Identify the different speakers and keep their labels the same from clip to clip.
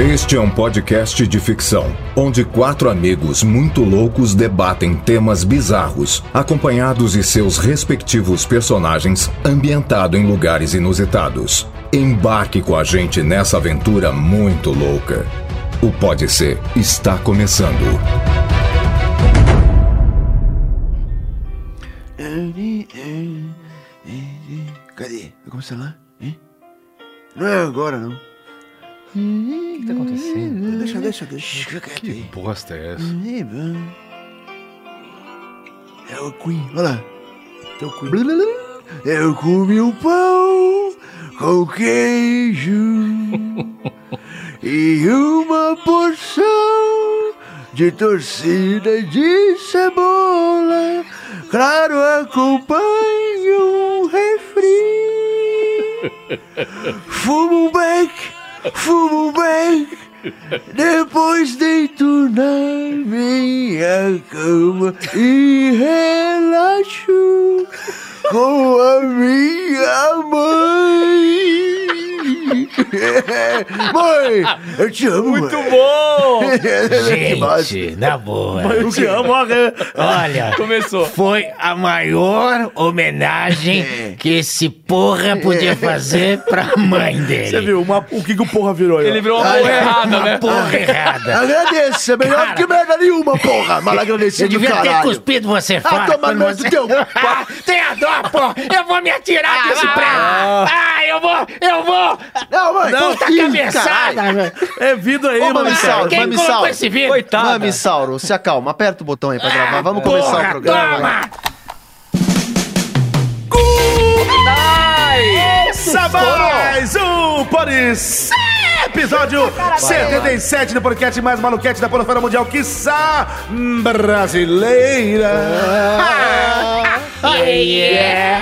Speaker 1: Este é um podcast de ficção, onde quatro amigos muito loucos debatem temas bizarros, acompanhados de seus respectivos personagens, ambientado em lugares inusitados. Embarque com a gente nessa aventura muito louca. O Pode Ser está começando.
Speaker 2: Cadê? Vai começar lá? Hein? Não é agora, não.
Speaker 3: O que tá acontecendo?
Speaker 2: Deixa, deixa, deixa. Fica quieto
Speaker 3: Que
Speaker 2: aí.
Speaker 3: bosta é essa?
Speaker 2: É o Queen, olha lá. É o Queen. Eu comi um pão com queijo e uma porção de torcida de cebola. Claro, acompanho um refri. Fumo um beck, fumo um beck. Depois deito na minha cama e relaxo com a minha mãe. Mãe, eu te amo.
Speaker 3: Muito
Speaker 2: mãe.
Speaker 3: bom!
Speaker 4: Gente, na boa.
Speaker 3: Eu te amo, olha.
Speaker 4: Olha,
Speaker 3: Começou.
Speaker 4: foi a maior homenagem que esse porra podia fazer pra mãe dele.
Speaker 5: Você viu uma- o que, que o porra virou aí? ó?
Speaker 3: Ele virou uma porra errada,
Speaker 4: Uma
Speaker 3: né?
Speaker 4: porra errada.
Speaker 2: Agradeça, melhor do que merda nenhuma, porra. Mal
Speaker 4: Eu
Speaker 2: agradecido, É do
Speaker 4: devia ter
Speaker 2: caralho.
Speaker 4: cuspido você fora.
Speaker 2: tomar
Speaker 4: quando
Speaker 2: no outro
Speaker 4: você...
Speaker 2: teu cu.
Speaker 4: Ah, Tenha dó, porra. Eu vou me atirar desse prédio. Ah, eu vou, eu vou.
Speaker 2: Não, mãe.
Speaker 4: Não, tá
Speaker 2: Ih,
Speaker 4: cabeçada,
Speaker 2: caralho.
Speaker 4: velho.
Speaker 5: É vidro aí,
Speaker 6: Ô,
Speaker 5: mano.
Speaker 6: Mamissauro,
Speaker 4: quem colocou
Speaker 6: Mamissauro.
Speaker 4: esse vídeo?
Speaker 3: Coitado.
Speaker 6: Mamissauro, se acalma, aperta o botão aí pra gravar.
Speaker 4: Ah,
Speaker 6: Vamos
Speaker 4: porra,
Speaker 6: começar o programa.
Speaker 4: Toma.
Speaker 5: Começa mais um Pode Ser! Episódio 77 do podcast mais maluquete da Polofera Mundial, quiçá brasileira.
Speaker 4: é.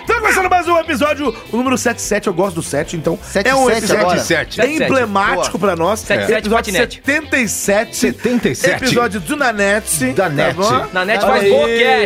Speaker 5: Estamos começando mais um episódio, o número 77, eu gosto do 7, então é um
Speaker 6: 77 agora.
Speaker 5: episódio
Speaker 3: Sete, sete.
Speaker 5: emblemático pra nós.
Speaker 3: 77
Speaker 5: episódio
Speaker 3: patinete.
Speaker 5: 77.
Speaker 1: 77.
Speaker 5: Episódio do Nanete.
Speaker 6: Da Net.
Speaker 3: Na net
Speaker 5: Olha
Speaker 3: faz é.
Speaker 5: aí,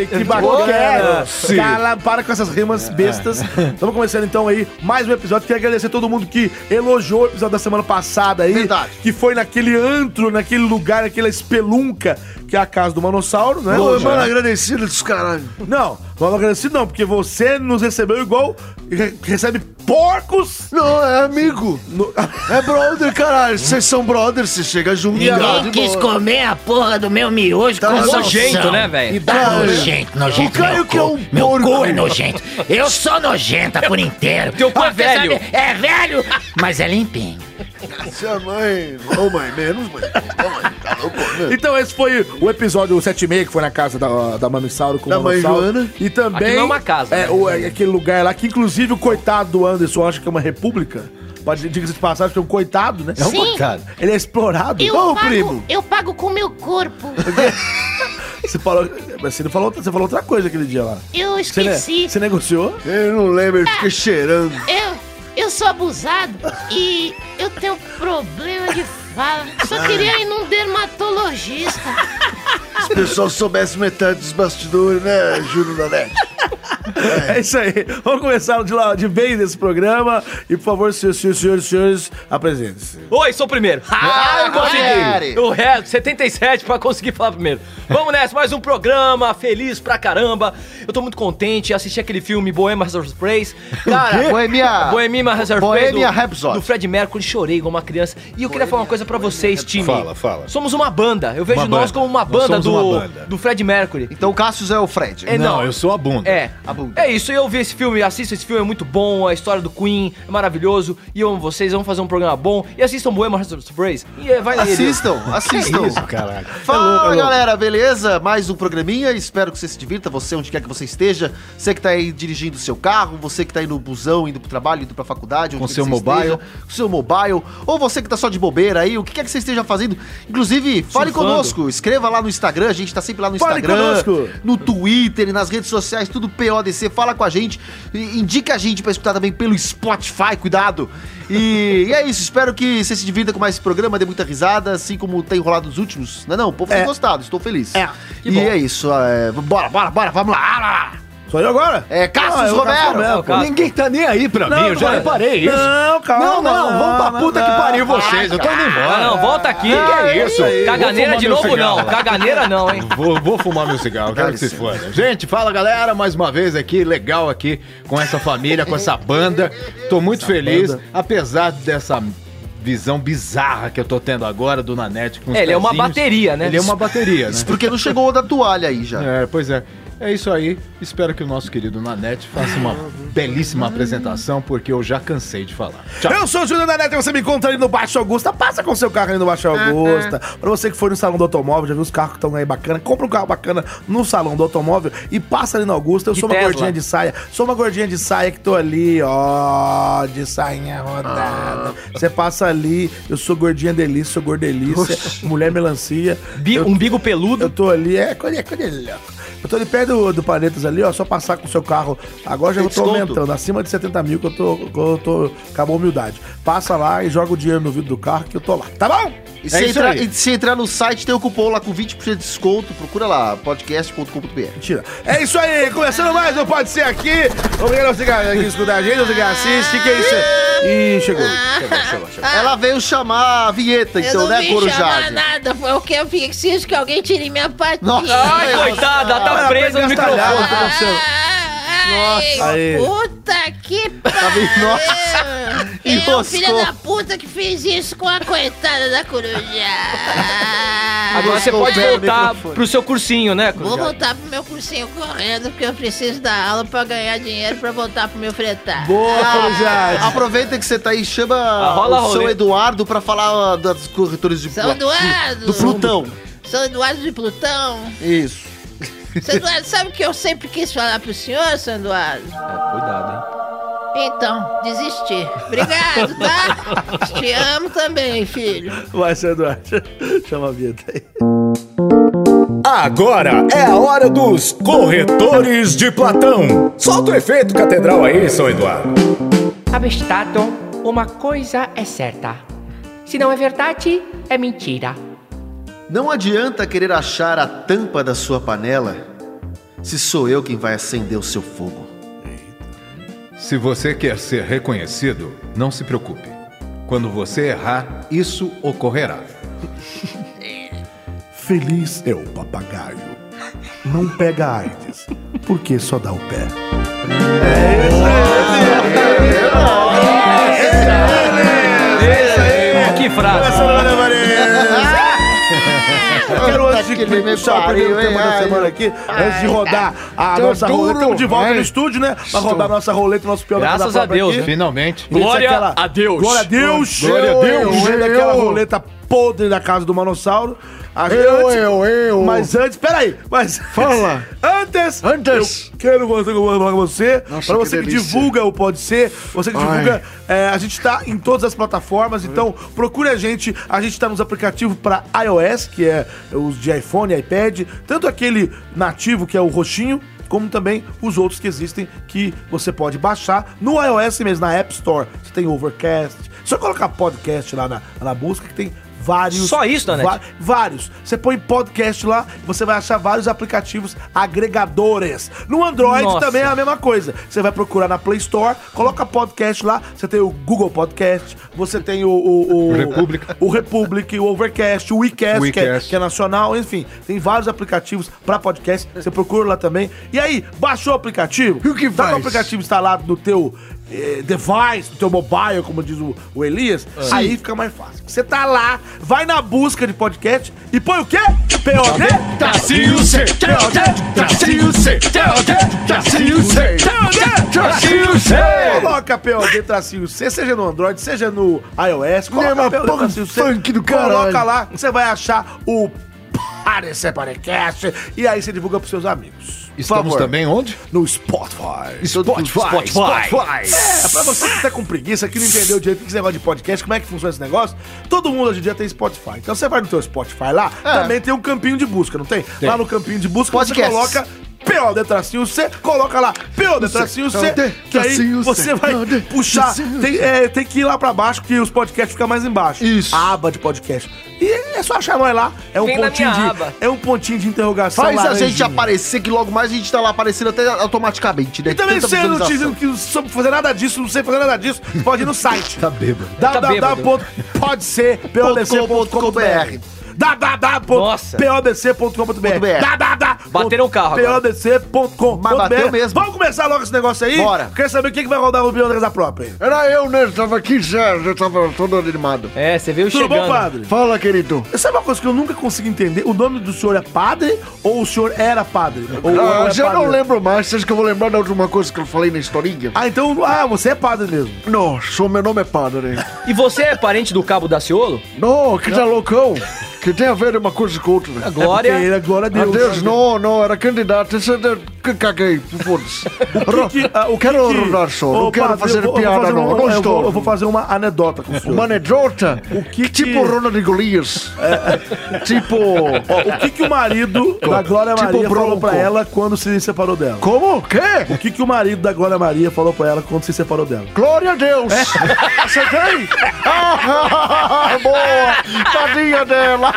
Speaker 3: boquete.
Speaker 5: Que bacana. Cala, para com essas
Speaker 6: É.
Speaker 5: rimas bestas. Estamos começando então aí mais um episódio. Quero agradecer a todo mundo que elogiou o episódio da semana passada aí.
Speaker 6: Verdade.
Speaker 5: Que foi naquele antro, naquele lugar, naquela espelunca que é a casa do Manossauro, né?
Speaker 2: Ô,
Speaker 5: Não,
Speaker 2: mano, É um agradecido dos caralho.
Speaker 5: Não, vamos agradecer não, porque você nos recebeu igual re- recebe porcos.
Speaker 2: Não, é amigo.
Speaker 5: no-
Speaker 2: É brother, caralho. Vocês são brothers, você chega junto. tá de
Speaker 4: Ninguém quis
Speaker 2: boa.
Speaker 4: comer a porra do meu miojo
Speaker 2: Tá
Speaker 4: com salsão.
Speaker 3: nojento, né, velho?
Speaker 4: Tá
Speaker 2: Cara,
Speaker 4: nojento, nojento.
Speaker 2: o Caio
Speaker 4: meu
Speaker 2: que é
Speaker 4: cu.
Speaker 2: um
Speaker 4: Meu
Speaker 2: porco.
Speaker 4: cu é nojento. Eu sou nojenta por inteiro.
Speaker 3: Teu cu é
Speaker 4: Porque,
Speaker 3: velho.
Speaker 4: sabe, é velho, mas é limpinho.
Speaker 2: Sua é mãe. Ô, mãe, menos, mãe. Ô, mãe, tá louco, né?
Speaker 5: Então esse foi o episódio 7,5, que foi na casa da, da Mamissauro com
Speaker 2: Da
Speaker 5: o Manossauro.
Speaker 2: mãe Joana.
Speaker 5: E também...
Speaker 3: Aqui não é uma casa,
Speaker 5: É,
Speaker 3: né?
Speaker 5: o- é aquele lugar lá que, inclusive, o coitado do Anderson acha que é uma república. Pode- Diga-se de passagem que é um coitado, né? É um
Speaker 7: Sim.
Speaker 5: coitado. Ele é explorado.
Speaker 7: Eu
Speaker 5: Ô,
Speaker 7: pago,
Speaker 5: primo!
Speaker 7: eu pago com meu corpo.
Speaker 5: Você falou, mas você, não falou, outra- você falou outra coisa aquele dia lá.
Speaker 7: Eu
Speaker 5: Você, ne-
Speaker 7: esqueci.
Speaker 5: você negociou?
Speaker 2: Eu não lembro, eu fiquei cheirando.
Speaker 7: Eu, eu sou abusado e eu tenho problema de fala. Só queria ir num dermatologista.
Speaker 2: Se o pessoal soubesse metade dos bastidores, né, Júlio da Net?
Speaker 5: É isso aí. Vamos começar de, lá, de bem desse programa. E, por favor, senhores, senhores, senhores, senhores apresentem-se.
Speaker 3: Oi, sou o primeiro. Ah, eu consegui.
Speaker 6: galera.
Speaker 3: O resto, 77 pra conseguir falar primeiro. Vamos nessa, mais um programa, feliz pra caramba. Eu tô muito contente, assisti aquele filme Bohemian Hazard Praise. Cara,
Speaker 6: quê? Bohemia-
Speaker 3: Bohemia Hazard
Speaker 6: Bohemia
Speaker 3: do-
Speaker 6: Rhapsody.
Speaker 3: Do Fred Mercury, chorei igual uma criança. E eu queria falar uma coisa pra vocês, time.
Speaker 1: Fala, fala.
Speaker 3: Somos uma banda. Eu vejo
Speaker 8: Uma
Speaker 3: nós
Speaker 8: banda.
Speaker 3: como uma
Speaker 8: Nós
Speaker 3: banda,
Speaker 8: somos
Speaker 3: do,
Speaker 8: uma banda.
Speaker 3: do Fred Mercury.
Speaker 6: Então o Cassius é o Fred.
Speaker 3: É,
Speaker 8: Não, eu sou a bunda.
Speaker 3: É.
Speaker 6: A bunda.
Speaker 3: É isso, eu vi esse filme, assisto esse filme, é muito bom, a história do Queen é maravilhoso, e eu amo vocês, vamos fazer um programa bom, e assistam Bohemian Rhapsody Praise, e é, vai nele.
Speaker 6: Assistam, assistam.
Speaker 8: Caralho.
Speaker 6: Fala galera, beleza? Mais um programinha, espero que você se divirta, você onde quer que você esteja, você que tá aí dirigindo seu carro, você que tá aí no busão, indo pro trabalho, indo pra faculdade, onde
Speaker 8: Com
Speaker 6: quer
Speaker 8: seu
Speaker 6: que você
Speaker 8: mobile.
Speaker 6: esteja, com seu mobile, ou você que tá só de bobeira aí, o que quer que você esteja fazendo, inclusive, fale
Speaker 3: Surfando.
Speaker 6: conosco, escreva lá no Instagram, a gente tá sempre lá no
Speaker 5: Fale
Speaker 6: Instagram,
Speaker 5: conosco.
Speaker 6: no Twitter, nas redes sociais, tudo PODC, fala com a gente, e indica a gente pra escutar também pelo Spotify, cuidado. E, e é isso, espero que você se divirta com mais esse programa, dê muita risada, assim como tem rolado nos últimos, não é não? O povo tem gostado, estou feliz.
Speaker 5: É, que
Speaker 6: E
Speaker 5: bom.
Speaker 6: é isso, é, bora, bora, bora, vamos lá. Ah, lá, lá.
Speaker 5: Sou eu agora?
Speaker 2: É, Cassius
Speaker 5: Ah, eu,
Speaker 2: Romero.
Speaker 5: Cassius
Speaker 3: Cássio.
Speaker 1: Ninguém tá nem aí pra
Speaker 5: Não,
Speaker 1: mim, eu já
Speaker 5: não.
Speaker 1: reparei isso.
Speaker 5: Não, calma,
Speaker 1: Não, não,
Speaker 5: não,
Speaker 1: vamos pra puta que
Speaker 5: não.
Speaker 1: pariu vocês, eu tô indo embora.
Speaker 3: Ah, não, volta aqui.
Speaker 1: Que é isso?
Speaker 3: Caganeira
Speaker 1: Vou fumar
Speaker 3: de
Speaker 1: meu
Speaker 3: novo
Speaker 1: cigarro.
Speaker 3: não. Caganeira não, hein?
Speaker 4: tá.
Speaker 1: Vou, vou fumar meu cigarro, eu quero que se foda. Gente, fala galera, mais uma vez aqui, legal aqui com essa família, com essa banda. Tô muito feliz, apesar dessa visão bizarra que eu tô tendo agora do Nanete com os
Speaker 3: É, ele é uma
Speaker 1: pezinhos.
Speaker 3: bateria, né?
Speaker 1: Ele é uma bateria, né?
Speaker 2: Isso porque não chegou o da toalha aí já.
Speaker 1: É, pois é. É isso aí. Espero que o nosso querido Nanete faça uma belíssima apresentação, porque eu já cansei de falar. Tchau.
Speaker 5: Eu sou o Júnior da Neta, você me encontra ali no Baixo Augusta. Passa com seu carro ali no Baixo Augusta. Pra você que foi no Salão do Automóvel, já viu os carros que estão aí bacana, compra um carro bacana no Salão do Automóvel e passa ali no Augusta. Eu
Speaker 3: De
Speaker 5: sou uma
Speaker 3: Tesla.
Speaker 5: gordinha de saia, sou uma gordinha de saia que tô ali, ó, de sainha rodada.
Speaker 3: Ah.
Speaker 5: Você passa ali, eu sou gordinha delícia, sou gordelícia, mulher melancia.
Speaker 3: Bi- um
Speaker 5: Eu-
Speaker 3: umbigo
Speaker 5: eu
Speaker 3: peludo.
Speaker 5: tô ali, é coisa, coisa louca. Eu tô ali perto do, do Paretas ali, ó. Só passar com o seu carro. Agora já eu tô
Speaker 2: desconto?
Speaker 5: aumentando, acima de 70 mil que eu tô. que eu tô acabou a humildade. Passa lá e joga o dinheiro no vidro do carro que eu tô lá. Tá bom?
Speaker 1: É
Speaker 2: E se, entrar, e se entrar no site, tem o cupom lá com 20% de desconto. Procura lá, podcast.com.br.
Speaker 5: Mentira. É isso aí, começando mais um Pode Ser aqui. Obrigado a você que que escuta a gente, você que assiste. Que é isso? aí? Ih, chegou. Chegou, chegou, chegou.
Speaker 2: Ela veio chamar a vinheta,
Speaker 7: Ah. Eu
Speaker 2: então,
Speaker 7: não
Speaker 2: né,
Speaker 7: vim chamar
Speaker 2: Corujade?
Speaker 7: nada, foi o que eu preciso que alguém tire minha patinha.
Speaker 2: Nossa.
Speaker 3: Ai, coitada, tá
Speaker 5: Ela
Speaker 3: presa
Speaker 5: aprende
Speaker 3: no
Speaker 5: a
Speaker 3: microfone.
Speaker 5: talhar, tá acontecendo?
Speaker 7: Ai,
Speaker 5: Nossa. Aí.
Speaker 7: puta que pariu! Quem é o
Speaker 2: Enroscou.
Speaker 7: filho da puta que fez isso com a coitada da coruja?
Speaker 3: Agora você pode voltar pro seu cursinho, né,
Speaker 7: Vou
Speaker 3: Cruz?
Speaker 7: voltar pro meu cursinho correndo, porque eu preciso da aula pra ganhar dinheiro pra voltar pro meu fretar.
Speaker 5: Boa, Corujade.
Speaker 2: Ah, Aproveita que você tá aí, chama
Speaker 3: Ah, rola
Speaker 2: o seu
Speaker 3: rolê.
Speaker 2: Eduardo pra falar ah, das corretores de
Speaker 7: São Eduardo!
Speaker 2: do Plutão.
Speaker 7: São Eduardo de Plutão!
Speaker 2: Isso.
Speaker 7: São Eduardo, sabe o que eu sempre quis falar pro senhor, São Eduardo?
Speaker 3: Cuidado, hein?
Speaker 7: Então, desisti. Obrigado, tá? Te amo também, filho.
Speaker 5: Vai, seu Eduardo. Chama a vinheta aí.
Speaker 9: Agora é a hora dos corretores de Platão. Solta o efeito catedral aí, São Eduardo.
Speaker 10: Abestado, uma coisa é certa. Se não é verdade, é mentira.
Speaker 2: Não adianta querer achar a tampa da sua panela se sou eu quem vai acender o seu fogo.
Speaker 1: Se você quer ser reconhecido, não se preocupe. Quando você errar, isso ocorrerá.
Speaker 5: Feliz é o papagaio. Não pega AIDS, porque só dá o pé.
Speaker 3: Que frase.
Speaker 5: Quero antes de
Speaker 2: que ele me
Speaker 5: puxar o primeiro
Speaker 2: pariu,
Speaker 5: tema
Speaker 2: hein?
Speaker 5: da
Speaker 2: Ai,
Speaker 5: semana aqui, antes de rodar a nossa
Speaker 1: duro,
Speaker 5: roleta, estamos de volta
Speaker 1: hein?
Speaker 5: no estúdio, né? Pra rodar a nossa roleta, nosso pior
Speaker 3: Graças
Speaker 5: da própria
Speaker 3: a Deus,
Speaker 5: aqui.
Speaker 3: né?
Speaker 1: Finalmente.
Speaker 5: Esse é
Speaker 3: Glória
Speaker 5: aquela-
Speaker 3: a Deus.
Speaker 5: Glória a Deus.
Speaker 1: Glória a Deus.
Speaker 5: Eu, eu,
Speaker 1: Eu.
Speaker 5: aquela roleta podre da casa do Manossauro. A gente-
Speaker 1: eu.
Speaker 5: Mas antes, peraí, mas.
Speaker 1: Fala.
Speaker 5: Antes!
Speaker 1: Antes.
Speaker 5: Eu quero mostrar que eu vou falar com você. pra você que,
Speaker 2: que delícia.
Speaker 5: divulga o Pode Ser, você que divulga. é, a gente tá em todas as plataformas, então procure a gente. A gente tá nos aplicativos pra iOS, que é os de iPhone, iPad, tanto aquele nativo que é o roxinho. Como também os outros que existem que você pode baixar no iOS mesmo, na App Store. Você tem Overcast. Só colocar podcast lá na, na busca que tem vários.
Speaker 3: Só isso, Nanete?
Speaker 5: va- Vários. Você põe podcast lá, você vai achar vários aplicativos agregadores. No Android
Speaker 3: Nossa.
Speaker 5: também é a mesma coisa. Você vai procurar na Play Store, coloca podcast lá, você tem o Google Podcast, você tem o... O, o
Speaker 1: República.
Speaker 5: O Republic, o Overcast, o WeCast,
Speaker 1: Wecast.
Speaker 5: Que, é, que é nacional, enfim. Tem vários aplicativos pra podcast, você procura lá também. E aí, baixou o aplicativo?
Speaker 1: o que
Speaker 5: Tá com o
Speaker 1: faz?
Speaker 5: aplicativo instalado no teu... eh, device, no teu mobile, como diz o, o Elias,
Speaker 1: Ah.
Speaker 5: aí fica mais fácil. Você tá lá, vai na busca de podcast e põe o quê? POD?
Speaker 1: Tracinho C,
Speaker 5: POD?
Speaker 1: tracinho C, tracinho C, tracinho C.
Speaker 5: Coloca POD tracinho C, seja no Android, seja no iOS,
Speaker 1: Leva porra
Speaker 5: coloca
Speaker 1: funk do caralho.
Speaker 5: Coloca lá, você vai achar o Parecer Podcast e aí você divulga pros seus amigos.
Speaker 1: Estamos
Speaker 2: favor.
Speaker 1: também onde?
Speaker 5: No Spotify.
Speaker 1: Spotify. Spotify.
Speaker 5: É, pra você que tá com preguiça, que não entendeu direito esse negócio de podcast, como é que funciona esse negócio, todo mundo hoje em dia tem Spotify. Então
Speaker 2: É.
Speaker 5: você vai no teu Spotify lá, também tem um campinho de busca, não tem? Lá no campinho de busca
Speaker 2: Podcasts.
Speaker 5: você coloca PO de tracinho C, coloca lá PO de tracinho C, que aí
Speaker 2: tracinho C,
Speaker 5: você vai
Speaker 2: de
Speaker 5: puxar.
Speaker 2: tracinho
Speaker 5: Tem, é, tem que ir lá pra baixo que os podcasts ficam mais embaixo.
Speaker 2: Isso.
Speaker 5: A aba de podcast. E é só achar nós lá. É um
Speaker 3: Vem na
Speaker 5: pontinho
Speaker 3: minha
Speaker 5: de.
Speaker 3: aba.
Speaker 5: É um pontinho de interrogação.
Speaker 2: Faz a
Speaker 5: laranjinha.
Speaker 2: gente aparecer que logo mais a gente tá lá aparecendo até automaticamente, né?
Speaker 5: E também
Speaker 2: Tanta
Speaker 5: se eu não
Speaker 2: visualização.
Speaker 5: tiver que não soube fazer nada disso, não sei fazer nada disso, você pode ir no site.
Speaker 1: Tá bêbado.
Speaker 3: Tá bêbado.
Speaker 5: www.podc.podc.com.br
Speaker 3: Nossa.
Speaker 5: www.podc.com.br
Speaker 3: Bateram o carro agora.
Speaker 2: um Mas bateu
Speaker 5: podc.com.br
Speaker 2: mesmo.
Speaker 5: Vamos começar logo esse negócio aí?
Speaker 2: Bora.
Speaker 5: Quer saber o que que vai rodar o Biondres da própria? aí?
Speaker 2: Era eu, né? Tava aqui já, já tava todo animado.
Speaker 3: É, você veio
Speaker 5: Tudo bom,
Speaker 3: chegando.
Speaker 5: padre?
Speaker 2: Fala, querido.
Speaker 5: Sabe uma coisa que eu nunca consegui entender? O nome do senhor é padre ou o senhor era padre? Ou ou
Speaker 2: Ah,
Speaker 5: é
Speaker 2: já não
Speaker 5: padre?
Speaker 2: lembro mais. Você acha que eu vou lembrar da última coisa que eu falei na historinha?
Speaker 5: Ah, então, ah, você é padre mesmo.
Speaker 2: Não, sou meu nome é padre.
Speaker 3: E você é parente do Cabo Daciolo?
Speaker 5: É
Speaker 2: não, que tá loucão. Que tem a ver uma coisa com outra.
Speaker 3: A
Speaker 2: né?
Speaker 3: Glória.
Speaker 5: É porque ele é glória a Deus.
Speaker 2: Adeus, não, não, era candidato. Isso é de- que caguei, foda-se.
Speaker 5: O que que- ah, o que
Speaker 2: quero
Speaker 5: que-
Speaker 2: rodar só,
Speaker 5: Ô,
Speaker 2: não quero
Speaker 5: padre,
Speaker 2: fazer
Speaker 5: eu vou- eu vou
Speaker 2: piada,
Speaker 5: fazer
Speaker 2: não.
Speaker 5: um-
Speaker 2: eu não
Speaker 5: eu,
Speaker 2: estou.
Speaker 5: vou, eu vou fazer uma anedota com o senhor.
Speaker 2: Uma anedota?
Speaker 5: O que que- É.
Speaker 2: Tipo Ronald Golias. Tipo.
Speaker 5: Ó, o que, que o marido da Glória
Speaker 2: Tipo
Speaker 5: Maria falou
Speaker 2: bronco.
Speaker 5: pra ela quando se separou dela?
Speaker 2: Como? Quê?
Speaker 5: O que, que o marido da Glória Maria falou pra ela quando se separou dela?
Speaker 2: Glória a Deus! Acertei? Ah, boa! Tadinha dela!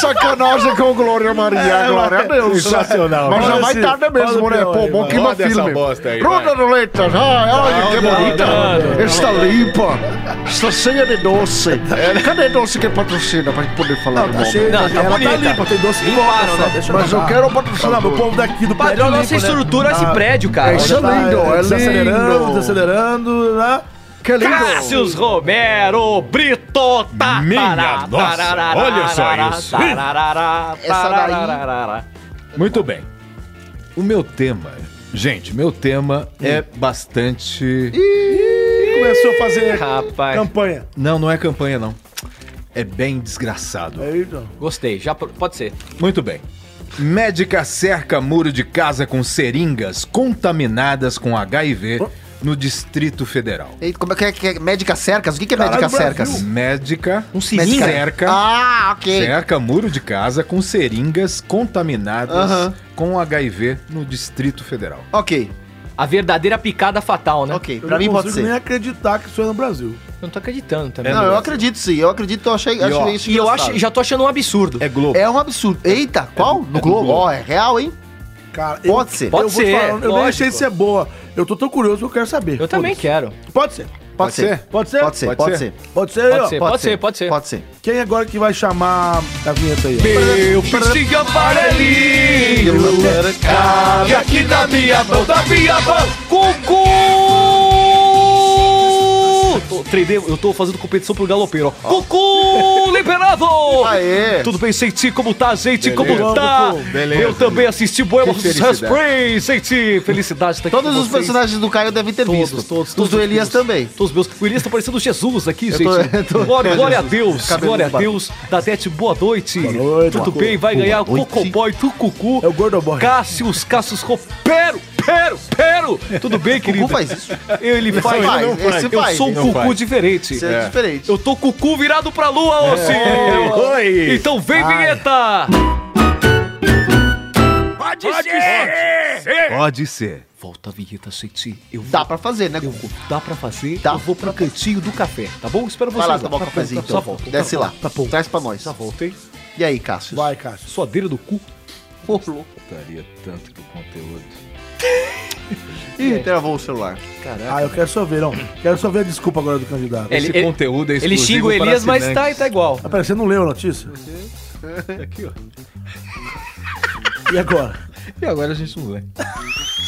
Speaker 2: Sacanagem com Glória Maria, glória a Deus!
Speaker 5: É, sensacional.
Speaker 2: Mas já
Speaker 5: Olha
Speaker 2: vai
Speaker 5: esse-
Speaker 2: tarde mesmo,
Speaker 5: olha
Speaker 2: né?
Speaker 5: o
Speaker 2: Pô,
Speaker 5: pior
Speaker 2: bom
Speaker 5: aí,
Speaker 2: que uma
Speaker 1: Roda essa
Speaker 2: filme.
Speaker 1: bosta aí,
Speaker 2: Roda
Speaker 1: vai.
Speaker 2: do leite! Ai, ai, que bonita! Está limpa! Está cheia de doce! Cadê doce que patrocina pra gente poder falar
Speaker 5: É,
Speaker 2: do
Speaker 5: né? Não, tá
Speaker 2: nome?
Speaker 5: cheio.
Speaker 3: Não, tá
Speaker 5: ela
Speaker 3: bonita.
Speaker 5: tá limpa, tem doce que
Speaker 3: Limparam,
Speaker 5: volta,
Speaker 3: né?
Speaker 5: só, deixa
Speaker 2: Mas eu
Speaker 5: acabar.
Speaker 2: quero o
Speaker 5: Não, não,
Speaker 2: patrocinador.
Speaker 5: o povo daqui do
Speaker 3: Padre,
Speaker 5: prédio
Speaker 3: olha a nossa
Speaker 5: limpa, né?
Speaker 3: estrutura, esse prédio, cara.
Speaker 2: Isso Ah, é lindo, é
Speaker 5: Desacelerando,
Speaker 2: lindo!
Speaker 5: desacelerando, né?
Speaker 2: Que lindo!
Speaker 3: Cássius Romero Brito tá,
Speaker 1: Minha
Speaker 3: tará,
Speaker 1: nossa,
Speaker 3: tarará,
Speaker 1: olha só
Speaker 3: tarará,
Speaker 1: isso.
Speaker 3: tarará,
Speaker 2: Essa daí-
Speaker 3: tarará.
Speaker 1: Muito bem. O meu tema, gente, meu tema é bastante.
Speaker 5: Começou a fazer
Speaker 3: Rapaz.
Speaker 5: campanha.
Speaker 1: Não, não é campanha, não. É bem desgraçado.
Speaker 5: Aí, então. não.
Speaker 3: Gostei, já pro- pode ser.
Speaker 1: Muito bem. Médica cerca muro de casa com seringas contaminadas com HIV no Distrito Federal.
Speaker 2: Eita, como é que é, que é médica cercas? O que que é médica
Speaker 5: Caralho,
Speaker 2: cercas?
Speaker 1: Médica
Speaker 3: Um seringa?
Speaker 1: cerca,
Speaker 2: Ah, ok.
Speaker 1: cerca muro de casa com seringas contaminadas
Speaker 2: Aham.
Speaker 1: com HIV no Distrito Federal.
Speaker 2: Ok,
Speaker 3: A verdadeira picada fatal, né?
Speaker 2: ok.
Speaker 5: Eu
Speaker 2: Pra mim
Speaker 5: não
Speaker 2: pode
Speaker 5: consigo nem
Speaker 2: ser.
Speaker 5: acreditar que isso é no Brasil.
Speaker 3: Eu não tô acreditando também.
Speaker 2: Não, eu acredito sim, eu acredito, eu achei, achei
Speaker 1: ó,
Speaker 2: isso
Speaker 3: e eu acho,
Speaker 2: engraçado.
Speaker 3: já tô achando um absurdo.
Speaker 1: É Globo.
Speaker 2: É um absurdo. Eita, qual? No Globo? Ó, é real, hein?
Speaker 5: Cara,
Speaker 2: Pode ser.
Speaker 5: Eu,
Speaker 3: Pode
Speaker 5: eu vou te
Speaker 3: ser,
Speaker 5: falar, eu nem
Speaker 3: lógico.
Speaker 5: achei se é boa. Eu tô tão curioso que eu quero saber.
Speaker 3: Eu também
Speaker 5: Foda-se.
Speaker 3: quero.
Speaker 5: Pode ser.
Speaker 2: Pode ser.
Speaker 5: Pode ser?
Speaker 2: Pode ser, pode ser.
Speaker 5: Pode ser, aí, ó.
Speaker 3: Pode ser, pode ser, pode ser.
Speaker 2: Pode ser.
Speaker 5: Quem agora que vai chamar a vinheta aí? ó?
Speaker 1: Meu vestido amarelinho cabe aqui na minha mão,
Speaker 3: tá
Speaker 1: na minha mão.
Speaker 3: Cucu! Tô- 3D, eu tô fazendo competição pro galopeiro, ó. Cucu liberado!
Speaker 2: Aê!
Speaker 3: Tudo bem, gente? Como tá, gente? Como
Speaker 1: Beleza.
Speaker 3: tá?
Speaker 1: Cucu, beleza.
Speaker 3: Eu também assisti Boema
Speaker 1: Que
Speaker 3: dos
Speaker 1: felicidade.
Speaker 3: Raspberry, gente! Felicidade tá aqui
Speaker 2: Todos
Speaker 3: com
Speaker 2: os
Speaker 3: vocês.
Speaker 2: personagens do Caio devem ter
Speaker 3: Todos,
Speaker 2: visto.
Speaker 3: todos,
Speaker 2: Os
Speaker 3: todos
Speaker 2: do
Speaker 3: os
Speaker 2: Elias
Speaker 3: meus.
Speaker 2: também.
Speaker 3: Todos meus. O Elias tá parecendo Jesus aqui, gente.
Speaker 2: tô- eu tô-
Speaker 3: glória, glória a
Speaker 2: Jesus.
Speaker 3: Deus.
Speaker 2: Cabelo
Speaker 3: glória a
Speaker 2: do bar-
Speaker 3: Deus. Dadete, boa noite.
Speaker 5: Boa noite.
Speaker 3: Tudo
Speaker 5: Boa
Speaker 3: bem? Vai ganhar o
Speaker 2: noite.
Speaker 3: Cocoboy Tucucu.
Speaker 5: É o Gordoboy.
Speaker 3: Cássius, Cássius Ropero, Pero, Pero. Tudo bem, querido?
Speaker 2: Cucu faz isso.
Speaker 3: Ele faz.
Speaker 2: faz,
Speaker 3: eu
Speaker 2: esse
Speaker 3: eu
Speaker 2: faz.
Speaker 3: sou um
Speaker 2: Não
Speaker 3: cucu
Speaker 1: faz.
Speaker 3: diferente.
Speaker 2: Isso é diferente. É.
Speaker 3: Eu tô cucu virado pra lua, ô senhor.
Speaker 1: Oi.
Speaker 3: Então vem, vinheta. Pode, ser.
Speaker 1: Pode ser.
Speaker 3: Volta a vinheta, gente. Eu vou
Speaker 2: Dá pra fazer, né, Gugu?
Speaker 3: Dá pra fazer?
Speaker 2: Dá
Speaker 3: eu vou pro cantinho do café, tá bom? Espero vocês
Speaker 2: Vai lá
Speaker 3: lá.
Speaker 2: tomar um
Speaker 3: Tá bom,
Speaker 2: cafezinho,
Speaker 3: tá- Só
Speaker 2: então.
Speaker 3: volta.
Speaker 2: Desce lá.
Speaker 3: Tá bom.
Speaker 2: Traz pra nós.
Speaker 3: Só volta, hein?
Speaker 2: E aí, Cássio?
Speaker 5: Vai, Cássio.
Speaker 3: Suadeira do cu.
Speaker 1: Gostaria tanto do conteúdo.
Speaker 2: Ih, travou o celular.
Speaker 5: Ah, eu quero só ver, não. Quero só ver a desculpa agora do candidato.
Speaker 3: Ele-
Speaker 1: Esse
Speaker 3: ele-
Speaker 1: conteúdo é
Speaker 3: Ele
Speaker 1: exclusivo
Speaker 3: xinga o
Speaker 1: para
Speaker 3: Elias, mas tá,
Speaker 1: assinantes.
Speaker 3: tá igual.
Speaker 5: Ah, pera, você não leu a notícia?
Speaker 1: Aqui, ó.
Speaker 5: E agora?
Speaker 1: E agora a gente não lê.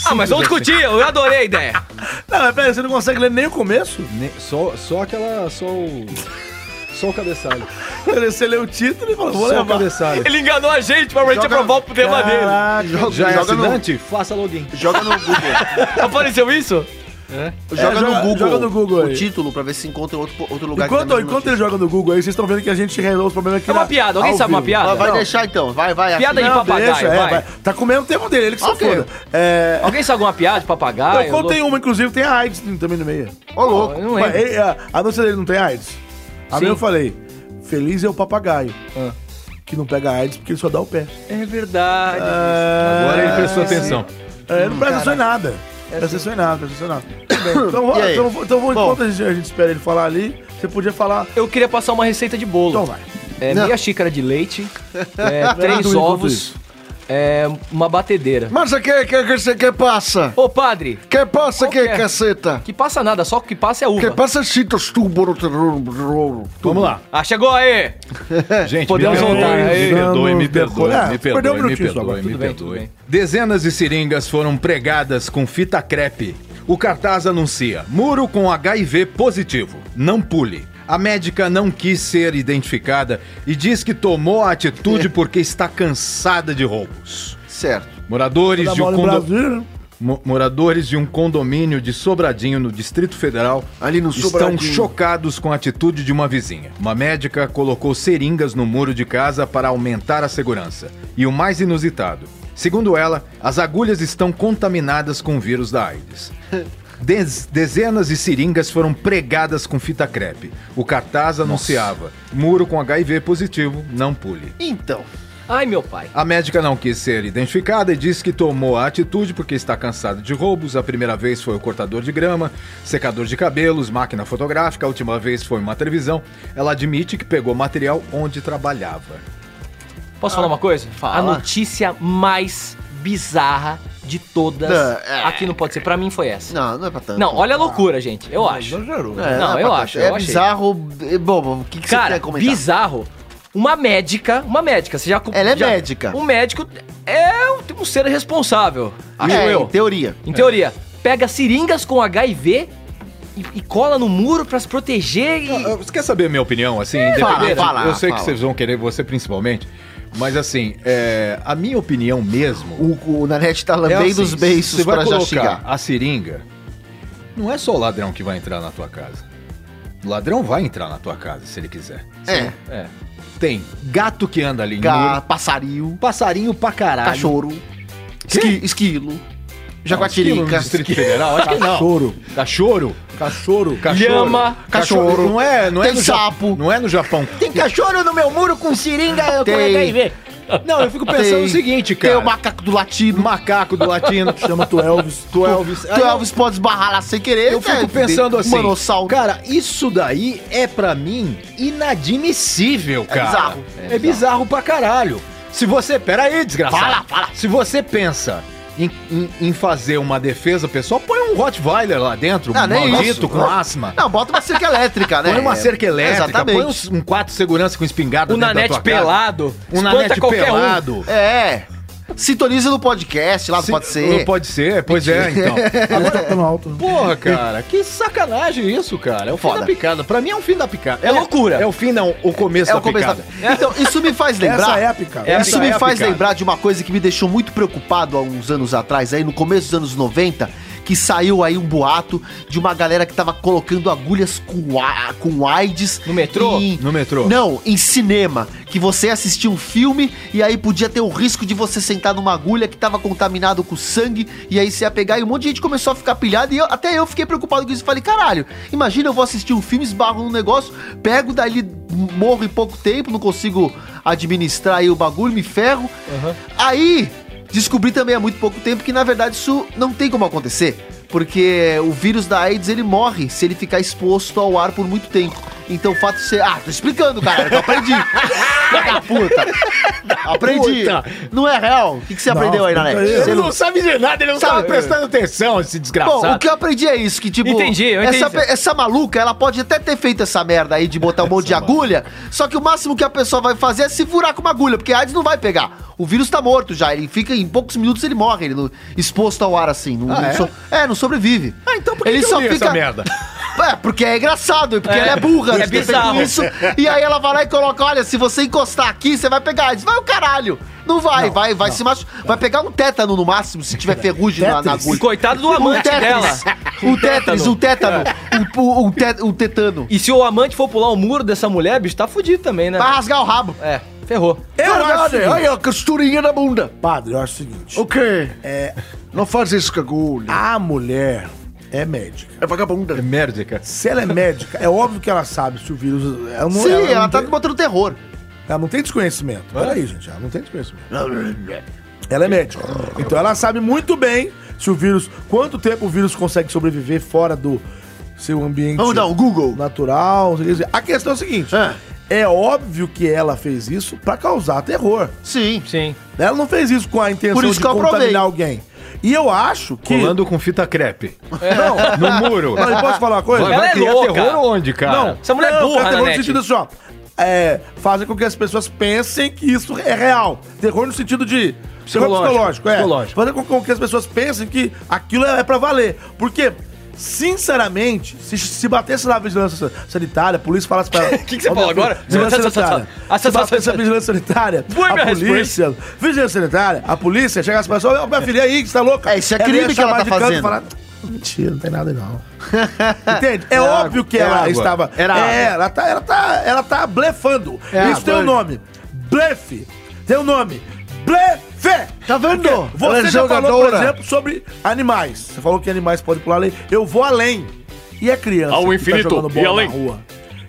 Speaker 3: Ah, mas vamos discutir, eu adorei a ideia.
Speaker 5: Não, mas pera, você não consegue ler nem o começo?
Speaker 1: Nem- Só, só aquela. Só o. Só o cabeçalho.
Speaker 5: Você leu o título e falou, vou
Speaker 1: só o
Speaker 5: levar.
Speaker 1: cabeçalho.
Speaker 3: Ele enganou a gente pra gente
Speaker 2: Joga-
Speaker 3: aprovar o tema dele.
Speaker 5: Caraca.
Speaker 2: Joga,
Speaker 1: Já é
Speaker 2: joga no,
Speaker 1: assinante? Faça login.
Speaker 2: joga no Google.
Speaker 3: Apareceu isso?
Speaker 2: Joga,
Speaker 5: É,
Speaker 2: no
Speaker 5: joga-
Speaker 2: Google.
Speaker 5: joga no Google aí.
Speaker 2: O título pra ver se encontra outro, outro lugar que
Speaker 5: Enquanto,
Speaker 2: tá
Speaker 5: enquanto
Speaker 2: mesmo
Speaker 5: ele joga no Google aí, vocês estão vendo que a gente resolve os problemas aqui.
Speaker 3: É uma
Speaker 5: na-
Speaker 3: piada, alguém
Speaker 5: ao
Speaker 3: sabe uma
Speaker 5: vivo.
Speaker 2: Vai,
Speaker 3: piada?
Speaker 2: vai
Speaker 5: Não.
Speaker 2: deixar então, vai, vai.
Speaker 3: Piada
Speaker 2: aqui.
Speaker 3: aí.
Speaker 5: Não,
Speaker 3: papagaio,
Speaker 5: deixa, é,
Speaker 3: vai.
Speaker 5: vai. Tá comendo o tempo dele, ele que
Speaker 2: Ok.
Speaker 5: se foda. É...
Speaker 3: Alguém sabe alguma piada de papagaio?
Speaker 5: eu contei uma, inclusive, tem a AIDS também no meio.
Speaker 2: Ô, louco.
Speaker 3: Eu não
Speaker 5: Mas, é,
Speaker 3: lembro.
Speaker 5: ei, a, a notícia dele não tem AIDS? A
Speaker 3: Sim. Ah.
Speaker 5: minha eu falei, feliz é o papagaio. que não pega AIDS porque ele só dá o pé.
Speaker 3: É verdade. Ah,
Speaker 1: Agora ele prestou atenção.
Speaker 5: É, não presta atenção em nada.
Speaker 3: É
Speaker 5: Presta
Speaker 3: assim.
Speaker 5: atenção em nada, presta atenção em nada. Tudo bem. Então,
Speaker 2: E
Speaker 5: rola,
Speaker 2: aí?
Speaker 5: então, vou- então vou,
Speaker 2: Bom.
Speaker 5: enquanto a gente, a gente espera ele falar ali, você podia falar.
Speaker 3: Eu queria passar uma receita de bolo.
Speaker 5: Então vai.
Speaker 3: É,
Speaker 2: Não.
Speaker 3: meia xícara de leite, é, três
Speaker 5: Eduardo,
Speaker 3: ovos, é, uma batedeira.
Speaker 2: Mas o que, que, que, você que passa?
Speaker 3: Ô, padre,
Speaker 2: Que passa
Speaker 3: Qual
Speaker 2: que,
Speaker 3: que é?
Speaker 2: caceta?
Speaker 3: que passa nada, só que passa é
Speaker 2: Que
Speaker 3: uva.
Speaker 2: passa chitos tubo terror.
Speaker 1: Vamos lá.
Speaker 3: Ah, chegou aí!
Speaker 1: Gente,
Speaker 3: Podemos
Speaker 1: me perdoe,
Speaker 3: voltar,
Speaker 1: me
Speaker 3: aí.
Speaker 1: perdoe, me
Speaker 5: Depois-
Speaker 1: perdoe,
Speaker 5: Ah,
Speaker 1: me
Speaker 5: perdeu um
Speaker 1: perdoe, me
Speaker 5: minutinho só,
Speaker 1: perdoe,
Speaker 5: mas
Speaker 1: me
Speaker 3: tudo bem, tudo
Speaker 1: perdoe.
Speaker 3: bem.
Speaker 1: Dezenas de seringas foram pregadas com fita crepe. O cartaz anuncia: muro com HIV positivo. Não pule. A médica não quis ser identificada e diz que tomou a atitude porque está cansada de roubos.
Speaker 2: Certo.
Speaker 1: Moradores
Speaker 5: Dá
Speaker 1: de, um
Speaker 5: bola em
Speaker 1: condo-
Speaker 5: Brasília, né?
Speaker 1: mo- moradores de um condomínio de Sobradinho, no Distrito Federal,
Speaker 2: Ali no
Speaker 1: estão chocados com a atitude de uma vizinha. Uma médica colocou seringas no muro de casa para aumentar a segurança. E o mais inusitado: segundo ela, as agulhas estão contaminadas com o vírus da AIDS. Dez- dezenas de seringas foram pregadas com fita crepe. O cartaz anunciava: muro com HIV positivo, não pule.
Speaker 2: Então.
Speaker 3: Ai, meu pai.
Speaker 1: A médica não quis ser identificada e disse que tomou a atitude porque está cansada de roubos. A primeira vez foi o cortador de grama, secador de cabelos, máquina fotográfica, a última vez foi uma televisão. Ela admite que pegou material onde trabalhava.
Speaker 3: Posso falar uma coisa? A
Speaker 2: Ah. Fala.
Speaker 3: notícia mais bizarra de todas
Speaker 2: Não, é.
Speaker 3: aqui não pode ser. Pra mim foi essa.
Speaker 2: Não, não é pra tanto.
Speaker 3: Não, olha a loucura, gente. Eu acho.
Speaker 2: Não, é,
Speaker 3: Não,
Speaker 2: não é
Speaker 3: eu
Speaker 2: pra
Speaker 3: acho,
Speaker 2: tanto. É
Speaker 3: eu achei.
Speaker 2: bizarro. é- Bom, o que, que você
Speaker 3: Cara,
Speaker 2: quer comentar?
Speaker 3: bizarro. Uma médica, uma médica, você já...
Speaker 2: Ela é
Speaker 3: já-
Speaker 2: médica.
Speaker 3: Um médico é um, um ser responsável, acho
Speaker 2: é,
Speaker 3: eu.
Speaker 2: em teoria.
Speaker 3: Em teoria, pega seringas com HIV e, e cola no muro pra se proteger e...
Speaker 1: Ah, Você quer saber a minha opinião, assim?
Speaker 2: É, fala,
Speaker 1: independente?
Speaker 2: fala,
Speaker 1: Eu sei
Speaker 2: fala.
Speaker 1: que vocês vão querer, você principalmente. Mas assim, é, a minha opinião mesmo.
Speaker 2: O, o Nanete tá
Speaker 1: É
Speaker 2: lambendo
Speaker 1: assim,
Speaker 2: os beiços
Speaker 1: você vai
Speaker 2: pra já
Speaker 1: colocar
Speaker 2: chegar.
Speaker 1: A seringa não é só o ladrão que vai entrar na tua casa. O ladrão vai entrar na tua casa se ele quiser.
Speaker 2: É,
Speaker 1: Tem gato que anda ali, em
Speaker 2: ga,
Speaker 1: muro,
Speaker 2: passarinho,
Speaker 1: passarinho pra Hum. caralho.
Speaker 2: cachorro, esqui- esquilo,
Speaker 1: Não, esquilo no
Speaker 2: jaguatirica.
Speaker 1: Distrito Federal, acho que não.
Speaker 5: Choro.
Speaker 1: Cachorro.
Speaker 5: Cachorro.
Speaker 1: Cachorro.
Speaker 3: Lhama,
Speaker 1: Cachorro. Não é, não é
Speaker 2: Tem
Speaker 1: no Ja-
Speaker 2: sapo.
Speaker 1: Não é no Japão.
Speaker 11: Tem cachorro no meu muro com seringa
Speaker 2: Tem.
Speaker 11: com HIV.
Speaker 1: Não, eu fico pensando
Speaker 2: Tem-
Speaker 1: o seguinte,
Speaker 2: Tem
Speaker 1: cara.
Speaker 2: o macaco do latino.
Speaker 1: macaco do latino que chama
Speaker 5: Chama tu Elvis.
Speaker 1: Tu Elvis.
Speaker 2: Tu Elvis pode esbarrar lá sem querer.
Speaker 1: Eu
Speaker 2: né?
Speaker 1: fico pensando assim,
Speaker 2: Manossauro.
Speaker 1: cara, isso daí é pra mim inadmissível, cara.
Speaker 2: bizarro.
Speaker 1: É bizarro. É bizarro pra caralho. Se você, pera aí, desgraçado.
Speaker 2: Fala, fala.
Speaker 1: Se você pensa em, em- em fazer uma defesa pessoal, põe um Rottweiler lá dentro,
Speaker 2: Não, nem
Speaker 1: maldito,
Speaker 2: isso.
Speaker 1: com asma.
Speaker 2: Não, bota uma cerca elétrica, né?
Speaker 1: Põe uma cerca elétrica, põe
Speaker 2: Exatamente.
Speaker 1: um, um quadro de segurança com espingarda
Speaker 3: O
Speaker 1: dentro da
Speaker 3: Um Nanete
Speaker 1: tua casa.
Speaker 3: pelado.
Speaker 1: Um
Speaker 3: espanta
Speaker 1: nanete
Speaker 3: qualquer um.
Speaker 1: pelado.
Speaker 2: É. Sintoniza no podcast lá,
Speaker 1: Se-
Speaker 2: pode ser.
Speaker 1: Não pode ser, pois é, então.
Speaker 5: Agora tá no alto.
Speaker 1: Porra, cara, que sacanagem isso, cara. É o fim
Speaker 2: Foda.
Speaker 1: da picada. Pra mim é um fim da picada.
Speaker 3: É loucura.
Speaker 1: É o fim, não, o começo
Speaker 2: É
Speaker 1: da
Speaker 2: o começo
Speaker 1: picada.
Speaker 2: da... Então, isso me faz
Speaker 5: Essa
Speaker 2: lembrar.
Speaker 5: época.
Speaker 3: É,
Speaker 2: Isso
Speaker 1: Essa
Speaker 2: me
Speaker 1: é a
Speaker 2: faz
Speaker 1: picada.
Speaker 2: lembrar de uma coisa que me deixou muito preocupado há uns anos atrás, aí no começo dos anos 90, que saiu aí um boato de uma galera que tava colocando agulhas com, a- com AIDS.
Speaker 3: No metrô?
Speaker 2: em-
Speaker 1: No metrô.
Speaker 2: Não, em cinema. Que você assistia um filme e aí podia ter o risco de você sentar numa agulha que tava contaminado com sangue e aí você ia pegar e um monte de gente começou a ficar pilhada e eu- até eu fiquei preocupado com isso. Falei, caralho, imagina eu vou assistir um filme, esbarro num negócio, pego, dali morro em pouco tempo, não consigo administrar aí o bagulho, me ferro. Aí descobri também há muito pouco tempo que na verdade isso não tem como acontecer. Porque o vírus da AIDS ele morre se ele ficar exposto ao ar por muito tempo. Então o fato de ser. Ah, tô explicando, cara. Eu aprendi. Filha da puta. Aprendi.
Speaker 1: Puta.
Speaker 2: Não é real. O que, que você
Speaker 5: Não,
Speaker 2: aprendeu aí,
Speaker 5: não
Speaker 2: Nané?
Speaker 5: tem
Speaker 2: Você
Speaker 1: Ele
Speaker 2: não-
Speaker 1: não sabe de nada, ele não
Speaker 2: Sabe.
Speaker 1: tava prestando atenção, esse desgraçado.
Speaker 2: Bom, o que eu aprendi é isso, que tipo...
Speaker 3: Entendi, eu
Speaker 2: essa,
Speaker 3: entendi.
Speaker 2: pe- essa maluca, ela pode até ter feito essa merda aí de botar um monte de agulha, só que o máximo que a pessoa vai fazer é se furar com uma agulha, porque a AIDS não vai pegar. O vírus tá morto já, ele fica em poucos minutos ele morre, ele não- exposto ao ar assim. Não,
Speaker 1: Ah,
Speaker 2: não
Speaker 1: é?
Speaker 2: so- é? não sobrevive.
Speaker 1: Ah, então por que,
Speaker 2: Ele
Speaker 1: que eu
Speaker 2: só
Speaker 1: li
Speaker 2: fica-
Speaker 1: essa merda?
Speaker 2: É, porque é engraçado, e porque ela é burra,
Speaker 3: é
Speaker 2: de ter feito
Speaker 3: bizarro.
Speaker 2: isso. E aí ela vai lá e coloca, olha, se você encostar aqui, você vai pegar AIDS. Vai o caralho. Não vai, vai, vai se machucar. Vai pegar um tétano no máximo, se tiver ferrugem na, na
Speaker 5: Tetris?
Speaker 2: agulha.
Speaker 3: Coitado do amante dela.
Speaker 2: Um Tetris, um tétano. Um, um, um, te- um tetano.
Speaker 3: E se o amante for pular o muro dessa mulher, bicho, tá fudido também, né?
Speaker 2: Vai rasgar o rabo.
Speaker 3: É, ferrou.
Speaker 5: Eu acho.
Speaker 2: a costurinha na bunda.
Speaker 5: Padre, eu acho o seguinte.
Speaker 2: quê? É. Não faz isso com agulha.
Speaker 5: A mulher é médica.
Speaker 2: É vagabunda.
Speaker 1: É merda, cara.
Speaker 5: Se ela é médica, é óbvio que ela sabe se o vírus. Ela não,
Speaker 2: Sim, ela,
Speaker 5: não
Speaker 2: tá
Speaker 5: tem-
Speaker 2: botando terror.
Speaker 5: Ela não tem desconhecimento. Peraí, gente, ela não tem desconhecimento. Ela é médica. Então ela sabe muito bem se o vírus. Quanto tempo o vírus consegue sobreviver fora do seu ambiente
Speaker 2: Vamos dar um Google.
Speaker 5: natural. não sei o que dizer. A questão é a seguinte:
Speaker 2: Ah.
Speaker 5: é óbvio que ela fez isso pra causar terror.
Speaker 2: Sim.
Speaker 3: Sim.
Speaker 5: Ela não fez isso com a intenção
Speaker 2: Por isso
Speaker 5: de
Speaker 2: que eu
Speaker 5: contaminar
Speaker 2: aprovei.
Speaker 5: alguém. E eu acho que.
Speaker 1: Colando com fita crepe.
Speaker 2: É.
Speaker 5: Não,
Speaker 1: No muro.
Speaker 5: não, eu posso falar uma coisa?
Speaker 3: Vai- Ela é louca.
Speaker 1: terror onde, cara?
Speaker 5: Não,
Speaker 3: Essa mulher é
Speaker 5: não,
Speaker 3: burra,
Speaker 5: cara,
Speaker 3: né,
Speaker 5: terror
Speaker 3: Nete?
Speaker 5: no sentido assim, ó. É, fazem com que as pessoas pensem que isso é real. Terror no sentido de.
Speaker 3: Psicológico,
Speaker 5: terror psicológico, é.
Speaker 3: psicológico.
Speaker 5: Fazer com, com que as pessoas pensem que aquilo é, é pra valer. Porque, sinceramente, se, se batesse na vigilância sanitária, a polícia falasse pra ela. O
Speaker 3: que que você falou agora?
Speaker 5: Vigilância sanitária.
Speaker 3: Ah,
Speaker 5: Se batesse na vigilância sanitária,
Speaker 3: Foi minha
Speaker 5: a polícia. Vigilância sanitária, a polícia chegasse pra pessoa, "Ô, minha filha aí, que você tá louca?
Speaker 2: É, isso é
Speaker 5: ia
Speaker 2: crime que ela tá
Speaker 5: chamar de canto e
Speaker 2: fazendo.
Speaker 5: falar, Mentira, não tem nada não. Entende? É, óbvio que
Speaker 1: era
Speaker 5: ela
Speaker 1: água.
Speaker 5: estava.
Speaker 1: Era
Speaker 5: é, ela tá, ela tá, ela tá blefando.
Speaker 1: É
Speaker 5: Isso tem um
Speaker 1: água.
Speaker 5: nome. Blefe. Tem um nome. Blefe.
Speaker 2: Tá vendo?
Speaker 5: Porque Você
Speaker 1: Ela é
Speaker 5: já falou, por
Speaker 1: jogadora.
Speaker 5: exemplo, sobre animais. Você falou que animais podem pular além. Eu vou além. E a criança
Speaker 3: Ao
Speaker 5: que tá
Speaker 3: infinito
Speaker 5: jogando
Speaker 3: e
Speaker 5: bola
Speaker 3: além.
Speaker 5: na rua?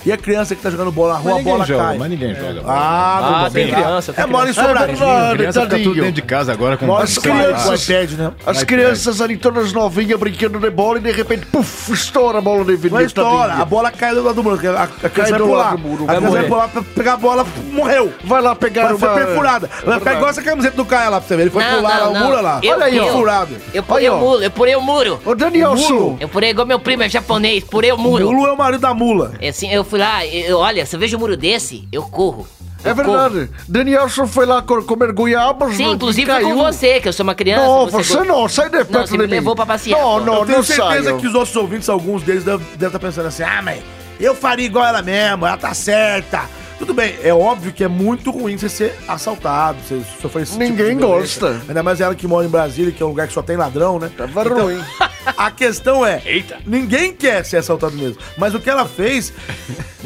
Speaker 5: E a criança que tá jogando bola na rua, a bola cai.
Speaker 1: mas ninguém joga.
Speaker 2: É.
Speaker 5: Ah, meu
Speaker 3: Ah,
Speaker 5: bom,
Speaker 3: tem
Speaker 5: sei
Speaker 3: criança,
Speaker 5: lá.
Speaker 3: tem
Speaker 5: É, mora em
Speaker 2: criança.
Speaker 5: Sobradinho.
Speaker 1: A criança fica tudo
Speaker 2: Tadinho.
Speaker 1: dentro de casa agora com
Speaker 5: Mora em
Speaker 1: As
Speaker 5: Sobradinho.
Speaker 2: crianças.
Speaker 5: Com iPad, né?
Speaker 2: As crianças ali todas novinhas brincando de bola e de repente, puf, estoura a bola de vinil.
Speaker 5: Não estoura, a bola cai do lado do muro. A, a criança vai
Speaker 2: do
Speaker 5: pular.
Speaker 2: lado do muro,
Speaker 5: a
Speaker 2: vai
Speaker 5: criança vai
Speaker 3: morrer.
Speaker 5: pular pra pegar a bola, morreu.
Speaker 2: Vai lá pegar
Speaker 5: Vai
Speaker 2: uma... É
Speaker 5: ser perfurada. Vai ficar igual essa camiseta do Caia lá pra você ver. Ele foi
Speaker 7: Não,
Speaker 5: pular
Speaker 7: não,
Speaker 5: lá, o
Speaker 7: não.
Speaker 5: muro olha lá.
Speaker 7: Eu
Speaker 5: Olha aí,
Speaker 7: pulei.
Speaker 5: perfurado.
Speaker 7: Eu pulei
Speaker 2: Aí, ó.
Speaker 7: o muro, eu purei o muro.
Speaker 2: Ô, Danielson.
Speaker 7: Eu pulei igual meu primo é japonês, purei o muro.
Speaker 5: Mulu é o marido da mula.
Speaker 7: É Assim, eu fui lá, eu, olha, se eu vejo um muro desse, eu corro.
Speaker 2: É
Speaker 7: Eu
Speaker 2: verdade. Danielson foi lá co- comer goiabas. né?
Speaker 7: corro. Sim,
Speaker 2: e
Speaker 7: inclusive
Speaker 2: caiu.
Speaker 7: com você, que eu sou uma criança.
Speaker 2: Não, você,
Speaker 7: go-
Speaker 2: não. Sai de perto
Speaker 7: Não, você
Speaker 2: de
Speaker 7: me
Speaker 2: mim.
Speaker 7: levou pra passear.
Speaker 2: Não,
Speaker 7: Eu
Speaker 2: não,
Speaker 5: Eu tenho
Speaker 2: não
Speaker 5: certeza
Speaker 2: saio.
Speaker 5: que os nossos ouvintes, alguns deles, devem estar pensando assim: ah, mas eu faria igual ela mesmo, ela tá certa. Tudo bem, é óbvio que é muito ruim você ser assaltado, você sofrer esse tipo de
Speaker 2: Ninguém
Speaker 5: violência.
Speaker 2: gosta.
Speaker 5: Ainda mais ela que mora em Brasília, que é um lugar que só tem ladrão, né?
Speaker 2: Tava ruim.
Speaker 5: A questão é, ninguém quer ser assaltado mesmo. Mas o que ela fez,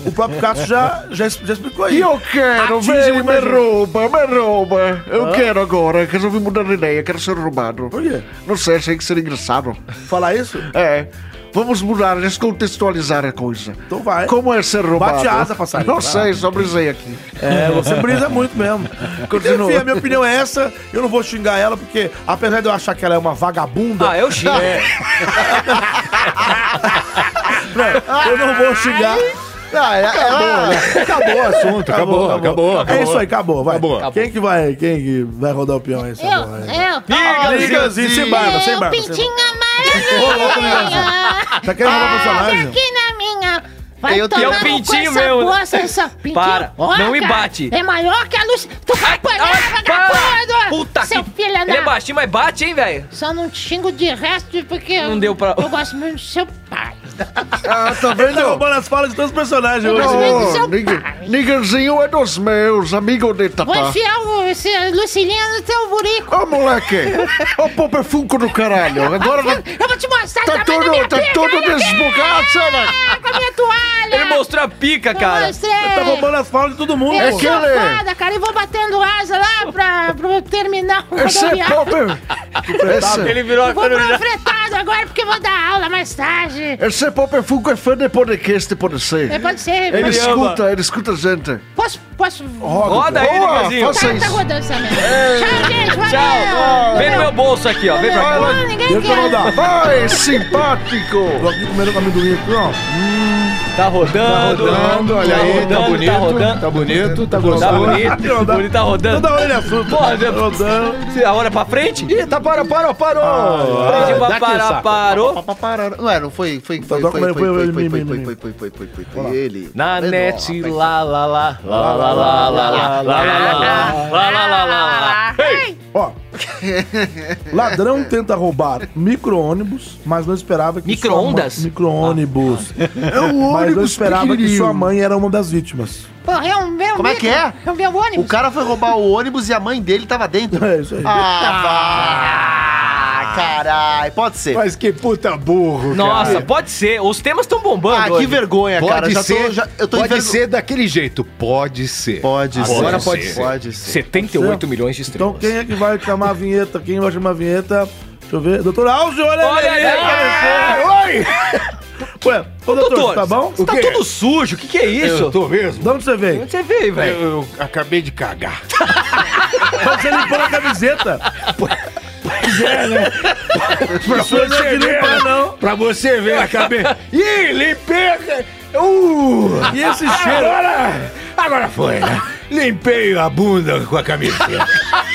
Speaker 5: o próprio Cássio já, já, já explicou aí.
Speaker 2: E eu quero,
Speaker 5: Atinge
Speaker 2: vem,
Speaker 5: muita
Speaker 2: me
Speaker 5: gente.
Speaker 2: rouba, me rouba. Eu quero agora, resolvi mudar de ideia, quero ser roubado.
Speaker 5: Por quê?
Speaker 2: Não sei, achei que seria engraçado.
Speaker 5: Falar isso?
Speaker 2: É, vamos mudar, descontextualizar a coisa.
Speaker 5: Então vai.
Speaker 2: Como é ser roubado?
Speaker 5: Bate asa, passarinho.
Speaker 2: Não
Speaker 5: Vai.
Speaker 2: sei, só brisei aqui.
Speaker 5: É, você brisa muito mesmo.
Speaker 2: Continua.
Speaker 5: Enfim, a minha opinião é essa. Eu não vou xingar ela, porque apesar de eu achar que ela é uma vagabunda,
Speaker 3: Ah, eu xingo.
Speaker 1: É.
Speaker 5: eu não vou xingar.
Speaker 2: Ah, é,
Speaker 1: Acabou né? o assunto, acabou, acabou.
Speaker 5: É isso aí, acabou, vai.
Speaker 1: Acabou.
Speaker 5: Quem que vai, quem que vai rodar o peão aí?
Speaker 7: Eu, eu,
Speaker 5: Ligazinho, sem barba, Tá sem
Speaker 7: eu,
Speaker 5: barba. sem
Speaker 7: pintinho amarelinho.
Speaker 5: barba. Tá querendo roubar o personagem?
Speaker 7: Ah, aqui na minha. Vai
Speaker 2: Eu
Speaker 7: tomar
Speaker 2: tenho-
Speaker 7: no
Speaker 3: É o
Speaker 7: cu
Speaker 3: pintinho
Speaker 7: essa
Speaker 3: meu, né?
Speaker 7: Poça, essa pintinho.
Speaker 3: Para,
Speaker 7: Ó,
Speaker 3: não me
Speaker 7: cara,
Speaker 3: bate.
Speaker 7: É maior que a luz. Tu vai
Speaker 3: Ai,
Speaker 7: apanhar,
Speaker 3: ai, para!
Speaker 7: vagabundo.
Speaker 3: Puta
Speaker 7: Seu
Speaker 3: que...
Speaker 7: filho
Speaker 3: Ele é
Speaker 7: da...
Speaker 3: baixinho, mas bate, hein, velho?
Speaker 7: Só não te xingo de resto porque
Speaker 3: Não
Speaker 7: eu,
Speaker 3: deu pra-
Speaker 7: eu gosto muito do seu pai.
Speaker 2: ah, tá
Speaker 5: Ele tá
Speaker 2: vendo?
Speaker 5: roubando as falas de todos os personagens
Speaker 7: Eu
Speaker 5: hoje.
Speaker 7: gosto muito do
Speaker 2: Não,
Speaker 7: seu
Speaker 2: ninguém-
Speaker 7: pai.
Speaker 2: ninguémzinho é dos meus, amigo de
Speaker 7: Vou
Speaker 2: Tatá.
Speaker 7: enfiar o, esse Lucilinha no teu burico.
Speaker 2: Ô, moleque, ô, poperfunco do caralho, agora não-
Speaker 7: Eu vou te mostrar
Speaker 2: tá
Speaker 7: o tamanho da
Speaker 2: todo,
Speaker 7: minha
Speaker 2: tá
Speaker 7: pica,
Speaker 2: todo
Speaker 7: olha aqui,
Speaker 2: desbugado, sabe?
Speaker 7: com a minha toalha.
Speaker 3: Ele mostrou a pica,
Speaker 7: Eu
Speaker 3: cara.
Speaker 7: mostrei.
Speaker 5: Tá roubando as falas de todo mundo,
Speaker 7: Eu
Speaker 2: É
Speaker 5: pô.
Speaker 7: sou
Speaker 2: que ele-
Speaker 7: safada, cara, e vou batendo asa lá pra, pro terminal
Speaker 2: Esse é
Speaker 7: rodoviário.
Speaker 2: popper. Esse,
Speaker 3: Ele virou a
Speaker 7: Vou pro
Speaker 3: corujá.
Speaker 7: fretado agora porque eu vou dar aula mais tarde.
Speaker 2: esse popperfunco é fã de podcast, pode
Speaker 7: É,
Speaker 2: ser.
Speaker 7: pode ser.
Speaker 2: Ele
Speaker 3: Ele ama.
Speaker 2: escuta, ele escuta a gente.
Speaker 7: Posso, posso...
Speaker 3: Roda aí,
Speaker 2: Boa,
Speaker 3: Nicozinho.
Speaker 2: faça-
Speaker 7: tá,
Speaker 2: vocês.
Speaker 7: tá rodando essa merda. Tchau, gente. Valeu.
Speaker 3: Tchau. Vem no meu bolso aqui, ó. Vem pra cá.
Speaker 7: Não, ninguém
Speaker 5: Deixa eu
Speaker 7: quer.
Speaker 5: rodar.
Speaker 2: Vai, simpático!
Speaker 5: Tô aqui comendo com amendoim aqui, ó.
Speaker 3: Tá rodando.
Speaker 1: Rodando, olha aí, tá bonito.
Speaker 3: Tá rodando.
Speaker 1: Tá bonito, tá
Speaker 3: Tá
Speaker 1: gostoso.
Speaker 3: bonito. Bonito, tá rodando.
Speaker 5: Toda hora ele assusta.
Speaker 3: Porra, já-
Speaker 5: rodando.
Speaker 3: Se a hora é pra frente?
Speaker 1: Ih, tá para, para, parou!
Speaker 3: Frente
Speaker 1: Ah,
Speaker 3: pra parar, parou.
Speaker 2: Não é, não foi, foi, foi,
Speaker 5: Tá
Speaker 2: foi, foi,
Speaker 5: com- foi-
Speaker 2: foi,
Speaker 5: foi-
Speaker 2: foi,
Speaker 5: foi-
Speaker 2: foi, foi,
Speaker 5: foi-
Speaker 2: foi,
Speaker 5: foi-
Speaker 2: foi, foi, foi, foi ele.
Speaker 3: Na
Speaker 2: Vendo,
Speaker 3: net,
Speaker 2: rapaz?
Speaker 3: lá, lá, lá, lá, lá, lá, lá, lá, lá, lá, lá, lá, lá, lá, lá.
Speaker 5: Ó.
Speaker 2: é.
Speaker 5: Ladrão tenta roubar micro-ônibus, mas não esperava que. sua
Speaker 3: Micro-ondas?
Speaker 5: mãe- Micro-ônibus.
Speaker 2: É o
Speaker 5: Mas não
Speaker 2: ônibus
Speaker 5: esperava que
Speaker 2: pequenininho.
Speaker 5: sua mãe era uma das vítimas.
Speaker 7: Porra, é um meu
Speaker 2: Como é que é?
Speaker 7: É um meu
Speaker 2: O
Speaker 7: ônibus.
Speaker 2: cara foi roubar o ônibus e a mãe dele tava dentro.
Speaker 5: É isso aí.
Speaker 2: Ah, caralho, pode ser.
Speaker 1: Mas que puta burro,
Speaker 3: Nossa, pode ser. Os temas estão
Speaker 2: Ah,
Speaker 3: bombando
Speaker 2: que
Speaker 3: hoje.
Speaker 2: vergonha,
Speaker 1: Pode
Speaker 2: cara. Já
Speaker 1: ser,
Speaker 2: tô, já, eu tô
Speaker 1: pode
Speaker 2: envergo-
Speaker 1: ser É daquele jeito. Pode ser.
Speaker 2: Pode
Speaker 1: Agora
Speaker 2: ser.
Speaker 1: pode ser.
Speaker 2: Pode ser.
Speaker 3: 78 milhões de
Speaker 5: Então
Speaker 3: estrelas.
Speaker 5: quem é que vai chamar a vinheta? Quem vai chamar a vinheta? Deixa eu ver. Doutor Alzio, olha,
Speaker 3: Olha
Speaker 5: ele,
Speaker 2: Ah.
Speaker 3: aí!
Speaker 5: ele apareceu.
Speaker 1: Oi!
Speaker 5: Ué, ô doutor,
Speaker 3: Doutor,
Speaker 5: tá bom?
Speaker 3: Você tá tudo sujo, o que, que é isso?
Speaker 1: Eu tô mesmo?
Speaker 5: De onde você veio?
Speaker 3: Onde você veio, velho?
Speaker 1: Eu, eu acabei de cagar.
Speaker 5: Mas Você limpou a camiseta.
Speaker 1: pra
Speaker 5: Você não é que limpa, não.
Speaker 1: Pra você ver, acabei. Ih, limpei. a- Uh!
Speaker 5: E esse cheiro?
Speaker 1: Agora, agora foi, né? Limpei a bunda com a camiseta.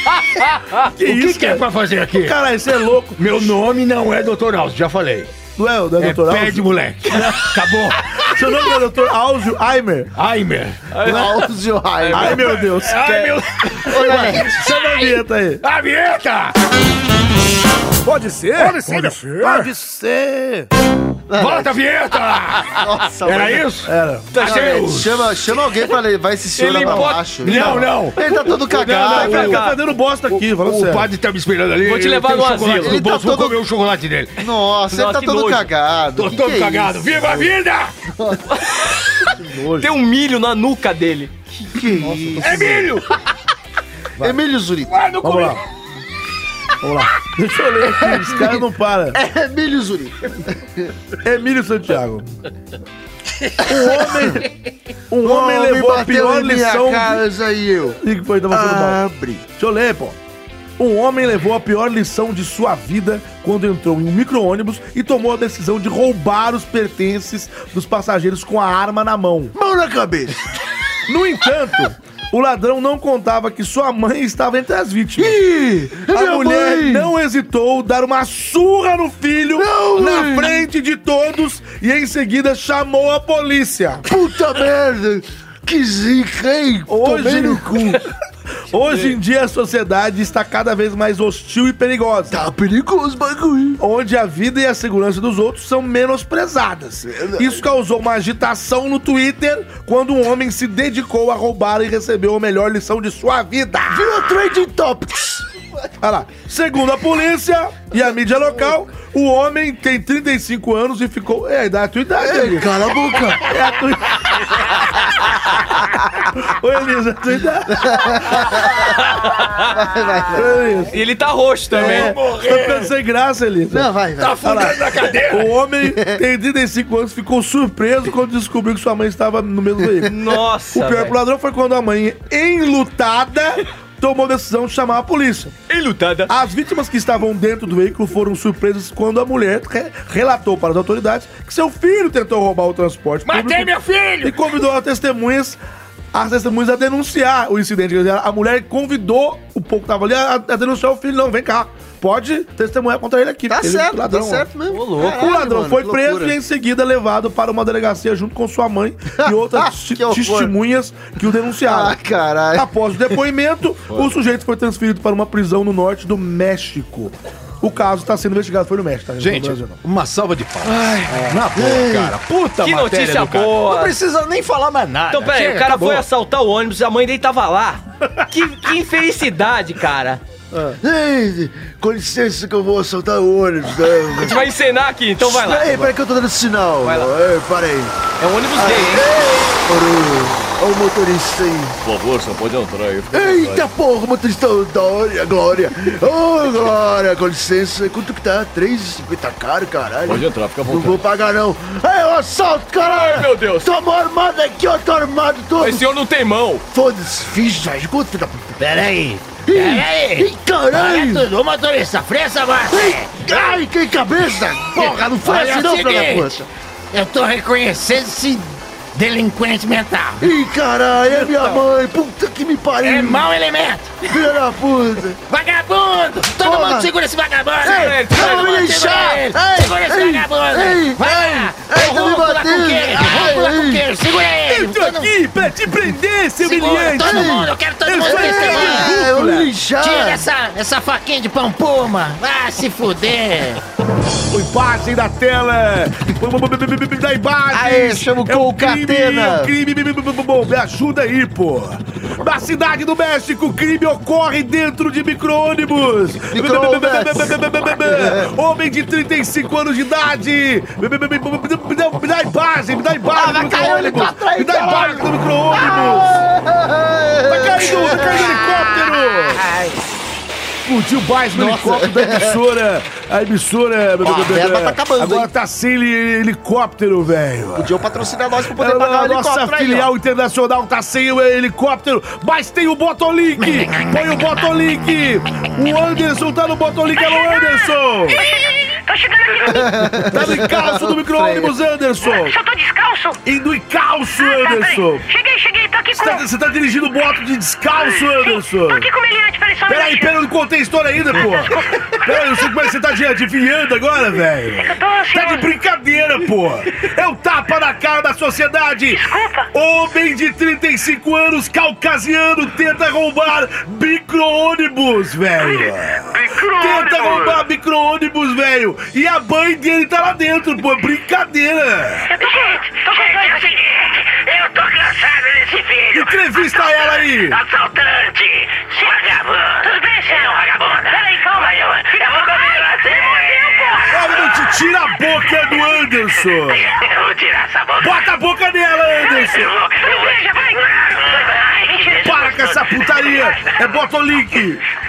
Speaker 5: Que
Speaker 1: o que,
Speaker 5: isso,
Speaker 1: que é
Speaker 5: cara?
Speaker 1: pra fazer aqui?
Speaker 5: Caralho, você é louco.
Speaker 1: Meu nome não é Dr. Alves, já falei.
Speaker 5: Não é, não é
Speaker 1: É
Speaker 5: doutor
Speaker 1: pé
Speaker 5: Alves?
Speaker 1: de moleque. Acabou.
Speaker 5: Seu nome é doutor Alzio Aimer?
Speaker 1: Aimer.
Speaker 2: Alzio Raimer.
Speaker 5: Ai, meu Deus.
Speaker 1: Ai, meu...
Speaker 5: Chama a vinheta aí.
Speaker 1: A vinheta!
Speaker 5: Pode ser? Pode ser. Pode ser.
Speaker 1: Volta a vinheta!
Speaker 2: Nossa,
Speaker 1: Era
Speaker 2: mano.
Speaker 1: isso?
Speaker 5: Era. Tá, é.
Speaker 2: Não, velho, chama, chama alguém pra levar esse senhor lá pra
Speaker 1: pode-
Speaker 2: baixo.
Speaker 1: Não, não.
Speaker 2: Ele tá todo cagado.
Speaker 5: Ele
Speaker 3: cá.
Speaker 5: tá fazendo bosta aqui, falando
Speaker 1: O
Speaker 5: sério.
Speaker 1: padre tá me esperando ali.
Speaker 3: Vou te
Speaker 1: eu
Speaker 3: levar
Speaker 1: tenho
Speaker 3: no
Speaker 1: chocolate
Speaker 3: asilo.
Speaker 2: Ele
Speaker 1: No
Speaker 2: tá
Speaker 1: bolso,
Speaker 2: todo-
Speaker 1: vou comer o chocolate dele.
Speaker 2: Nossa, ele
Speaker 3: Nossa,
Speaker 2: tá
Speaker 3: que
Speaker 2: todo
Speaker 3: nojo.
Speaker 2: cagado.
Speaker 1: Tô
Speaker 2: Que
Speaker 1: todo
Speaker 2: que é
Speaker 1: cagado.
Speaker 2: isso?
Speaker 1: Viva a vida!
Speaker 3: Tem um milho na nuca dele.
Speaker 1: É milho!
Speaker 2: Emílio Zurita.
Speaker 1: Vai no
Speaker 5: Vamos
Speaker 1: cu-
Speaker 5: lá. Vamos lá. Deixa eu ler aqui, os caras não
Speaker 2: É,
Speaker 5: param.
Speaker 2: Emílio Zurita.
Speaker 5: Emílio Santiago. Um homem, um homem
Speaker 2: Homem
Speaker 5: levou a
Speaker 2: bateu
Speaker 5: pior
Speaker 2: em minha Ah.
Speaker 5: lição.
Speaker 2: Casa e eu.
Speaker 5: Ih, que foi, tava tudo mal.
Speaker 2: Abre.
Speaker 5: Deixa eu ler, pô. Um homem levou a pior lição de sua vida quando entrou em um micro-ônibus e tomou a decisão de roubar os pertences dos passageiros com a arma na mão.
Speaker 2: Mão na cabeça.
Speaker 5: No entanto, o ladrão não contava que sua mãe estava entre as vítimas.
Speaker 2: Ih, é
Speaker 5: A
Speaker 2: minha
Speaker 5: mulher
Speaker 2: mãe.
Speaker 5: não hesitou dar uma surra no filho
Speaker 2: Não,
Speaker 5: na
Speaker 2: mãe.
Speaker 5: frente de todos e em seguida chamou a polícia.
Speaker 2: Puta merda. Que zica, hein?
Speaker 5: Hoje,
Speaker 2: Tomei no cu.
Speaker 5: hoje em dia a sociedade está cada vez mais hostil e perigosa.
Speaker 2: Tá perigoso o bagulho.
Speaker 5: onde a vida e a segurança dos outros são menosprezadas. Isso causou uma agitação no Twitter quando um homem se dedicou a roubar e recebeu a melhor lição de sua vida.
Speaker 2: Virou Trading Topics.
Speaker 5: Olha lá. Segundo a polícia e a mídia local, o homem tem 35 anos e ficou. É a idade, a tua idade,
Speaker 2: Ei,
Speaker 5: Elisa.
Speaker 2: cala a boca.
Speaker 5: É a tua Ô, Elisa, é a tua idade.
Speaker 2: Vai, vai, vai.
Speaker 5: Ô, Elisa.
Speaker 3: E ele tá roxo também.
Speaker 5: É, tá ficando sem graça, Elisa.
Speaker 2: Não, vai, vai.
Speaker 5: Olha lá. O homem tem 35 anos, ficou surpreso quando descobriu que sua mãe estava no mesmo veículo.
Speaker 3: Nossa,
Speaker 5: O pior é
Speaker 3: velho.
Speaker 5: pro ladrão foi quando a mãe, enlutada, tomou a decisão de chamar a polícia.
Speaker 3: Enlutada.
Speaker 5: As vítimas que estavam dentro do veículo foram surpresas quando a mulher re- relatou para as autoridades que seu filho tentou roubar o transporte
Speaker 11: Matei meu filho!
Speaker 5: e convidou as testemunhas as testemunhas a denunciar o incidente. Quer dizer, A mulher convidou o povo que tava ali a, a denunciar o filho. Não, vem cá. Pode testemunhar contra ele aqui.
Speaker 2: Tá
Speaker 5: Ele é
Speaker 2: certo,
Speaker 5: ladrão,
Speaker 2: tá
Speaker 5: ó.
Speaker 2: certo mesmo.
Speaker 3: Ô, louco.
Speaker 5: O ladrão
Speaker 2: mano,
Speaker 5: foi
Speaker 2: que
Speaker 5: preso
Speaker 2: loucura.
Speaker 5: e em seguida levado para uma delegacia junto com sua mãe e outras
Speaker 2: Que
Speaker 5: te-
Speaker 2: horror.
Speaker 5: testemunhas que o denunciaram.
Speaker 2: Ah, caralho.
Speaker 5: Após o depoimento, o sujeito foi transferido para uma prisão no norte do México. O caso está sendo investigado, foi no México, tá?
Speaker 1: Gente,
Speaker 5: No Brasil, não.
Speaker 1: uma salva de palmas. na boa, cara. Puta
Speaker 3: Que
Speaker 1: matéria
Speaker 3: notícia
Speaker 1: do cara.
Speaker 3: boa.
Speaker 1: Não precisa nem falar mais nada.
Speaker 3: Então, peraí,
Speaker 1: Chega,
Speaker 3: o cara
Speaker 1: acabou.
Speaker 3: foi assaltar o ônibus e a mãe dele tava lá. Que, que infelicidade, cara.
Speaker 2: Ei, com licença que eu vou assaltar o ônibus.
Speaker 3: A gente vai encenar aqui, então vai lá.
Speaker 2: Ei, peraí que eu tô dando sinal.
Speaker 3: Vai lá.
Speaker 2: Ei, para aí.
Speaker 3: É um ônibus gay, hein?
Speaker 2: Olha o motorista aí. Por favor, só pode entrar aí. Eita porra, motorista da hora, Glória. Ô, Glória, com licença. Quanto que tá? 3,50 tá caro, caralho. Pode entrar, fica bom. Não vou pagar, não. Ei, eu assalto, caralho.
Speaker 3: Ai, meu Deus.
Speaker 2: Tamo armado aqui, ó, tô armado todo.
Speaker 3: Esse senhor não tem mão.
Speaker 2: Foda-se, finge, faz de conta, filho da puta.
Speaker 11: Peraí,
Speaker 2: tá? Ih,
Speaker 11: peraí!
Speaker 2: Ih,
Speaker 1: é
Speaker 2: caralho.
Speaker 11: Olha tudo, ô motorista, fressa
Speaker 2: Ei,
Speaker 11: você!
Speaker 4: é,
Speaker 2: Ai, que cabeça! Porra, não faz
Speaker 11: Olha
Speaker 2: assim
Speaker 11: o
Speaker 2: não, filho da
Speaker 11: seguinte.
Speaker 2: puta!
Speaker 11: Eu tô reconhecendo esse delinquente mental.
Speaker 2: Ih, caralho, é
Speaker 3: Então.
Speaker 2: minha mãe! Puta que me pariu!
Speaker 11: É mau elemento!
Speaker 2: Filha da puta!
Speaker 11: Vagabundo! Todo
Speaker 2: Porra.
Speaker 11: mundo segura esse vagabundo!
Speaker 2: Ei,
Speaker 11: Todo
Speaker 2: não
Speaker 11: mundo segura
Speaker 2: me deixar!
Speaker 11: ele.
Speaker 2: Ei,
Speaker 11: Segura esse
Speaker 2: ei,
Speaker 11: vagabundo!
Speaker 2: ei,
Speaker 11: Vai lá!
Speaker 2: ei, tá me
Speaker 11: Rúcula com
Speaker 2: batendo.
Speaker 11: queijo,
Speaker 2: Ai,
Speaker 11: rúcula com
Speaker 2: ei.
Speaker 11: queijo, Segura ele!
Speaker 5: Eu tô
Speaker 11: Todo-
Speaker 5: aqui pra te é prender, seu
Speaker 11: Segura
Speaker 5: humilhante!
Speaker 11: todo mundo! Eu quero todo
Speaker 5: Eu
Speaker 11: mundo
Speaker 5: sou
Speaker 11: nesse
Speaker 5: ele.
Speaker 11: mundo!
Speaker 2: É, eu me lixar!
Speaker 11: Tira essa, essa faquinha de pão puma! Ah, se fuder!
Speaker 5: Imagem da tela! da imagem!
Speaker 2: Aê, chama o
Speaker 5: É um
Speaker 2: Concatena.
Speaker 5: crime, é um crime. Bom, me ajuda aí, pô! Na cidade do México, crime ocorre dentro de micro-ônibus!
Speaker 2: Micro-ondas.
Speaker 5: Homem de 35 anos de idade! Me dá imagem, me dá imagem do
Speaker 2: Ah, vai cair ele
Speaker 5: micro-ônibus!
Speaker 2: pra trás,
Speaker 5: Me dá
Speaker 2: caralho.
Speaker 5: imagem do micro-ônibus! Tá caindo, tá caindo helicóptero! explodiu o bairro no helicóptero da emissora. A emissora.
Speaker 2: a verba tá acabando,
Speaker 5: Agora
Speaker 2: hein?
Speaker 5: tá sem heli- helicóptero, velho.
Speaker 2: Podiam patrocinar nós pra poder
Speaker 5: A-
Speaker 2: pagar
Speaker 5: a
Speaker 2: o
Speaker 5: nossa
Speaker 2: helicóptero aí,
Speaker 5: filial internacional tá sem o helicóptero, mas tem o Botolink! Põe o Botolink! O Anderson tá no Botolink, alô Anderson!
Speaker 12: Tô chegando aqui,
Speaker 5: Tá no encalço do micro-ônibus, Anderson!
Speaker 12: É, só tô descalço.
Speaker 5: E no encalço,
Speaker 12: Ah, tá,
Speaker 5: Anderson!
Speaker 12: peraí. Cheguei, cheguei, tô aqui
Speaker 5: Você
Speaker 12: com...
Speaker 5: tá, você tá dirigindo moto de descalço,
Speaker 12: Sim,
Speaker 5: Anderson?
Speaker 12: tô aqui com o Meliante, peraí, só Ah, tá, um
Speaker 5: Peraí,
Speaker 12: minutinho.
Speaker 5: peraí, eu não contei a história ainda, pô. Peraí, eu sei como é que você tá de- adivinhando agora, velho.
Speaker 12: É Eu tô assim,
Speaker 5: Tá de brincadeira, pô. É o tapa na cara da sociedade.
Speaker 12: Desculpa.
Speaker 5: Homem de 35 anos, caucasiano, tenta roubar micro-ônibus, velho. Tenta roubar tá micro-ônibus, velho. E a mãe dele tá lá dentro, pô. Brincadeira.
Speaker 12: Eu tô com... Tô com dois aqui. Eu tô cansado desse filho.
Speaker 5: Entrevista Tá ela aí.
Speaker 12: Assaltante! Vagabundo! Tudo bem, senhor? É um vagabundo! Peraí, calma! Eu, eu vou comer você!
Speaker 5: Ah, não, te tira a boca do Anderson.
Speaker 12: Eu vou tirar essa boca!
Speaker 5: Bota a boca nela, Anderson.
Speaker 12: Eu vou... Eu vou... Veja, vai!
Speaker 5: Para com essa putaria. É bota o link.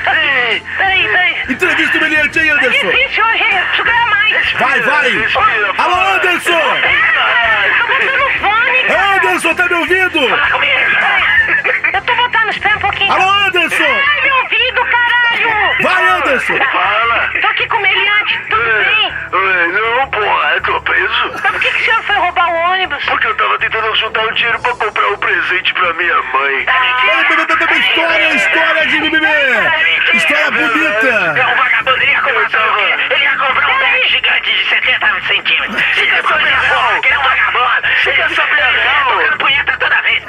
Speaker 12: Peraí, peraí!
Speaker 5: Entrevista o meliante aí,
Speaker 12: É
Speaker 5: Anderson.
Speaker 12: difícil hoje, hein? Eu preciso ganhar mais!
Speaker 5: Vai, vai. Alô, Anderson.
Speaker 12: Tô botando fone, cara!
Speaker 5: Anderson, tá me ouvindo?
Speaker 12: Eu tô botando, espera um pouquinho!
Speaker 5: Alô, Anderson.
Speaker 12: Ai, meu ouvido, caralho!
Speaker 5: Vai, Anderson.
Speaker 12: Fala! Tô aqui com o meliante, tudo bem?
Speaker 13: É, Não, porra, é eu tô preso.
Speaker 12: Mas por que, que o senhor foi roubar o ônibus?
Speaker 13: Porque eu tava tentando juntar um dinheiro pra comprar um presente pra minha mãe.
Speaker 12: Ah. É.
Speaker 5: História, história de bebê.
Speaker 13: É,
Speaker 5: História bonita.
Speaker 12: um vagabundo, ele ia comprar sabe o quê? Ele ia comprar um bag gigante de 70 centímetros. Fica sobre a mão, que ele é um vagabundo. Fica sobre a mão. Tocando punheta toda vez.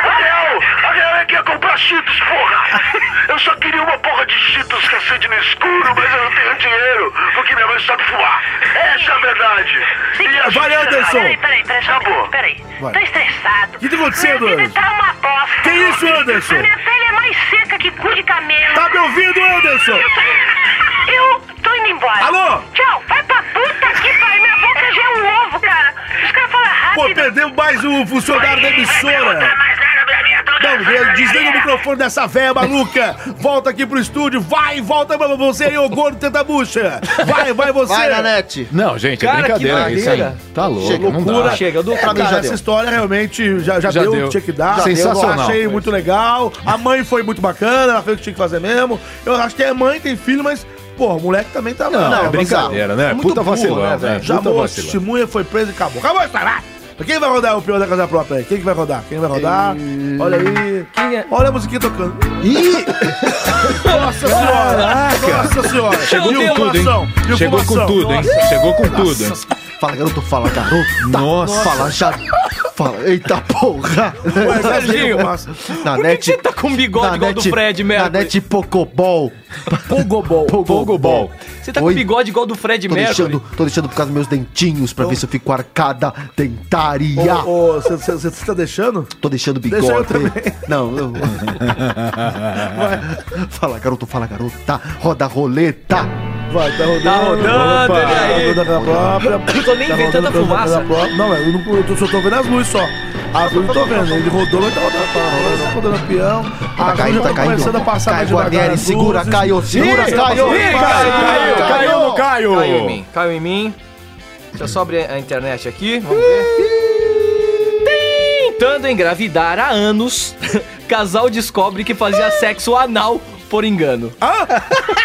Speaker 13: Não, a galera quer é comprar cheetos, porra. Eu só queria uma porra de cheetos que acende no escuro, mas eu não tenho dinheiro, porque minha mãe sabe voar. Essa é a verdade. E a tá
Speaker 5: Vai, Anderson.
Speaker 12: Peraí, peraí, peraí, só um
Speaker 13: Acabou.
Speaker 12: pouquinho, peraí. Tô estressado. O
Speaker 5: que tá acontecendo,
Speaker 12: Minha
Speaker 5: Anderson?
Speaker 12: vida tá uma bosta.
Speaker 5: Que isso, Anderson?
Speaker 12: A minha pele é mais seca que cu de camelo.
Speaker 5: Tá me ouvindo, Anderson?
Speaker 12: Eu tô indo embora.
Speaker 5: Alô?
Speaker 12: Tchau, vai pra puta que pariu. Minha boca já é um ovo, cara. Os caras falam
Speaker 5: Pô,
Speaker 12: rápido.
Speaker 5: perdeu mais um funcionário da emissora.
Speaker 2: né?
Speaker 5: Não, desliga o microfone dessa véia maluca. Volta aqui pro estúdio. Vai, volta pra você aí, ô gordo tentabucha. Vai, vai você.
Speaker 2: Vai, Nanete.
Speaker 1: Não, gente,
Speaker 3: Cara,
Speaker 1: é brincadeira
Speaker 3: que
Speaker 1: isso aí.
Speaker 3: maneira.
Speaker 1: Tá louco,
Speaker 2: Chega,
Speaker 1: não
Speaker 3: Pura,
Speaker 1: dá.
Speaker 3: chega, eu dou
Speaker 2: Pra mim
Speaker 5: Cara,
Speaker 2: já
Speaker 5: essa
Speaker 2: deu.
Speaker 5: história realmente já, já,
Speaker 1: Já
Speaker 5: deu o
Speaker 1: deu.
Speaker 5: que tinha que dar.
Speaker 1: Já deu,
Speaker 5: Eu
Speaker 1: Sensacional.
Speaker 5: achei
Speaker 1: Foi.
Speaker 5: muito legal. A mãe foi muito bacana, ela fez o que tinha que fazer mesmo. Eu acho que é mãe, tem filho, mas, pô, o moleque também tá
Speaker 1: Não, é
Speaker 5: avançado.
Speaker 1: brincadeira, né?
Speaker 5: Muito
Speaker 1: Puta
Speaker 5: burro,
Speaker 1: vacilão,
Speaker 5: né,
Speaker 1: né?
Speaker 5: velho? Já
Speaker 1: Puta
Speaker 5: morreu,
Speaker 1: vacilão.
Speaker 5: testemunha foi preso e acabou. Acabou a história. vai. Quem vai rodar é o peão da casa própria aí? Quem que vai rodar? Quem vai rodar? Olha aí.
Speaker 3: Quem é?
Speaker 5: Olha a musiquinha tocando. Nossa senhora! Nossa senhora!
Speaker 1: Chegou
Speaker 5: E
Speaker 1: com
Speaker 5: o
Speaker 1: tudo, hein?
Speaker 5: coração? E o
Speaker 1: Chegou com
Speaker 5: coração?
Speaker 1: tudo, hein? Chegou com tudo, hein?
Speaker 2: Fala, garoto, fala, garoto.
Speaker 1: Nossa.
Speaker 2: Fala, já. Fala, eita porra.
Speaker 5: Mas,
Speaker 1: Tá
Speaker 3: Serginho,
Speaker 5: Serginho,
Speaker 2: Na
Speaker 3: Por que que você tá com um bigode igual do Fred Mercury?
Speaker 2: Nanete Pocobol.
Speaker 3: Pogobol.
Speaker 1: Pogobol.
Speaker 3: Você tá com
Speaker 2: Oi.
Speaker 3: o bigode igual do Fred
Speaker 2: Tô
Speaker 3: Mercury?
Speaker 2: deixando, tô deixando por causa dos meus dentinhos pra ver se eu fico com arcada dentária.
Speaker 5: Ô, ô, você tá deixando?
Speaker 2: Tô deixando o bigode.
Speaker 5: Deixa eu também.
Speaker 2: Não, eu... Fala, garoto, fala, garota. Roda a roleta.
Speaker 5: Vai, tá rodando.
Speaker 3: Tá rodando, olha aí.
Speaker 5: Tá rodando a própria.
Speaker 3: Eu tô nem
Speaker 5: Tá
Speaker 3: vendo
Speaker 5: rodando
Speaker 3: tanta
Speaker 5: pela
Speaker 3: fumaça.
Speaker 5: casa própria. Não, é, eu, não, eu tô- só tô vendo as luzes só. As luzes eu tô vendo. Ele rodou, mas tá rodando. Tá rodando, tá rodando peão.
Speaker 2: Tá
Speaker 5: As luzes
Speaker 2: caindo,
Speaker 5: já
Speaker 2: tá
Speaker 5: tá começando a
Speaker 2: caindo.
Speaker 5: passar
Speaker 2: Cai,
Speaker 5: mais devagar
Speaker 2: Guarnieri,
Speaker 5: as
Speaker 2: segura,
Speaker 5: luzes.
Speaker 2: Caio, segura,
Speaker 5: Ih,
Speaker 2: Caio.
Speaker 5: Ih,
Speaker 3: Caiu,
Speaker 5: Caio,
Speaker 3: caiu.
Speaker 5: Caio.
Speaker 1: Caio!
Speaker 3: Caiu em mim, caiu em mim. Deixa eu só abrir a internet aqui, vamos ver. Tentando engravidar há anos, casal descobre que fazia sexo anal por engano.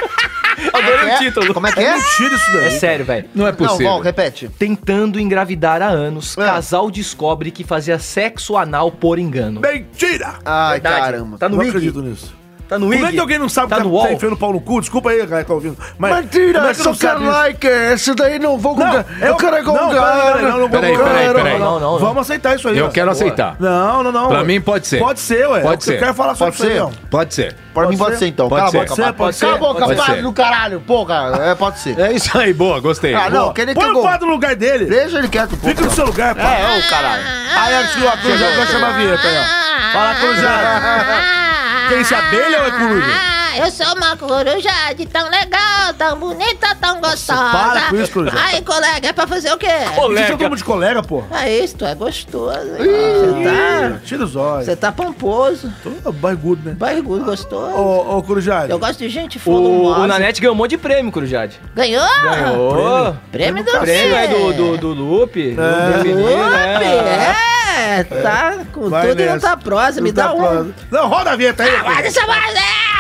Speaker 3: Adorei o título.
Speaker 2: Como é que é?
Speaker 5: Tira isso
Speaker 3: É
Speaker 5: daí.
Speaker 3: sério, velho.
Speaker 1: Não é
Speaker 2: Não,
Speaker 1: possível.
Speaker 2: Val, repete.
Speaker 3: Tentando engravidar há anos, casal descobre que fazia sexo anal por engano.
Speaker 2: é
Speaker 5: Mentira!
Speaker 2: Ai,
Speaker 3: Verdade.
Speaker 2: caramba.
Speaker 3: Tá no
Speaker 5: Não
Speaker 3: Wiki?
Speaker 5: acredito nisso.
Speaker 3: Tá no Wiki?
Speaker 5: Como é que alguém não sabe
Speaker 3: Tá
Speaker 5: que
Speaker 3: no
Speaker 5: tá- tá
Speaker 3: UOL?
Speaker 5: enfiando o pau no cu? Desculpa aí, galera que tá ouvindo. Mas, como
Speaker 2: Mentira,
Speaker 5: é que
Speaker 2: sou
Speaker 5: não sabe isso?
Speaker 2: Carliker. Esse daí não vou com
Speaker 5: Não,
Speaker 2: cara. Eu quero com
Speaker 5: não,
Speaker 2: cara.
Speaker 5: Não, não,
Speaker 1: Peraí,
Speaker 5: não,
Speaker 1: peraí,
Speaker 5: não,
Speaker 1: peraí.
Speaker 5: Não, não, não. é Vamos aceitar isso aí.
Speaker 1: Eu
Speaker 5: ó.
Speaker 1: quero
Speaker 5: Boa.
Speaker 1: aceitar.
Speaker 5: Não, não, não.
Speaker 1: Pra mim pode ser.
Speaker 5: Pode ser,
Speaker 1: Pode
Speaker 5: ué. É o que Eu
Speaker 1: ser.
Speaker 5: quero falar sobre
Speaker 2: Pode
Speaker 5: isso aí,
Speaker 2: ser?
Speaker 5: ó.
Speaker 1: Pode ser.
Speaker 2: Pra mim
Speaker 5: Pode
Speaker 2: pode
Speaker 5: ser?
Speaker 2: ser então.
Speaker 1: Pode
Speaker 2: Cala a
Speaker 1: ser.
Speaker 2: boca,
Speaker 5: Pode ser,
Speaker 2: papai. Cala a
Speaker 5: pode ser,
Speaker 2: boca,
Speaker 1: pode
Speaker 2: padre
Speaker 1: ser.
Speaker 2: do caralho. Pô, cara, é, pode ser.
Speaker 1: É isso aí, boa, gostei. Boa.
Speaker 2: Ah, não, quer nem que
Speaker 5: Põe
Speaker 2: eu
Speaker 5: o
Speaker 2: go-
Speaker 5: quadro no lugar dele.
Speaker 2: Deixa ele quieto, pô.
Speaker 5: Fica no seu lugar, pô.
Speaker 2: É, ô, caralho.
Speaker 5: Aí, antes do ator, já vai chamar a vinheta aí, ó. Fala, Cruzada. Quem se abelha ou é coruja?
Speaker 7: Ah,
Speaker 14: eu sou uma coruja de tão legal, tão bonita, tão gostosa.
Speaker 5: para com isso, coruja.
Speaker 14: Aí, colega, é pra fazer o quê?
Speaker 5: Vocês são todo mundo de colega, pô.
Speaker 14: É isso, tu é gostoso. hein? Você
Speaker 5: Tira os olhos.
Speaker 14: tá, tá pomposo.
Speaker 5: Tô barrigudo, né?
Speaker 14: Barrigudo, gostoso.
Speaker 5: Ô, ô, Corujade.
Speaker 14: Eu gosto de gente
Speaker 3: O,
Speaker 14: volumosa.
Speaker 3: o Nanete ganhou um monte de prêmio, Corujade.
Speaker 14: Ganhou?
Speaker 3: Ah, Ganhou.
Speaker 14: Prêmio do
Speaker 3: Prêmio
Speaker 14: quê?
Speaker 3: é do, do, do Lupe.
Speaker 5: É.
Speaker 3: Lupe Menino, né?
Speaker 14: É, tá com
Speaker 5: Vai
Speaker 14: tudo e não
Speaker 5: nessa.
Speaker 14: tá prosa, me
Speaker 5: Não tá
Speaker 14: dá um.
Speaker 5: pra- Não, roda a vinheta aí.
Speaker 14: Ah,
Speaker 5: Pedro.
Speaker 14: deixa mais,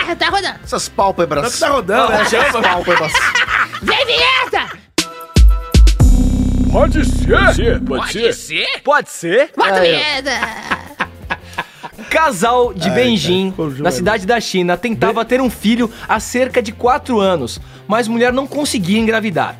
Speaker 14: é, tá rodando.
Speaker 2: Essas
Speaker 5: Não que
Speaker 2: pálpebras.
Speaker 5: tá rodando, né?
Speaker 2: Essas pálpebras.
Speaker 14: Vem vinheta!
Speaker 3: Pode ser. Pode ser. Ah, Pode ser. É.
Speaker 14: Bota vinheta!
Speaker 3: Casal de Benjin,
Speaker 5: cara, ficou
Speaker 3: na cidade da China, tentava ter um filho há cerca de 4 anos, mas mulher não conseguia engravidar.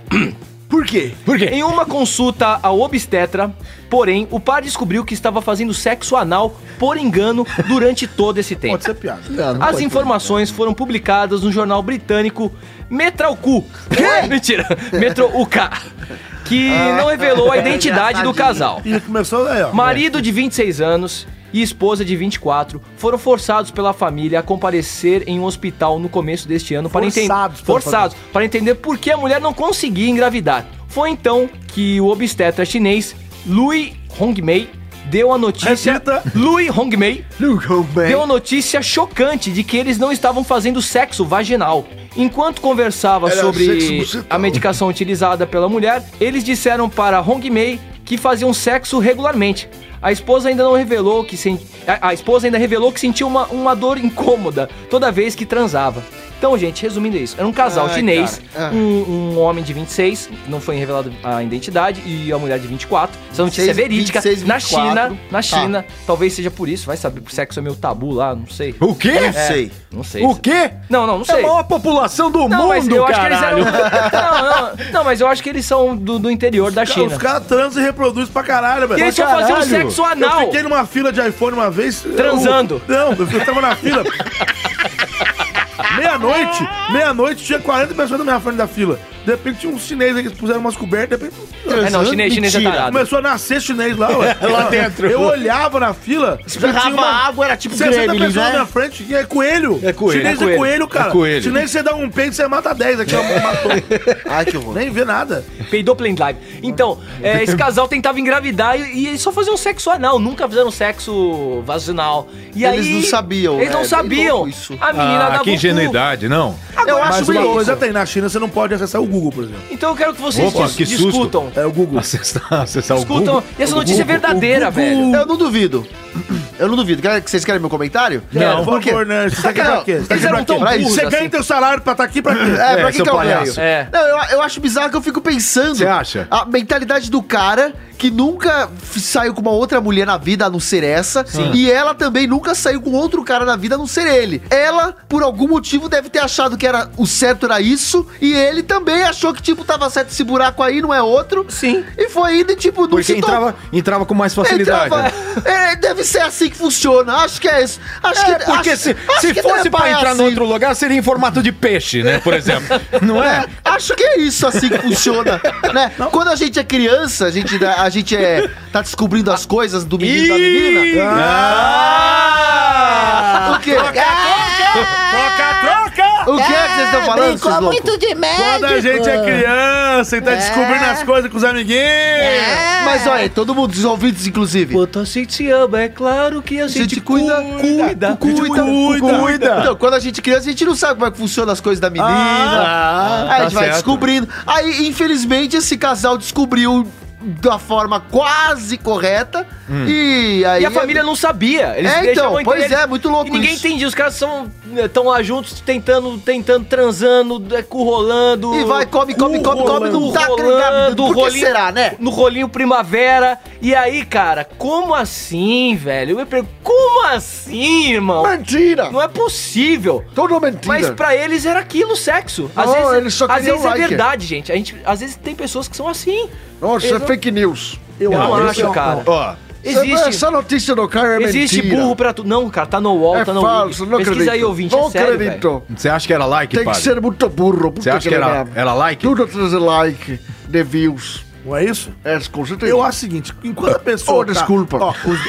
Speaker 5: Por quê?
Speaker 3: Por quê? Em uma consulta ao obstetra, porém, o par descobriu que estava fazendo sexo anal por engano durante todo esse tempo.
Speaker 5: Pode né? ser piada.
Speaker 3: As informações foram publicadas no jornal britânico Metralcu. Mentira. Metro UK. Que
Speaker 5: Ah.
Speaker 3: não revelou a identidade do casal.
Speaker 5: E começou aí, ó.
Speaker 3: Marido de 26 anos e esposa de 24 foram forçados pela família a comparecer em um hospital no começo deste ano para entender
Speaker 5: Forçados pela
Speaker 3: forçados para entender por que a mulher não conseguia engravidar. Foi então que o obstetra chinês Lui Hongmei deu a notícia
Speaker 5: Repita.
Speaker 3: Lui Hongmei
Speaker 2: Bem,
Speaker 3: deu a notícia chocante de que eles não estavam fazendo sexo vaginal. Enquanto conversava sobre a medicação utilizada pela mulher, eles disseram para Hong Mei que faziam sexo regularmente. A esposa ainda não revelou que sen- a, a esposa ainda revelou que sentia uma, uma dor incômoda toda vez que transava. Então, gente, resumindo isso, era um casal chinês, um, um homem de 26, não foi revelado a identidade, e a mulher de 24. Essa notícia é
Speaker 2: 26,
Speaker 3: verídica.
Speaker 2: 26,
Speaker 3: na
Speaker 2: 24,
Speaker 3: China, na
Speaker 2: tá.
Speaker 3: China, talvez seja por isso, vai saber, sexo é meio tabu lá, não sei.
Speaker 1: O quê?
Speaker 2: não sei.
Speaker 3: Não sei.
Speaker 1: O quê?
Speaker 3: Não, não, não sei.
Speaker 1: É a maior população do
Speaker 3: não, mas
Speaker 1: mundo,
Speaker 3: eu acho que eles
Speaker 1: caralho.
Speaker 3: eram... não, não, não, mas eu acho que eles são do, do interior da
Speaker 5: Cara,
Speaker 3: China.
Speaker 5: Os caras transam e reproduzem pra caralho,
Speaker 3: E
Speaker 5: velho.
Speaker 3: eles só faziam
Speaker 1: caralho.
Speaker 3: sexo
Speaker 5: Eu
Speaker 3: anal.
Speaker 5: fiquei numa fila de iPhone uma vez. eu-
Speaker 3: Transando.
Speaker 5: não, eu tava na fila. Meia-noite, meia-noite tinha 40 pessoas na minha frente da fila. De repente tinha uns chineses aí que puseram umas cobertas, de repente
Speaker 3: É, não, chinês, chinês é tarado.
Speaker 5: começou a nascer chinês lá, ué.
Speaker 1: Lá dentro.
Speaker 5: Eu olhava na fila,
Speaker 2: Espirrava água, era tipo
Speaker 5: 60
Speaker 2: gremlin,
Speaker 5: pessoas na
Speaker 2: né?
Speaker 5: minha frente, e é coelho.
Speaker 1: É coelho,
Speaker 5: Chinês
Speaker 3: é
Speaker 5: é
Speaker 3: coelho.
Speaker 5: coelho, cara.
Speaker 1: É coelho.
Speaker 5: Chinês você dá um peito, você mata 10 aqui, ó, matou.
Speaker 2: Ai, que horror.
Speaker 5: Nem vê nada.
Speaker 3: Peidou plain live. Então, é, esse casal tentava engravidar e, e eles só faziam sexo anal, nunca fizeram sexo vaginal. E
Speaker 2: Eles
Speaker 3: aí-
Speaker 2: não sabiam,
Speaker 3: Eles
Speaker 2: né?
Speaker 3: não
Speaker 2: Bem
Speaker 3: sabiam.
Speaker 2: louco isso.
Speaker 3: A menina
Speaker 1: Ah,
Speaker 3: dava
Speaker 1: que
Speaker 3: o um cu.
Speaker 1: ingenuidade, não.
Speaker 2: Eu acho
Speaker 5: Mas uma
Speaker 2: meio
Speaker 5: coisa tem, na China você não pode acessar o Google, por exemplo.
Speaker 3: Então eu quero que vocês
Speaker 1: Opa,
Speaker 3: dis-
Speaker 1: que susto.
Speaker 3: discutam.
Speaker 5: É o Google.
Speaker 1: Acessar, acessar o
Speaker 3: Discutam.
Speaker 1: Google.
Speaker 3: E essa notícia é verdadeira, velho.
Speaker 2: Eu não duvido. Eu não duvido. Quer- Vocês querem meu comentário?
Speaker 5: Não,
Speaker 2: Por
Speaker 5: por
Speaker 2: quê?
Speaker 5: favor, né? Você tá aqui
Speaker 2: Não,
Speaker 5: pra quê? Você tá
Speaker 3: eles
Speaker 5: aqui pra
Speaker 3: eram tão
Speaker 5: quê? Pra isso.
Speaker 3: burros
Speaker 5: Você
Speaker 3: assim.
Speaker 5: ganha teu salário pra tá aqui pra quê?
Speaker 2: É,
Speaker 1: É,
Speaker 2: pra que
Speaker 1: seu
Speaker 2: que eu
Speaker 1: palhaço.
Speaker 2: ganho?
Speaker 3: É.
Speaker 2: Não, eu, eu acho bizarro que eu fico pensando.
Speaker 1: Você acha?
Speaker 2: A mentalidade do cara que nunca f- saiu com uma outra mulher na vida a não ser essa. E ela também nunca saiu com outro cara na vida a não ser ele. Ela, por algum motivo, deve ter achado que era o certo era isso. E ele também achou que, tipo, tava certo esse buraco aí, não é outro.
Speaker 3: Sim.
Speaker 2: E foi indo e, tipo, não
Speaker 1: Porque
Speaker 2: se tocou.
Speaker 1: entrava, entrava com mais facilidade. né?
Speaker 2: Entrava- É, deve ser assim que funciona. Acho que é isso. Acho
Speaker 1: É,
Speaker 2: que
Speaker 1: porque
Speaker 2: acho-
Speaker 1: se,
Speaker 2: acho
Speaker 1: se
Speaker 2: que
Speaker 1: fosse
Speaker 2: deve
Speaker 1: pra
Speaker 2: parar
Speaker 1: entrar
Speaker 2: assim.
Speaker 1: no outro lugar, seria em formato de peixe, né? Por exemplo. Não é?
Speaker 2: Acho que é isso assim que funciona, né? Quando a gente é criança, a gente, dá- a gente é, tá descobrindo as coisas do menino e da menina.
Speaker 1: Ah!
Speaker 2: Ah! O quê?
Speaker 7: Ah!
Speaker 5: Troca, troca!
Speaker 2: O que é que vocês estão falando,
Speaker 14: Brincou
Speaker 2: seus loucos?
Speaker 14: muito de médico.
Speaker 5: Quando a gente é criança e
Speaker 1: É.
Speaker 5: tá descobrindo as coisas com os amiguinhos.
Speaker 14: É,
Speaker 2: Mas olha, todo mundo, os ouvintes, inclusive.
Speaker 3: Quanto a gente se ama, é claro que a
Speaker 2: A gente
Speaker 3: gente,
Speaker 2: cuida,
Speaker 3: cuida.
Speaker 2: cuida,
Speaker 5: cuida.
Speaker 2: Então, quando a gente é criança, a gente não sabe como é que funciona as coisas da menina.
Speaker 1: Ah,
Speaker 2: aí a
Speaker 1: tá
Speaker 2: gente vai
Speaker 1: certo.
Speaker 2: descobrindo. Aí, infelizmente, esse casal descobriu da forma quase correta. E aí.
Speaker 3: Hum. E a família não sabia. Eles
Speaker 2: É, então,
Speaker 3: deixavam
Speaker 2: pois
Speaker 3: entender.
Speaker 2: é, muito louco
Speaker 3: E ninguém
Speaker 2: isso.
Speaker 3: entendia. Os caras são estão lá juntos, tentando, tentando, transando, é, currolando.
Speaker 2: E vai, come, come,
Speaker 3: cu
Speaker 2: come, come, não
Speaker 3: rolando,
Speaker 2: tá
Speaker 3: rolando,
Speaker 2: Por que
Speaker 3: rolinho-
Speaker 2: será, né?
Speaker 3: No rolinho primavera. E aí, cara, como assim, velho? Eu me pergunto, como assim, irmão?
Speaker 2: Mentira!
Speaker 3: Não é possível.
Speaker 2: Todo mentira.
Speaker 3: Mas pra eles era aquilo sexo. Às
Speaker 2: Não,
Speaker 3: vezes,
Speaker 2: eles só
Speaker 3: às
Speaker 2: queriam
Speaker 3: vezes é
Speaker 2: like.
Speaker 3: verdade, gente. A gente. Às vezes tem pessoas que são assim.
Speaker 2: Nossa,
Speaker 3: Eles
Speaker 2: é
Speaker 3: não-
Speaker 2: fake news.
Speaker 3: Eu não
Speaker 1: não,
Speaker 5: é um
Speaker 3: acho, cara.
Speaker 1: Ó,
Speaker 3: Existe.
Speaker 2: Essa notícia do cara é
Speaker 3: Existe
Speaker 2: mentira.
Speaker 3: burro pra tudo. Não, cara, tá no UOL,
Speaker 2: É
Speaker 3: tá no
Speaker 2: falso,
Speaker 3: Wiki.
Speaker 2: não
Speaker 3: Pesquisa
Speaker 2: acredito.
Speaker 3: aí, ouvinte,
Speaker 2: não
Speaker 3: é sério,
Speaker 2: acredito.
Speaker 1: você acha que era like,
Speaker 2: Tem que
Speaker 1: padre?
Speaker 2: ser muito burro.
Speaker 1: Você
Speaker 2: puta
Speaker 1: acha que era,
Speaker 2: merda.
Speaker 1: era like?
Speaker 2: Tudo trazer like, de views.
Speaker 5: Não é isso?
Speaker 2: É, com certeza.
Speaker 5: Eu acho o seguinte, enquanto a pessoa. tá-
Speaker 2: Oh, desculpa.
Speaker 5: Ó, os-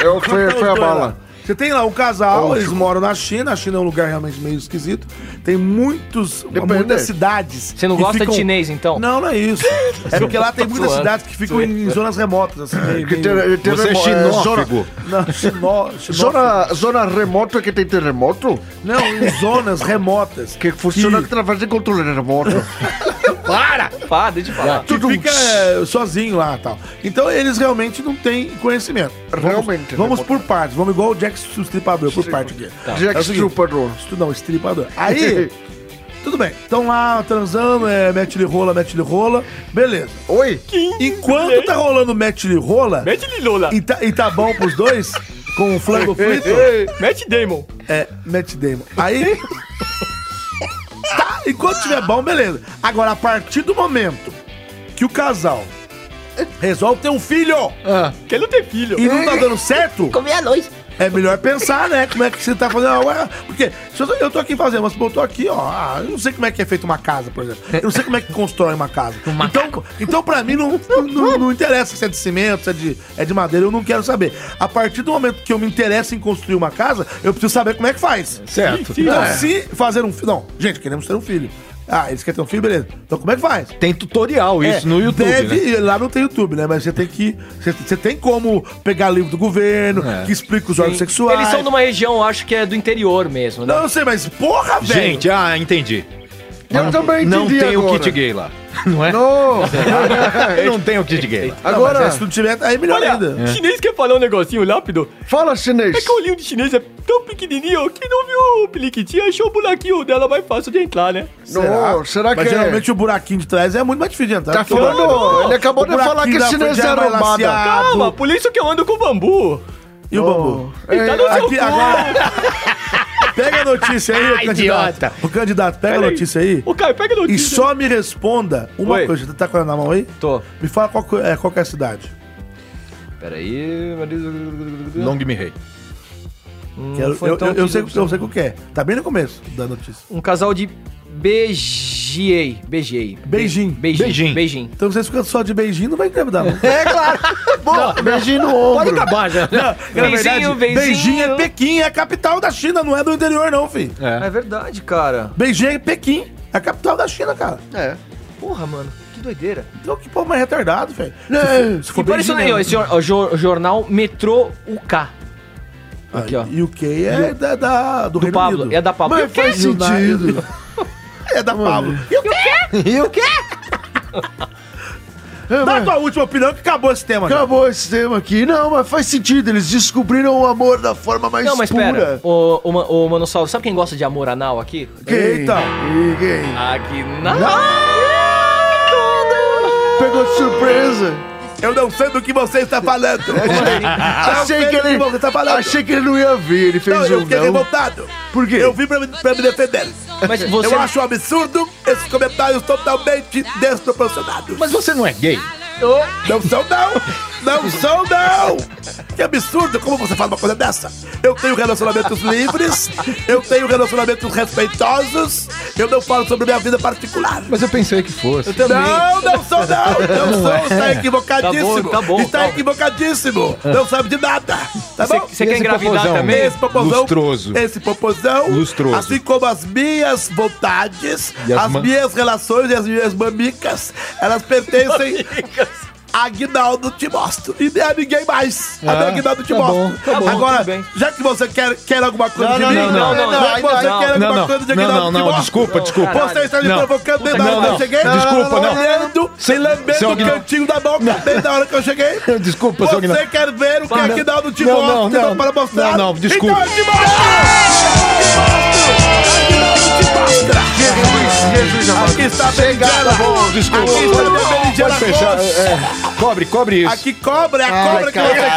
Speaker 2: Eu, foi,
Speaker 5: Então,
Speaker 2: foi a
Speaker 5: os dois lá.
Speaker 2: bala.
Speaker 5: Você tem lá um casal, eles moram na China. A China é um lugar realmente meio esquisito. Tem muitos, muitas cidades.
Speaker 3: Você não
Speaker 5: que
Speaker 3: gosta
Speaker 5: ficam-
Speaker 3: de chinês, então?
Speaker 5: Não, não é isso. É porque lá tem muitas
Speaker 3: Zoando.
Speaker 5: cidades que ficam em zonas remotas. Assim, meio-
Speaker 2: Que ter- terremo-
Speaker 5: meio-
Speaker 2: é, zona-
Speaker 5: Não, chinó,
Speaker 2: Zona, zona remota que tem terremoto?
Speaker 5: Não, em zonas remotas.
Speaker 2: Que funciona através de controle remoto.
Speaker 3: Para! Para, deixa eu falar.
Speaker 5: que fica é, sozinho lá e tal. Então eles realmente não têm conhecimento. Vamos-
Speaker 2: Realmente,
Speaker 5: Vamos,
Speaker 2: né?
Speaker 5: por partes. Vamos igual o Jack Stru- Stripador, por parte aqui. É
Speaker 2: Tá. Jack
Speaker 5: o seguinte,
Speaker 2: Stripador.
Speaker 5: Stru- Não, Stripador. Aí, tudo bem. Estão lá transando, é, mete-lhe rola, mete-lhe rola. Beleza.
Speaker 2: Oi?
Speaker 5: Enquanto tá rolando mete-lhe rola...
Speaker 3: Mete-lhe rola.
Speaker 5: E tá, e tá bom pros dois, com o flango frito...
Speaker 3: Mete Damon.
Speaker 5: É, Matt Damon. Aí. tá, enquanto tiver bom, beleza. Agora, a partir do momento que o casal resolve ter um filho
Speaker 3: Que ele não tem filho.
Speaker 5: e não tá dando certo.
Speaker 14: Comer a luz.
Speaker 5: É melhor pensar, né? Como é que você tá fazendo. Ué, Porque se eu, eu tô aqui fazendo, mas botou aqui, ó. ah, eu não sei como é que é feita uma casa, por exemplo. Eu não sei como é que constrói uma casa. Então, então pra mim, não, não, não interessa se é de cimento, se é de, é de madeira, eu não quero saber. A partir do momento que eu me interesso em construir uma casa, eu preciso saber como é que faz.
Speaker 1: Certo.
Speaker 5: Então,
Speaker 1: É.
Speaker 5: se fazer um filho. Não, gente, queremos ter um filho. Ah, eles querem ter um filho, beleza. Então como é que faz?
Speaker 1: Tem tutorial isso
Speaker 5: É,
Speaker 1: no YouTube,
Speaker 5: Deve,
Speaker 1: né?
Speaker 5: Lá não tem YouTube, né? Mas você tem que. Você, você tem como pegar livro do governo,
Speaker 1: É.
Speaker 5: que explica os órgãos sexuais.
Speaker 3: Eles são numa região, acho que é do interior mesmo, né?
Speaker 5: Não, eu sei, mas porra, velho!
Speaker 1: Gente, ah, entendi.
Speaker 2: Eu também
Speaker 1: Não
Speaker 2: entendi
Speaker 1: tem o
Speaker 2: agora.
Speaker 1: kit gay lá. Não é?
Speaker 2: Não.
Speaker 1: Não tem o kit gay lá.
Speaker 5: Não,
Speaker 2: Agora-
Speaker 5: mas se não tiver, aí é melhor
Speaker 3: Olha,
Speaker 5: ainda.
Speaker 3: o chinês quer falar um negocinho rápido.
Speaker 2: Fala chinês.
Speaker 3: É que o olhinho de chinês é tão pequenininho que não viu o peliquitinho, achou o buraquinho dela mais fácil de entrar, né?
Speaker 2: Não, será
Speaker 5: Mas
Speaker 2: que é?
Speaker 5: geralmente o buraquinho de trás é muito mais difícil de entrar.
Speaker 2: Tá
Speaker 5: porque
Speaker 2: falando?
Speaker 5: o-
Speaker 2: Ele acabou
Speaker 5: o
Speaker 2: de falar
Speaker 5: buraquinho
Speaker 2: que
Speaker 5: da
Speaker 2: chinês
Speaker 5: frente
Speaker 2: é
Speaker 5: mais
Speaker 2: arrombado.
Speaker 5: laceado.
Speaker 3: Calma, por isso que eu ando com bambu.
Speaker 5: E o bambu?
Speaker 3: E tá no seu
Speaker 5: Aqui,
Speaker 3: cu.
Speaker 5: agora... Pega a notícia aí,
Speaker 11: Ah,
Speaker 5: o candidato.
Speaker 11: idiota.
Speaker 5: O candidato, pega a
Speaker 3: Peraí.
Speaker 5: notícia aí.
Speaker 3: Ô, Caio, pega a
Speaker 5: E
Speaker 3: notícia.
Speaker 5: só me responda uma
Speaker 3: Oi.
Speaker 5: coisa. Tá com ela na mão aí?
Speaker 3: Tô.
Speaker 5: Me fala qual, que- é, qual que é a cidade.
Speaker 3: Peraí...
Speaker 1: Long me rei.
Speaker 5: Que eu,
Speaker 3: Hum, foi
Speaker 5: eu-
Speaker 3: tão
Speaker 5: eu- eu sei,
Speaker 3: difícil.
Speaker 5: eu sei qual que é. Tá bem no começo da notícia.
Speaker 3: Um casal de BGA. BGA.
Speaker 5: Beijing.
Speaker 3: Beijing.
Speaker 1: Beijing.
Speaker 3: Beijing.
Speaker 5: Então vocês ficando só de beijinho, não vai engravidar, não.
Speaker 2: É claro. Bom, beijinho no ombro. Pode acabar já.
Speaker 5: Na verdade,
Speaker 3: Beijinho, beijinho.
Speaker 5: Beijing é Pequim, é a capital da China, não é do interior, não, filho.
Speaker 3: É verdade, cara.
Speaker 5: Beijing é Pequim, é a capital da China, cara.
Speaker 2: É.
Speaker 3: Porra, mano. Que doideira.
Speaker 5: Então que povo mais retardado, velho. Se, né?
Speaker 3: E por É. isso
Speaker 5: é
Speaker 3: aí, ó, esse jor- ó, jor- jornal Metrô UK. Aqui, ó.
Speaker 5: E o que é da, da- do,
Speaker 3: Do
Speaker 5: Reino
Speaker 3: Pablo.
Speaker 5: Unido.
Speaker 3: É da Pablo. E o
Speaker 2: Mas
Speaker 3: quê?
Speaker 2: faz sentido.
Speaker 5: É da Pablo. E o quê?
Speaker 2: E o quê? É,
Speaker 5: Dá a
Speaker 2: mas
Speaker 5: tua última opinião que acabou esse tema. já.
Speaker 2: Acabou esse tema né? aqui. Não, mas faz sentido. Eles descobriram o amor da forma mais
Speaker 3: Não, mas
Speaker 2: pura.
Speaker 3: pera. Ô, ô, Ma- ô, Manossauro, sabe quem gosta de amor anal aqui?
Speaker 5: Eita.
Speaker 2: E quem?
Speaker 3: Aqui na...
Speaker 2: Pegou de surpresa.
Speaker 5: Eu não sei do que você está falando.
Speaker 2: achei, que ele,
Speaker 5: Você tá falando.
Speaker 2: achei que ele não ia vir. Ele fez
Speaker 5: Não, eu
Speaker 2: um
Speaker 5: fiquei
Speaker 2: não.
Speaker 5: revoltado.
Speaker 2: Por quê?
Speaker 5: Eu vim pra, me- pra me defender.
Speaker 3: Mas você...
Speaker 5: Eu acho um absurdo esses comentários totalmente desproporcionados.
Speaker 1: Mas você não é gay?
Speaker 5: Não são, não! Não são, não! Que absurdo! Como você fala uma coisa dessa? Eu tenho relacionamentos livres, eu tenho relacionamentos respeitosos, eu não falo sobre minha vida particular.
Speaker 1: Mas eu Tá pensei que fosse.
Speaker 5: Não, não sou, não! Não sou, está equivocadíssimo!
Speaker 3: Tá bom, tá bom,
Speaker 5: está
Speaker 3: tá bom.
Speaker 5: equivocadíssimo! Não sabe de nada! Tá
Speaker 3: Você
Speaker 5: bom?
Speaker 3: você
Speaker 1: E
Speaker 3: quer
Speaker 1: esse
Speaker 3: engravidar
Speaker 1: popozão?
Speaker 3: também?
Speaker 5: Esse popozão,
Speaker 1: Lustroso.
Speaker 5: esse popozão,
Speaker 1: Lustroso.
Speaker 5: assim como as minhas vontades,
Speaker 1: E as
Speaker 5: as
Speaker 1: man-
Speaker 5: minhas relações e as minhas mamicas, elas pertencem a Aguinaldo Timóteo e nem a ninguém mais. A
Speaker 1: Ah,
Speaker 5: Aguinaldo
Speaker 1: tá
Speaker 5: Timóteo.
Speaker 1: bom, tá bom.
Speaker 5: Agora,
Speaker 3: Tudo bem.
Speaker 5: já que você quer, quer alguma coisa
Speaker 1: Não,
Speaker 5: de
Speaker 1: não,
Speaker 5: mim,
Speaker 1: não, não,
Speaker 5: já
Speaker 3: não,
Speaker 5: que você
Speaker 3: não,
Speaker 5: quer
Speaker 1: Não,
Speaker 5: alguma
Speaker 1: não,
Speaker 5: coisa de
Speaker 1: não,
Speaker 5: Aguinaldo
Speaker 1: não, não,
Speaker 5: Timóteo,
Speaker 1: desculpa, desculpa.
Speaker 3: Caralho.
Speaker 5: você está me
Speaker 1: Não.
Speaker 5: provocando desde a
Speaker 1: Não,
Speaker 5: hora que eu
Speaker 1: não.
Speaker 5: cheguei.
Speaker 1: Desculpa, não.
Speaker 5: Lendo, se lambendo
Speaker 1: Seu
Speaker 5: o
Speaker 1: Aguinaldo.
Speaker 5: cantinho da boca desde a hora que eu cheguei.
Speaker 1: Desculpa, seu
Speaker 5: Você
Speaker 1: Aguinaldo.
Speaker 5: quer ver o que
Speaker 1: Não,
Speaker 5: Aguinaldo
Speaker 1: não,
Speaker 5: Timóteo
Speaker 1: não.
Speaker 5: tem para mostrar?
Speaker 1: Não, não, desculpa.
Speaker 5: Então,
Speaker 2: Jesus amado.
Speaker 5: Aqui está a berinjela.
Speaker 1: Tá Desculpa.
Speaker 5: Aqui está a minha berinjela
Speaker 1: Pode fechar.
Speaker 5: roxa.
Speaker 1: é. Cobre, cobre isso.
Speaker 5: Aqui cobra, é a
Speaker 2: Ai,
Speaker 5: cobra que
Speaker 2: cara.
Speaker 5: você quer. É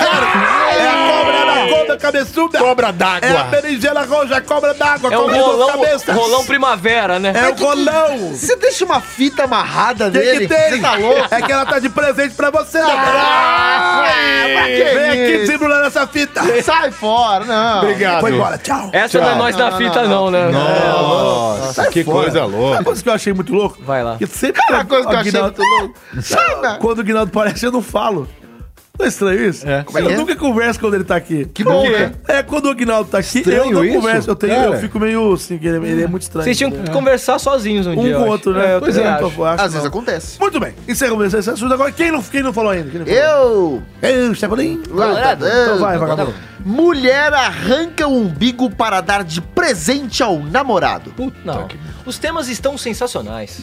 Speaker 5: a cobra da cobra cabeçuda.
Speaker 1: Cobra um
Speaker 5: É a
Speaker 1: d'água.
Speaker 5: berinjela roxa, a cobra d'água,
Speaker 3: É o
Speaker 5: cobra de duas
Speaker 3: rolão,
Speaker 5: cabeças.
Speaker 3: rolão primavera, né?
Speaker 5: É o rolão.
Speaker 2: Você deixa uma fita amarrada
Speaker 5: Tem
Speaker 2: nele?
Speaker 5: que ter.
Speaker 2: Você tá louco?
Speaker 5: É que ela tá de presente pra você. Vem aqui desembrulhando essa fita.
Speaker 2: Sai fora, não.
Speaker 1: Obrigado.
Speaker 5: Foi embora, tchau.
Speaker 3: Essa não é nós na fita, não, né?
Speaker 1: Nossa, que coisa
Speaker 5: Sabe uma
Speaker 1: louca.
Speaker 5: coisa que eu achei muito louco?
Speaker 3: Vai lá.
Speaker 5: Que sempre
Speaker 2: Uma coisa que eu achei
Speaker 5: Aguinaldo-
Speaker 2: muito louco. Sai,
Speaker 5: Quando o Guinaldo aparece, eu não falo. Não é estranho isso?
Speaker 1: Como é que
Speaker 5: eu
Speaker 1: é?
Speaker 5: nunca converso quando ele tá aqui. Que
Speaker 1: bom, né?
Speaker 5: É, quando o Aguinaldo tá aqui,
Speaker 1: Estranho
Speaker 5: eu não
Speaker 1: isso?
Speaker 5: converso. Eu, tenho,
Speaker 1: Cara.
Speaker 5: eu fico meio assim, que ele, ele é muito estranho.
Speaker 3: Vocês tinham
Speaker 5: É.
Speaker 3: que conversar sozinhos um,
Speaker 5: Um
Speaker 3: dia. eu
Speaker 5: com o
Speaker 3: acho.
Speaker 5: outro, né?
Speaker 3: eu também acho.
Speaker 2: Às vezes acontece.
Speaker 5: Muito bem, encerramos esse esse assunto. Agora, quem não, quem não falou ainda? Quem não falou?
Speaker 2: Eu! tá
Speaker 5: Eu, Chapolin.
Speaker 2: Colorado.
Speaker 5: Então
Speaker 2: Tá
Speaker 5: vai, vagabundo.
Speaker 2: Mulher arranca o umbigo para dar de presente ao namorado.
Speaker 3: Não. Os temas estão sensacionais.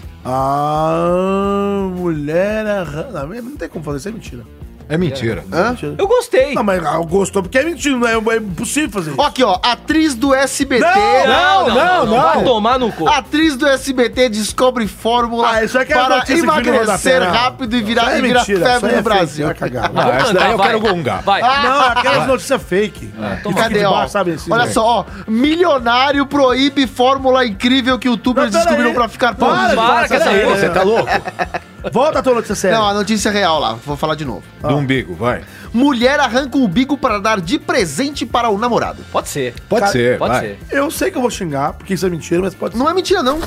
Speaker 5: Ah, mulher arran- Não, não tem como fazer isso, é mentira.
Speaker 1: É mentira.
Speaker 2: Hã?
Speaker 3: Eu gostei.
Speaker 5: Não, mas ah, gostou porque é mentira, não é, é impossível fazer isso.
Speaker 2: Ó Aqui, ó, atriz do SBT.
Speaker 5: Não, não, não, não.
Speaker 3: Vai tomar no
Speaker 12: Ah,
Speaker 3: cu.
Speaker 2: Atriz do SBT descobre fórmula
Speaker 5: Ah, isso aqui é
Speaker 2: para
Speaker 5: notícia que vira
Speaker 2: emagrecer
Speaker 5: rodapé, não.
Speaker 2: rápido e
Speaker 5: Isso
Speaker 2: virar,
Speaker 5: aí
Speaker 2: e virar
Speaker 5: mentira, isso aí
Speaker 2: febre
Speaker 5: é
Speaker 2: no Brasil.
Speaker 5: fake, vai cagar.
Speaker 1: Não, essa
Speaker 3: Vai,
Speaker 1: daí eu
Speaker 3: vai.
Speaker 1: quero gongar.
Speaker 3: Vai.
Speaker 5: Não, aquelas
Speaker 1: Vai.
Speaker 5: notícias
Speaker 1: É.
Speaker 5: fake.
Speaker 2: E
Speaker 5: Que
Speaker 2: Cadê,
Speaker 5: fica de
Speaker 2: ó?
Speaker 5: baixo, sabe, assim,
Speaker 2: Olha
Speaker 5: né?
Speaker 2: só, ó. Milionário proíbe fórmula incrível que youtubers
Speaker 5: Mas pera
Speaker 2: descobriram
Speaker 5: aí.
Speaker 2: pra ficar
Speaker 5: Para
Speaker 2: famoso.
Speaker 5: de falar
Speaker 3: Para,
Speaker 5: essa
Speaker 3: cadê
Speaker 5: merda.
Speaker 3: ele?
Speaker 1: Você tá louco?
Speaker 3: É,
Speaker 5: Volta a tua notícia séria.
Speaker 2: Não, a notícia é real lá, vou falar de novo.
Speaker 1: Do umbigo, vai.
Speaker 2: Mulher arranca o umbigo para dar de presente para o namorado.
Speaker 3: Pode ser.
Speaker 1: Pode ser,
Speaker 3: Pode
Speaker 1: vai.
Speaker 3: ser.
Speaker 5: Eu sei que eu vou xingar, porque isso é mentira, mas pode ser.
Speaker 2: Não é mentira, não.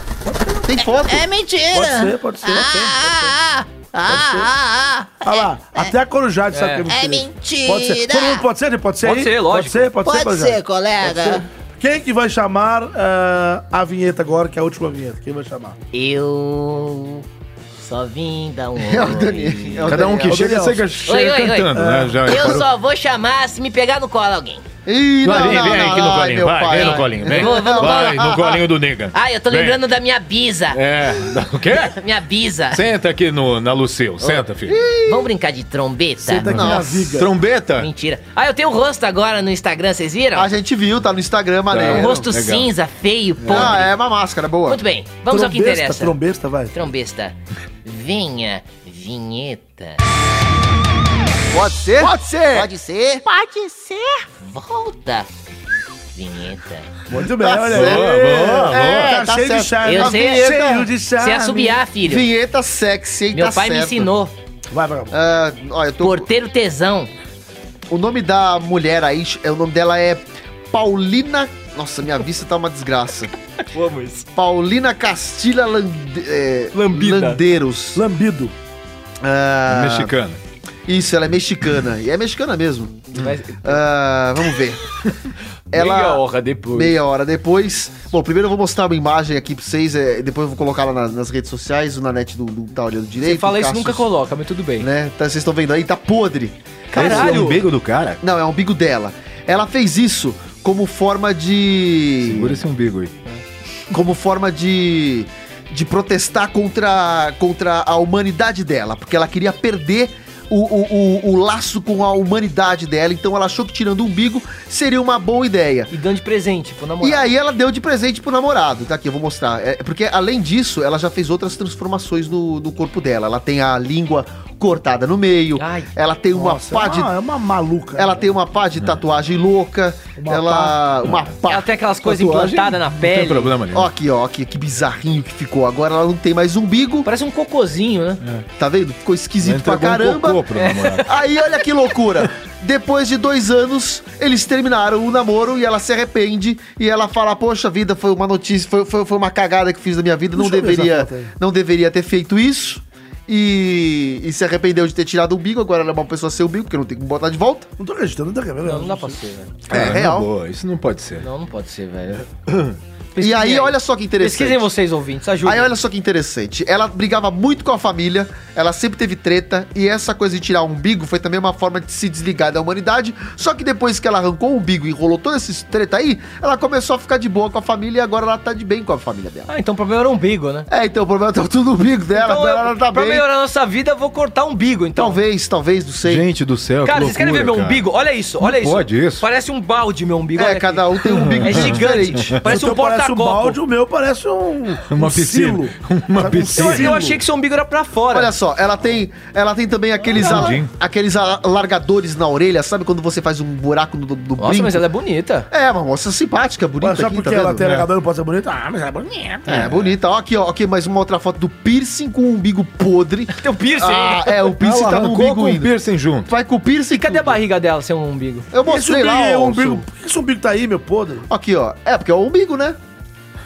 Speaker 2: Tem foto.
Speaker 14: É mentira.
Speaker 5: Pode ser, pode ser.
Speaker 14: Ah, ah, ah, ah, ah.
Speaker 5: Olha lá, até a Corujade sabe que é
Speaker 14: É
Speaker 5: mentira.
Speaker 14: mentira.
Speaker 5: Pode ser. Todo mundo pode ser? gente? Pode ser
Speaker 3: Pode
Speaker 5: aí?
Speaker 3: ser, lógico.
Speaker 5: Pode ser, pode,
Speaker 14: Pode
Speaker 5: Corujade?
Speaker 14: ser, colega.
Speaker 5: Quem que vai chamar ah, a vinheta agora, que é a última vinheta? Quem vai chamar?
Speaker 10: Eu só vim dar um
Speaker 2: É o Daniel. é o
Speaker 1: Cada um que
Speaker 2: Daniel.
Speaker 1: chega, chega, chega
Speaker 10: oi, oi.
Speaker 1: cantando, né? Já
Speaker 10: Eu
Speaker 1: reparou?
Speaker 10: só vou chamar se me pegar no colo alguém.
Speaker 2: Ih, não,
Speaker 1: Vai, vem,
Speaker 2: não,
Speaker 1: vem
Speaker 2: não,
Speaker 1: aqui
Speaker 2: não,
Speaker 1: no
Speaker 2: ai,
Speaker 1: colinho,
Speaker 2: meu
Speaker 1: vai,
Speaker 2: pai. é.
Speaker 1: vem no colinho, vem.
Speaker 10: Vou, vou,
Speaker 1: Vai,
Speaker 10: vou.
Speaker 1: no colinho do nega.
Speaker 10: Ah, eu tô
Speaker 1: Vem.
Speaker 10: lembrando da minha bisa.
Speaker 1: É, o quê?
Speaker 10: Minha bisa.
Speaker 1: Senta aqui no, na Lucil, senta, filho.
Speaker 10: Vamos brincar de trombeta?
Speaker 5: Senta aqui na viga.
Speaker 1: Trombeta?
Speaker 10: Mentira. Ah, eu tenho o rosto agora no Instagram, vocês viram?
Speaker 2: A gente viu, tá no Instagram,
Speaker 10: Um
Speaker 2: maneiro.
Speaker 10: rosto
Speaker 1: legal.
Speaker 10: cinza, feio, podre.
Speaker 2: Ah, é uma máscara, boa.
Speaker 10: Muito bem, vamos ao que
Speaker 5: Trombesta,
Speaker 10: interessa.
Speaker 5: Trombesta, vai.
Speaker 10: Trombesta. Venha, vinheta.
Speaker 2: Pode ser? Pode ser.
Speaker 14: Pode ser? Pode ser.
Speaker 10: Volta, vinheta.
Speaker 5: Muito bem, olha aí.
Speaker 2: certo.
Speaker 1: Boa, boa,
Speaker 2: É,
Speaker 5: tá,
Speaker 2: tá
Speaker 5: cheio de
Speaker 2: certo.
Speaker 5: charme.
Speaker 10: Eu
Speaker 5: Tá
Speaker 10: sei-
Speaker 5: cheio de charme.
Speaker 10: Se assobiar, filho.
Speaker 2: Vinheta sexy, hein?
Speaker 10: Meu
Speaker 2: tá
Speaker 10: pai me
Speaker 2: certo.
Speaker 10: ensinou.
Speaker 5: Vai, vagabundo.
Speaker 2: Ah, ó, eu tô...
Speaker 10: Porteiro tesão.
Speaker 2: O nome da mulher aí, é, o nome dela é Paulina... Nossa, minha vista tá uma desgraça.
Speaker 3: Vamos.
Speaker 2: Paulina Castilha Lande... é,
Speaker 3: Lambida.
Speaker 2: Landeiros.
Speaker 5: Lambido.
Speaker 2: Ah,
Speaker 1: Mexicana.
Speaker 2: Isso, ela é mexicana. E é mexicana mesmo.
Speaker 3: Hum.
Speaker 2: Ah, vamos ver.
Speaker 3: Meia hora depois.
Speaker 2: Meia hora depois. Bom, primeiro eu vou mostrar uma imagem aqui pra vocês, é, depois eu vou colocar lá nas, nas redes sociais, o Nanete não, não tá olhando direito.
Speaker 3: Você fala
Speaker 2: o
Speaker 3: isso,
Speaker 2: Cassius,
Speaker 3: nunca coloca, mas tudo bem.
Speaker 2: Né? Tá, vocês estão vendo aí, tá podre.
Speaker 1: Esse é o
Speaker 4: um
Speaker 2: Caralho!
Speaker 1: umbigo do cara.
Speaker 2: Não, é o umbigo dela. Ela fez isso como forma de.
Speaker 1: Segura esse umbigo aí.
Speaker 2: Como forma de. De protestar contra, contra a humanidade dela, porque ela queria perder o, o, o, o laço com a humanidade dela, então ela achou que tirando o umbigo seria uma boa ideia.
Speaker 3: E dando de presente pro namorado.
Speaker 2: E aí ela deu de presente pro namorado. Tá aqui, eu vou mostrar. É, porque além disso, ela já fez outras transformações no, no corpo dela. Ela tem a língua cortada no meio.
Speaker 3: Ai.
Speaker 2: ela tem uma pá de.
Speaker 5: Ah, é uma maluca.
Speaker 2: Ela tem uma pá de tatuagem louca.
Speaker 5: Uma
Speaker 2: ela. Uma pá.
Speaker 3: Ela tem aquelas coisas
Speaker 1: Tatuagem,
Speaker 3: implantadas na
Speaker 1: Não
Speaker 3: pele.
Speaker 1: tem problema ali.
Speaker 2: Ó, aqui, ó, aqui, que bizarrinho que ficou. Agora ela não tem mais umbigo,
Speaker 3: Parece um cocôzinho, né?
Speaker 2: tá vendo? Ficou esquisito pra
Speaker 1: Entregou um
Speaker 2: caramba.
Speaker 1: cocô pro namorado.
Speaker 2: Aí olha que loucura. Depois de dois anos, eles terminaram o namoro e ela se arrepende. E ela fala: Poxa vida, foi uma notícia, foi, foi, foi uma cagada que fiz na minha vida. Não
Speaker 5: Deixa eu ver essa
Speaker 2: deveria,
Speaker 5: foto aí.
Speaker 2: não deveria ter feito isso. E, e se arrependeu de ter tirado o umbigo. Agora ela é uma pessoa sem umbigo, porque não tem como botar de volta.
Speaker 5: Não tô acreditando, não tô acreditando.
Speaker 3: Não, não dá pra ser, velho.
Speaker 2: É,
Speaker 1: Cara, Ah, na
Speaker 2: real.
Speaker 1: boa, isso não pode ser.
Speaker 3: Não, não pode ser, velho.
Speaker 2: E
Speaker 3: Pesquisem
Speaker 2: aí, olha só que interessante.
Speaker 3: Pesquisem vocês, ouvintes, ajuda.
Speaker 2: Aí olha só que interessante. Ela brigava muito com a família, ela sempre teve treta, e essa coisa de tirar o umbigo foi também uma forma de se desligar da humanidade. Só que depois que ela arrancou o umbigo e rolou toda essa treta aí, ela começou a ficar de boa com a família e agora ela tá de bem com a família dela.
Speaker 3: Ah, então o problema era o umbigo, né?
Speaker 2: É, então o problema tá tudo no umbigo dela,
Speaker 3: Então,
Speaker 2: agora ela tá
Speaker 3: pra
Speaker 2: bem.
Speaker 3: melhorar a nossa vida, eu vou cortar o umbigo, então.
Speaker 2: Talvez, talvez, não sei.
Speaker 1: Gente do céu,
Speaker 3: Cara,
Speaker 1: que
Speaker 3: vocês querem ver
Speaker 1: loucura,
Speaker 3: meu
Speaker 1: cara.
Speaker 3: umbigo? Olha isso, olha isso.
Speaker 1: pode isso.
Speaker 3: Parece um balde, meu umbigo.
Speaker 2: é,
Speaker 3: olha
Speaker 2: cada
Speaker 3: aqui.
Speaker 2: um tem um umbigo
Speaker 3: É gigante. Parece
Speaker 5: O
Speaker 3: um
Speaker 5: teu parece um balde,
Speaker 3: porta-copo.
Speaker 5: o meu parece um.
Speaker 1: Uma
Speaker 5: um
Speaker 1: piscina.
Speaker 5: silo.
Speaker 1: Uma
Speaker 5: Parece um
Speaker 1: piscina.
Speaker 5: silo.
Speaker 3: Eu achei que seu umbigo era pra fora.
Speaker 2: Olha só, ela tem, ela tem também aqueles, ala-
Speaker 1: Tadinho.
Speaker 2: aqueles alargadores na orelha, sabe quando você faz um buraco no, no
Speaker 3: Nossa, mas ela é bonita.
Speaker 2: É, uma moça simpática, bonita.
Speaker 5: Mas só
Speaker 2: aqui,
Speaker 5: porque
Speaker 2: tá
Speaker 5: ela
Speaker 2: vendo?
Speaker 5: tem
Speaker 2: É.
Speaker 5: legador não pode ser bonita? Ah, mas ela é bonita.
Speaker 2: É, bonita. Ó, aqui, ó. Aqui, mais uma outra foto do piercing com o umbigo podre.
Speaker 3: Tem o piercing.
Speaker 2: Ah, é, o
Speaker 1: Ah,
Speaker 2: piercing
Speaker 1: ela
Speaker 2: tá no
Speaker 1: arrancou com
Speaker 2: umbigo
Speaker 1: o
Speaker 2: ainda.
Speaker 1: piercing junto.
Speaker 2: Vai com o piercing.
Speaker 3: Cadê a
Speaker 2: tudo.
Speaker 3: barriga dela sem um umbigo?
Speaker 2: Eu
Speaker 5: Esse
Speaker 2: mostrei
Speaker 5: umbigo,
Speaker 2: lá,
Speaker 5: é
Speaker 2: ó.
Speaker 5: um umbigo.
Speaker 2: Wilson.
Speaker 5: Por que esse umbigo tá aí, meu podre?
Speaker 2: Aqui, ó. É, porque é o umbigo, né?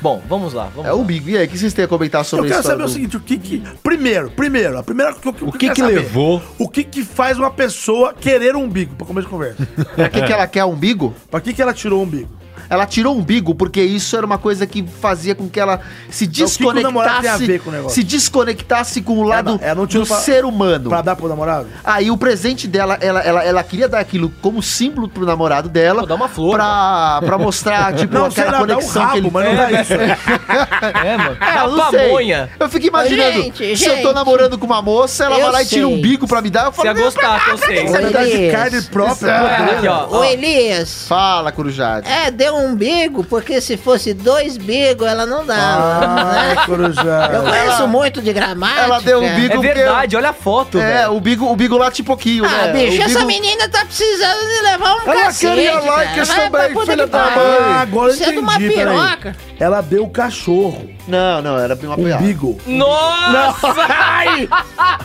Speaker 3: Bom, vamos lá. Vamos
Speaker 2: É o Bigo. E aí, o que vocês têm a comentar sobre
Speaker 5: Eu quero
Speaker 2: isso?
Speaker 5: saber o seguinte, o que que... Primeiro, primeiro, a primeira... O que, o
Speaker 2: que que levou?
Speaker 5: O que que faz uma pessoa querer um umbigo, pra começo de conversa?
Speaker 2: Pra que, que ela quer um umbigo?
Speaker 5: Pra que, que ela tirou o umbigo?
Speaker 2: Ela tirou o umbigo porque isso era uma coisa que fazia com que ela se
Speaker 5: que que É o namorado tem a
Speaker 2: desconectasse.
Speaker 5: ver com o negócio?
Speaker 2: se desconectasse com o lado
Speaker 5: Ela- ela não tirou
Speaker 2: do
Speaker 5: pra-
Speaker 2: ser humano.
Speaker 5: Pra dar pro namorado?
Speaker 2: Aí o presente dela, ela, ela, ela queria dar aquilo como símbolo pro namorado dela. dar
Speaker 3: uma flor.
Speaker 2: Pra, pra mostrar, tipo,
Speaker 5: Não, sei
Speaker 2: aquela
Speaker 5: lá, dá um
Speaker 2: conexão que
Speaker 5: rabo,
Speaker 2: ele
Speaker 5: mas não
Speaker 2: tem.
Speaker 5: dá isso.
Speaker 3: É, mano.
Speaker 2: É, eu
Speaker 3: Dá
Speaker 2: não sei.
Speaker 3: pamonha.
Speaker 2: Eu fico imaginando,
Speaker 14: Gente,
Speaker 2: se eu tô
Speaker 14: gente.
Speaker 2: namorando com uma moça, ela
Speaker 14: Eu
Speaker 2: vai lá e tira um
Speaker 14: sei.
Speaker 2: bico pra me dar, eu
Speaker 3: Você
Speaker 2: falo,
Speaker 3: ia
Speaker 2: "Meu,
Speaker 3: gostar, que eu sei.
Speaker 14: Ô, Elias.
Speaker 5: própria.
Speaker 3: Aqui, ó.
Speaker 14: Ô,
Speaker 3: ó.
Speaker 14: Elias.
Speaker 2: Fala, Corujade.
Speaker 14: É, deu um bigo, porque se fosse dois bigos, ela não
Speaker 7: Ah,
Speaker 14: dava. né?
Speaker 5: Ai,
Speaker 14: Eu
Speaker 5: Corujade.
Speaker 14: conheço muito de gramática.
Speaker 2: Ela deu um bigo
Speaker 3: É verdade, olha a foto,
Speaker 2: É,
Speaker 3: velho.
Speaker 2: o bigo, o bigo late pouquinho,
Speaker 14: Ah,
Speaker 2: né?
Speaker 14: bicho,
Speaker 2: o bigo...
Speaker 14: essa menina tá precisando de levar um
Speaker 5: Ela
Speaker 14: cacete,
Speaker 5: queria lá
Speaker 14: cara.
Speaker 5: que eu
Speaker 14: Vai pra
Speaker 5: também,
Speaker 14: puta
Speaker 5: filha
Speaker 14: que
Speaker 5: da
Speaker 14: pariu.
Speaker 5: mãe. Ah, Agora eu
Speaker 14: Precisa é de uma
Speaker 5: entendi, peraí.
Speaker 14: piroca.
Speaker 5: Ela deu o cachorro.
Speaker 2: Não, não, era pra uma piada.
Speaker 5: Umbigo.
Speaker 3: Nossa! Ai!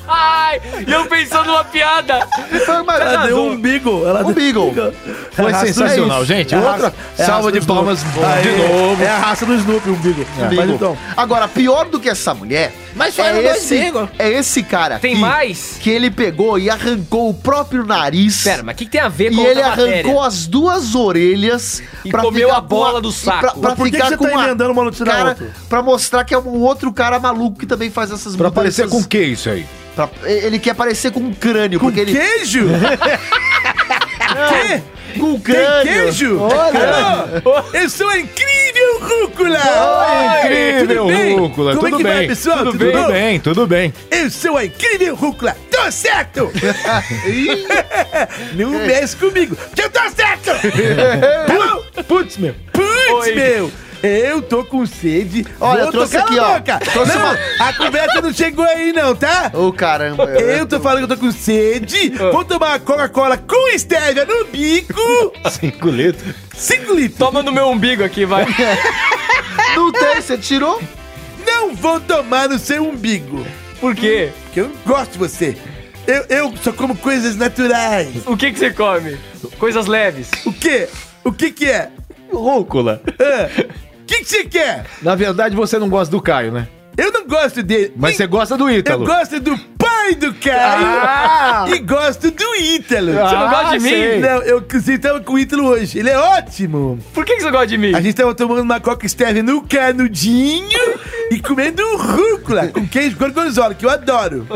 Speaker 3: Ai! E eu pensando numa piada.
Speaker 2: Foi uma-
Speaker 5: Ela deu um bigo. Ela deu
Speaker 2: Umbigo.
Speaker 1: Foi
Speaker 5: raça-
Speaker 1: sensacional,
Speaker 5: é isso.
Speaker 1: gente.
Speaker 5: É a
Speaker 1: Outra
Speaker 5: raça- é a
Speaker 1: salva
Speaker 5: raça
Speaker 1: de
Speaker 5: do
Speaker 1: palmas
Speaker 5: Snoopy.
Speaker 1: de
Speaker 5: Aê,
Speaker 1: novo.
Speaker 5: É a raça do Snoopy, umbigo. Mas
Speaker 2: Bigo.
Speaker 5: então,
Speaker 2: Agora, pior do que essa mulher
Speaker 14: Mas só
Speaker 2: é,
Speaker 14: eram dois
Speaker 2: esse,
Speaker 14: bigos.
Speaker 2: é esse cara
Speaker 3: Tem
Speaker 2: aqui
Speaker 3: mais?
Speaker 2: que ele pegou e arrancou o próprio nariz.
Speaker 3: Pera, mas o que, que tem a ver com
Speaker 2: E
Speaker 3: outra
Speaker 2: ele arrancou
Speaker 3: matéria?
Speaker 2: as duas orelhas
Speaker 3: E comeu a bola
Speaker 2: com
Speaker 3: do
Speaker 2: e
Speaker 3: saco.
Speaker 2: Pra, pra
Speaker 5: Mas por que
Speaker 2: ficar
Speaker 5: que você
Speaker 2: com
Speaker 5: tá
Speaker 2: uma
Speaker 5: emendando uma notícia na
Speaker 2: cara,
Speaker 5: outra?
Speaker 2: Pra mostrar que é um outro cara maluco que também faz essas
Speaker 1: Pra
Speaker 2: mudanças.
Speaker 1: aparecer com o que isso aí?
Speaker 2: pra- Ele quer aparecer com um crânio,
Speaker 5: com
Speaker 2: porque ele...
Speaker 5: queijo? Quê?
Speaker 2: Com um
Speaker 5: Tem
Speaker 2: crânio!
Speaker 5: queijo? Oh, eu sou incrível, Rúcula!
Speaker 1: Oi, incrível,
Speaker 5: tudo bem?
Speaker 1: Rúcula.
Speaker 5: Como
Speaker 1: Tudo
Speaker 5: é que vai,
Speaker 1: bem.
Speaker 5: pessoal?
Speaker 1: Tudo bem, tudo
Speaker 5: bom?
Speaker 1: bem, tudo bem.
Speaker 5: Eu sou a incrível Rúcula! Tô certo! Não mexe comigo, que eu tô certo! Tá bom? Putz, meu! Putz,
Speaker 3: Oi.
Speaker 5: meu! Eu tô com sede.
Speaker 2: Olha,
Speaker 5: Vou
Speaker 2: eu trouxe
Speaker 5: tocar
Speaker 2: aqui,
Speaker 5: na
Speaker 2: ó.
Speaker 5: boca.
Speaker 2: Trouxe
Speaker 5: Não,
Speaker 2: uma-
Speaker 5: A conversa não chegou aí, não, tá?
Speaker 2: Ô, caramba.
Speaker 5: Eu tô falando que eu tô com sede. Vou tomar uma Coca-Cola com estévia no bico.
Speaker 1: Cinco letras.
Speaker 5: Cinco litros.
Speaker 3: Toma no meu umbigo aqui, vai.
Speaker 2: Não tem, você tirou?
Speaker 5: Não vou tomar no seu umbigo.
Speaker 3: Por quê?
Speaker 5: Porque eu não gosto de você. Eu, eu só como coisas naturais.
Speaker 3: O que, que você come? Coisas leves.
Speaker 5: O quê? O que que é?
Speaker 1: Rúcula.
Speaker 5: Hã? O que que você quer?
Speaker 1: Na verdade, você não gosta do Caio, né?
Speaker 5: Eu não gosto dele.
Speaker 1: Mas você gosta do
Speaker 5: Eu
Speaker 1: Ítalo. Ah!
Speaker 5: gosto do pai do Caio e gosto do Ítalo.
Speaker 3: Você não gosta de mim?
Speaker 1: sei.
Speaker 5: Não, eu inclusive tava com o Ítalo hoje. Ele é ótimo.
Speaker 3: Por que, que você gosta de mim?
Speaker 5: A gente tava tomando uma coca stevia no canudinho e comendo rúcula com queijo gorgonzola, que eu adoro.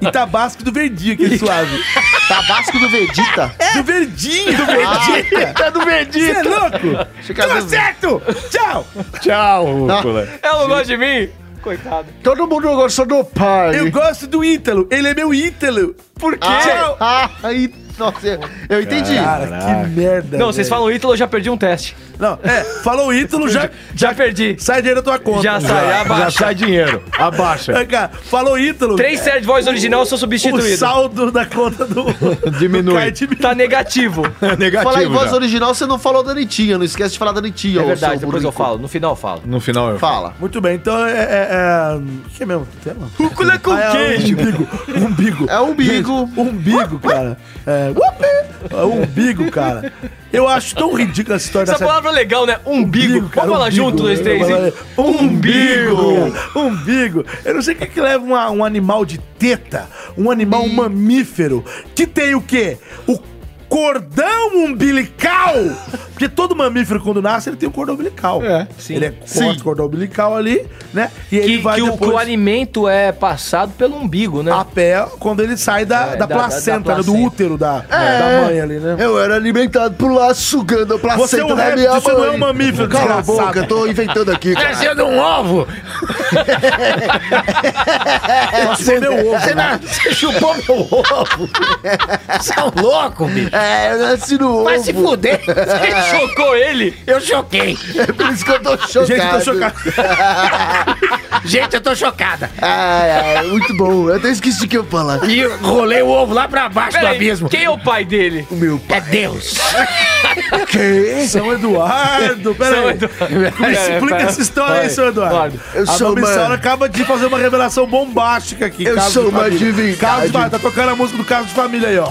Speaker 5: E tabasco do verdinho, que é suave.
Speaker 2: Tabasco do Vegeta.
Speaker 5: Do verdinho, do verdinho.
Speaker 1: É do
Speaker 5: Você
Speaker 1: Verdito.
Speaker 5: é louco?
Speaker 2: Fica
Speaker 5: Tá
Speaker 2: vendo.
Speaker 5: certo! Tchau!
Speaker 1: Tchau, Rúcula.
Speaker 3: Ela não gosta de mim? Coitado.
Speaker 2: Todo mundo gostou do pai.
Speaker 5: Eu gosto do Ítalo, ele é meu Ítalo. Por quê? Tchau!
Speaker 2: Ah, aí, nossa, eu- eu entendi.
Speaker 1: É,
Speaker 5: Cara, que merda.
Speaker 3: Não, vocês
Speaker 5: velho.
Speaker 3: falam Ítalo, eu já perdi um teste.
Speaker 5: Não, é, falou Ítalo, já
Speaker 3: Já perdi.
Speaker 5: sai dinheiro da tua conta.
Speaker 3: Já Ah, sai,
Speaker 1: Já
Speaker 3: abaixa.
Speaker 1: sai dinheiro. Abaixa.
Speaker 5: É, cara, falou Ítalo.
Speaker 3: Três séries de voz original, eu sou
Speaker 5: o
Speaker 3: substituído.
Speaker 5: saldo da conta do.
Speaker 1: Diminui.
Speaker 5: do Kai diminui.
Speaker 3: Tá negativo.
Speaker 1: Negativo
Speaker 2: Falar em voz
Speaker 1: já.
Speaker 2: original, você não falou da Anitinha. Não esquece de falar da Anitinha.
Speaker 3: É
Speaker 2: ô,
Speaker 3: verdade,
Speaker 2: seu
Speaker 3: depois eu
Speaker 2: burrico.
Speaker 3: falo. No final eu falo.
Speaker 1: No final eu...
Speaker 2: Fala.
Speaker 5: Muito bem, então é. é, é... O que é mesmo? Tema?
Speaker 3: Rúcula com
Speaker 5: Ah, é
Speaker 3: queijo.
Speaker 5: Umbigo. Umbigo.
Speaker 2: É o umbigo.
Speaker 5: Umbigo, cara. É. upi. É umbigo, cara. Eu acho tão ridícula essa história
Speaker 3: Essa
Speaker 5: dessa.
Speaker 3: palavra é legal, né? Umbigo.
Speaker 5: cara,
Speaker 3: Vamos
Speaker 5: umbigo,
Speaker 3: falar
Speaker 5: né?
Speaker 3: junto, dois, três, hein?
Speaker 5: Umbigo! Umbigo! Eu não sei o que, que leva uma- um animal de teta, um animal mamífero, que tem o quê? O cordão umbilical! Porque todo mamífero, quando nasce, ele tem o cordão umbilical.
Speaker 1: É,
Speaker 5: sim. Ele é corta o cordão umbilical ali, né? E
Speaker 3: Que,
Speaker 5: ele vai
Speaker 3: que o, que o
Speaker 5: depois
Speaker 3: alimento é passado pelo umbigo, né?
Speaker 5: a pé quando ele sai da,
Speaker 3: É,
Speaker 5: da,
Speaker 3: da- da-
Speaker 5: placenta,
Speaker 3: da
Speaker 5: né, do
Speaker 3: placenta.
Speaker 5: útero da,
Speaker 3: É.
Speaker 5: da mãe ali, né?
Speaker 2: Eu era alimentado por lá, sugando a placenta
Speaker 5: Você é um réptil, você não é um mamífero,
Speaker 2: Cala a
Speaker 5: desgraçado.
Speaker 2: boca, eu tô inventando aqui, cara.
Speaker 1: Nasceu de um ovo!
Speaker 5: Você deu ovo.
Speaker 1: Você, na- você chupou meu ovo! São louco, bicho!
Speaker 2: É, eu nasci no ovo.
Speaker 1: Vai se fuder!
Speaker 3: Você chocou ele?
Speaker 1: Eu choquei!
Speaker 2: É por isso que eu tô chocado.
Speaker 5: Gente, eu tô chocado.
Speaker 1: Gente, eu tô chocada!
Speaker 2: Ai, ai, muito bom. Eu até esqueci o que eu ia falar.
Speaker 1: E rolei o ovo lá pra baixo do
Speaker 3: Peraí,
Speaker 1: abismo!
Speaker 3: quem é o pai dele?
Speaker 2: O meu
Speaker 1: É Deus!
Speaker 5: São Eduardo,
Speaker 3: São
Speaker 5: peraí.
Speaker 3: Eduardo.
Speaker 5: Me explica
Speaker 3: Pera-
Speaker 5: essa história aí,
Speaker 3: Vai.
Speaker 5: seu Eduardo.
Speaker 3: Eduardo.
Speaker 2: Eu
Speaker 5: a
Speaker 2: sou uma-
Speaker 5: Domissauro acaba de fazer uma revelação bombástica aqui.
Speaker 2: Eu
Speaker 5: Caso
Speaker 2: sou
Speaker 5: de
Speaker 2: uma
Speaker 5: família.
Speaker 2: divindade.
Speaker 5: Caso de família, tá tocando a música do Caso de Família aí, ó.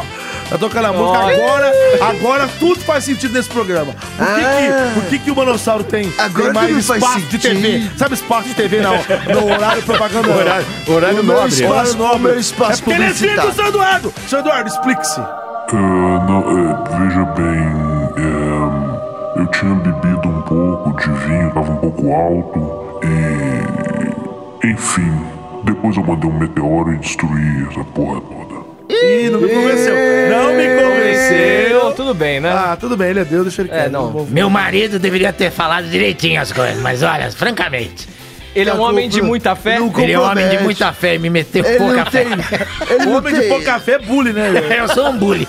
Speaker 5: Tá tocando a música
Speaker 13: Olha.
Speaker 5: agora. Agora tudo faz sentido nesse programa. Por que, que, por que, que o Manossauro tem, tem
Speaker 13: Agora
Speaker 5: mais
Speaker 13: tudo faz
Speaker 5: espaço de TV?
Speaker 13: sentido.
Speaker 5: Sabe espaço de TV não, no horário propaganda?
Speaker 13: Horário- horário
Speaker 5: O meu
Speaker 13: nobre.
Speaker 5: Espaço
Speaker 13: Horário nobre.
Speaker 5: nobre.
Speaker 13: Espaço
Speaker 5: é porque ele é filho do
Speaker 13: publicitário.
Speaker 5: São Eduardo. São Eduardo, explique-se.
Speaker 15: É, não, é, veja bem, é, eu tinha bebido um pouco de vinho, tava um pouco alto e. Enfim, depois eu mandei um meteoro e destruí essa porra toda.
Speaker 5: Ih, não me convenceu. Não me convenceu.
Speaker 3: Tudo bem, né?
Speaker 5: Ah, tudo bem, ele é Deus, deixa ele quieto. não vou-
Speaker 11: Meu marido deveria ter falado direitinho as coisas, mas olha, francamente.
Speaker 3: Ele é um homem de muita fé? Não
Speaker 11: Ele é um homem de
Speaker 3: compromete.
Speaker 11: muita fé e me meteu
Speaker 3: Ele
Speaker 11: pouca
Speaker 3: não
Speaker 11: fé.
Speaker 5: tem- ele não Homem de tem- pouca fé é bully, né?
Speaker 11: Eu sou um bully.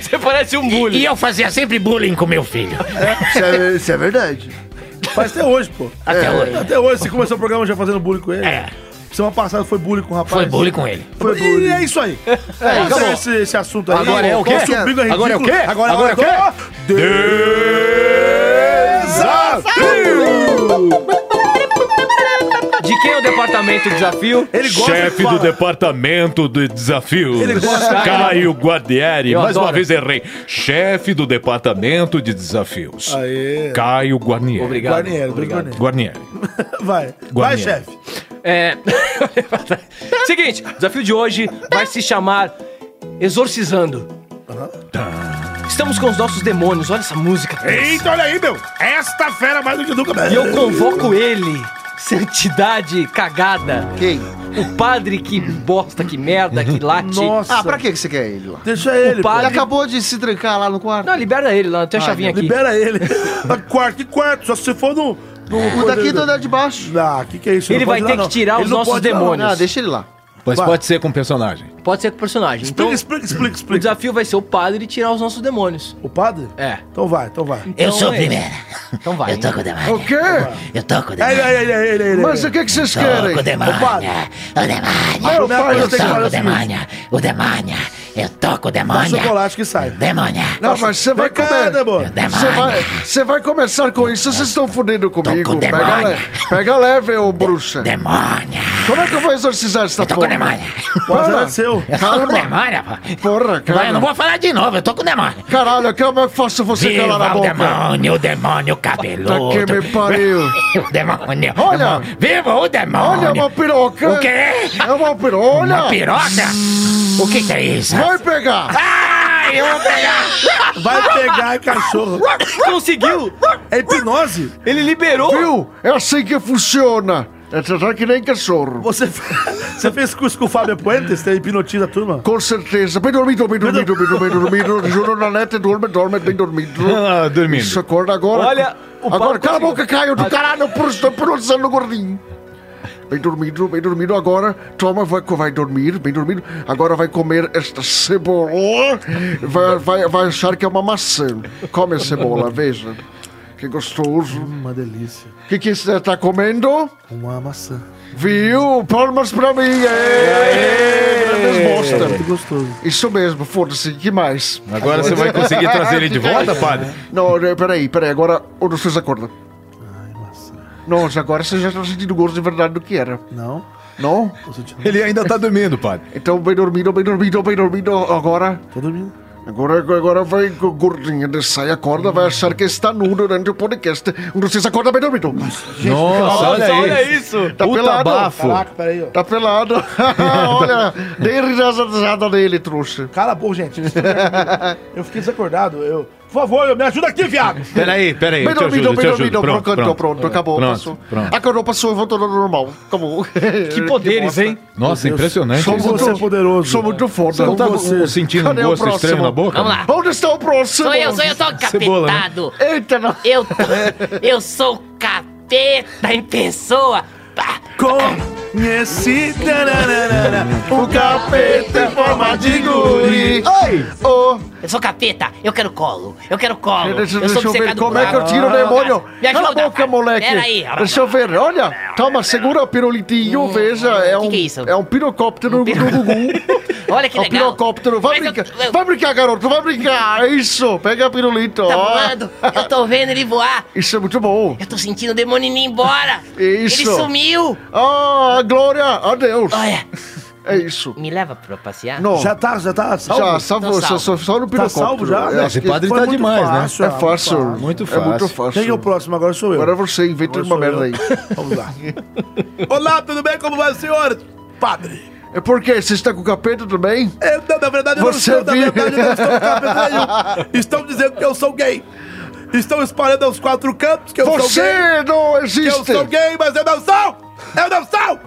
Speaker 3: Você parece um
Speaker 11: bully. E,
Speaker 4: é
Speaker 11: eu fazia sempre bullying com meu filho.
Speaker 5: Isso é, verdade. Faz até hoje, pô.
Speaker 11: Até hoje.
Speaker 5: É, Até hoje. Você começou o programa já fazendo bullying com ele? É. Semana passada foi bullying com o rapaz.
Speaker 11: Foi bullying com ele.
Speaker 5: Foi bullying. E é isso aí. É,
Speaker 13: acabou.
Speaker 5: esse, esse assunto aí.
Speaker 13: Agora é o quê?
Speaker 5: Nosso umbigo é
Speaker 13: Agora é o
Speaker 5: ridículo.
Speaker 13: quê?
Speaker 5: Agora,
Speaker 13: Agora é o
Speaker 5: quê? Desafio!
Speaker 3: De quem é o departamento desafio?
Speaker 5: Ele
Speaker 4: Chefe do departamento de desafios,
Speaker 3: Ele gosta.
Speaker 4: Caio Guardieri.
Speaker 3: Eu
Speaker 4: Mais uma
Speaker 3: adoro.
Speaker 4: vez errei. Chefe do departamento de desafios,
Speaker 5: Aê.
Speaker 4: Caio Guarnieri.
Speaker 5: Obrigado. Guarnieri,
Speaker 4: Guarnieri.
Speaker 5: obrigado.
Speaker 4: Guarnieri.
Speaker 5: Vai. Vai,
Speaker 4: Guarnieri.
Speaker 5: chefe.
Speaker 3: É. Seguinte, o desafio de hoje vai se chamar Exorcizando. Estamos com os nossos demônios, olha essa música.
Speaker 5: Eita, olha aí, meu. Esta fera mais do que nunca.
Speaker 3: E eu convoco ele, santidade cagada.
Speaker 2: Quem?
Speaker 3: O padre que bosta, que merda, que late.
Speaker 2: Nossa. Ah, pra que que você quer ele lá?
Speaker 5: Deixa
Speaker 3: O padre...
Speaker 2: Ele acabou de se trancar lá no quarto.
Speaker 3: Não, libera ele lá, tem a chavinha aqui.
Speaker 5: Libera ele. Tá quarto e quarto, só se você for no. no
Speaker 2: O daqui do andar
Speaker 5: de baixo. Ah, que que é isso? Não pode ir lá, não. Ele não pode ir lá, não. Ah,
Speaker 2: deixa ele lá.
Speaker 4: Mas
Speaker 3: Vai.
Speaker 4: pode ser com personagem.
Speaker 3: Pode ser com o personagem. então,
Speaker 5: explica, explica,
Speaker 3: O desafio vai ser o padre tirar os nossos demônios.
Speaker 5: O padre?
Speaker 3: É.
Speaker 5: Então vai, então vai.
Speaker 3: Então
Speaker 11: Eu sou o
Speaker 3: é.
Speaker 11: primeiro.
Speaker 3: Então vai.
Speaker 11: Eu tô com o demônio.
Speaker 2: O quê? é
Speaker 11: Eu tô com o
Speaker 7: É,
Speaker 5: Aí,
Speaker 11: demônio.
Speaker 5: aí, aí, aí, aí, aí.
Speaker 2: Mas o que que vocês
Speaker 11: Tô
Speaker 2: querem?
Speaker 11: com o
Speaker 7: Então
Speaker 11: demônio.
Speaker 2: Ô, padre.
Speaker 11: O demônio.
Speaker 2: Meu pai,
Speaker 11: eu
Speaker 2: eu tenho
Speaker 11: tô
Speaker 2: que falar
Speaker 11: com
Speaker 2: o
Speaker 11: o
Speaker 2: seguinte.
Speaker 11: demônio. O demônio. Eu tô com o
Speaker 2: Dá
Speaker 11: demônio.
Speaker 2: chocolate
Speaker 5: que sai.
Speaker 11: Demônio.
Speaker 2: Não, mas é você vai comer.
Speaker 5: né,
Speaker 2: É Você vai, você vai começar com isso, vocês estão fudendo comigo. pega,
Speaker 11: demônio.
Speaker 2: leve, pega leve, ô bruxa.
Speaker 11: Demônio.
Speaker 2: Como é que eu vou exorcizar essa
Speaker 11: Eu tô com
Speaker 2: porra?
Speaker 11: demônio.
Speaker 2: Para.
Speaker 11: é seu. Eu tô com demônio, pô.
Speaker 2: Porra, cara.
Speaker 11: Vai, eu não vou falar de novo, eu tô com demônio.
Speaker 2: Caralho, como é que faço você
Speaker 11: Viva
Speaker 2: calar a
Speaker 11: o
Speaker 2: boca?
Speaker 11: demônio, o demônio cabeludo.
Speaker 2: Puta que me pariu.
Speaker 11: o demônio.
Speaker 2: Olha.
Speaker 11: demônio. Viva o demônio.
Speaker 2: Olha, é uma piroca.
Speaker 11: O quê?
Speaker 2: É uma piroca. Olha.
Speaker 11: Uma piroca? Ah! O que que é isso?
Speaker 2: Vai pegar.
Speaker 11: Ai, eu vou pegar.
Speaker 5: Vai pegar cachorro.
Speaker 3: Conseguiu.
Speaker 5: É hipnose.
Speaker 3: Ele liberou.
Speaker 2: Viu? É assim que funciona. É tratar que nem cachorro.
Speaker 5: Você, você fez curso com o Fábio Puentes? Você hipnotiza a turma?
Speaker 2: Com certeza. Bem dormido, bem dormido, bem dormido, bem dormido. Juro na neta, dorme, dorme, bem dormido.
Speaker 4: Ah, dormindo.
Speaker 2: Isso, acorda agora.
Speaker 4: Olha, o assim. Ah.
Speaker 2: Agora,
Speaker 4: Paulo
Speaker 2: cala a
Speaker 4: conseguiu.
Speaker 2: boca, Caio do caralho, por estou pronunciando gordinho. Bem dormido, bem dormido agora. Toma, vai, vai dormir, bem dormido. Agora vai comer esta cebola. Vai, vai, vai achar que é uma maçã. Come a cebola, veja. Que gostoso.
Speaker 5: Uma delícia.
Speaker 2: O que, que você está comendo?
Speaker 5: Uma maçã.
Speaker 2: Viu? Palmas pra mim! Grandes bosta.
Speaker 5: Muito gostoso.
Speaker 2: Isso mesmo, foda-se, que mais?
Speaker 4: Agora você vai conseguir trazer ele de volta, padre?
Speaker 2: Não, não, peraí, peraí, agora o dos seus acordam. Nossa, agora você já está sentindo o gosto de verdade do que era.
Speaker 5: Não.
Speaker 2: Não?
Speaker 4: Ele ainda tá dormindo, padre.
Speaker 2: Então, bem dormido, bem dormido, bem dormido, agora...
Speaker 4: Tá
Speaker 5: Tô dormindo.
Speaker 2: Agora, agora vai, gordinha, de saia, acorda, vai achar que está nu durante o podcast. Um dos seus acorda, bem dormido.
Speaker 4: Nossa, olha
Speaker 2: olha
Speaker 4: tá isso.
Speaker 2: Tá
Speaker 4: Puta
Speaker 2: pelado.
Speaker 4: bafo.
Speaker 5: Caraca, peraí, ó.
Speaker 2: Tá pelado. Olha, dei risada nele, trouxa.
Speaker 5: Cala a boca, gente. é Eu fiquei desacordado. Eu... Por favor, me ajuda aqui, viado.
Speaker 4: Peraí, peraí. eu
Speaker 2: Bem
Speaker 4: te ajudo,
Speaker 2: dormido,
Speaker 4: eu te
Speaker 2: bem
Speaker 4: ajudo.
Speaker 2: dormido, pronto, pronto, pronto, acabou,
Speaker 4: Pronto,
Speaker 2: passou.
Speaker 4: pronto.
Speaker 2: Acordou, passou, voltou ao normal. Acabou. Que
Speaker 3: poderes,
Speaker 2: bosta.
Speaker 3: hein?
Speaker 4: Nossa, impressionante.
Speaker 2: Sou
Speaker 4: isso.
Speaker 2: muito,
Speaker 4: Você
Speaker 5: é poderoso.
Speaker 2: Sou muito foda.
Speaker 4: Você não tá sentindo um
Speaker 2: Cadê o
Speaker 4: gosto
Speaker 2: próximo?
Speaker 4: estranho na boca?
Speaker 2: Vamos lá. Onde está o próximo?
Speaker 7: Sou eu, sou eu, tô
Speaker 4: Cebola, né?
Speaker 7: capetado.
Speaker 2: Eita, não.
Speaker 7: Eu, tô, eu sou o capeta em pessoa.
Speaker 5: Conheci tararara, o capeta em forma de
Speaker 2: guri. Oi! Ô!
Speaker 7: Eu sou capeta, eu quero colo, eu quero colo.
Speaker 2: Deixa,
Speaker 7: eu sou
Speaker 2: deixa eu ver
Speaker 7: obcecado
Speaker 2: como
Speaker 7: por
Speaker 2: é que eu
Speaker 7: água.
Speaker 2: tiro o demônio.
Speaker 7: Me
Speaker 2: Cala a
Speaker 7: ajuda,
Speaker 2: boca,
Speaker 7: cara.
Speaker 2: moleque.
Speaker 7: Pera aí, rapaz. Hum,
Speaker 2: Deixa eu ver. Olha, toma, segura o pirulitinho. veja, é um, é um pirocóptero do Gugu.
Speaker 7: Olha que
Speaker 2: É um
Speaker 7: legal.
Speaker 2: pirocóptero. Vai
Speaker 7: Mas eu-
Speaker 2: brincar. Vai brincar, garoto. Vai brincar. Isso. Pega a pirulito.
Speaker 7: Tá
Speaker 2: ó.
Speaker 7: voando, eu tô vendo ele voar.
Speaker 2: Isso é muito bom.
Speaker 7: Eu tô sentindo o demônio indo embora.
Speaker 2: Isso.
Speaker 7: Ele sumiu.
Speaker 2: Ah, glória a Deus.
Speaker 7: Olha,
Speaker 2: É isso.
Speaker 10: Me leva pra passear?
Speaker 2: Não.
Speaker 5: Já tá, já tá salvo?
Speaker 2: Já, salvo,
Speaker 10: Tá
Speaker 2: só, só,
Speaker 10: salvo.
Speaker 2: só no
Speaker 5: Tá
Speaker 2: pirocóptero.
Speaker 5: salvo já?
Speaker 2: É,
Speaker 5: Esse
Speaker 2: acho que
Speaker 5: padre
Speaker 2: foi
Speaker 5: tá
Speaker 2: muito
Speaker 5: demais, né?
Speaker 2: fácil, É
Speaker 5: Muito
Speaker 2: fácil.
Speaker 5: fácil. Muito
Speaker 2: É muito
Speaker 5: fácil.
Speaker 2: fácil.
Speaker 5: Quem é o próximo? Agora sou eu.
Speaker 2: Agora é você, inventa
Speaker 5: Agora
Speaker 2: uma merda
Speaker 5: sou
Speaker 2: aí.
Speaker 5: eu. Vamos lá. Olá, tudo bem? Como vai, senhor? Padre.
Speaker 2: É por quê? Você está com o capeta também?
Speaker 5: Eu, É, não, na verdade, eu não
Speaker 2: Você
Speaker 5: sou, na
Speaker 2: viu?
Speaker 5: verdade, eu não estou com capeta nenhum. Estão dizendo que eu sou gay. Estão espalhando aos quatro cantos que eu sou
Speaker 2: Você
Speaker 5: gay.
Speaker 2: não
Speaker 5: Que eu
Speaker 2: existe!
Speaker 5: sou gay, mas eu não sou! Eu não sou!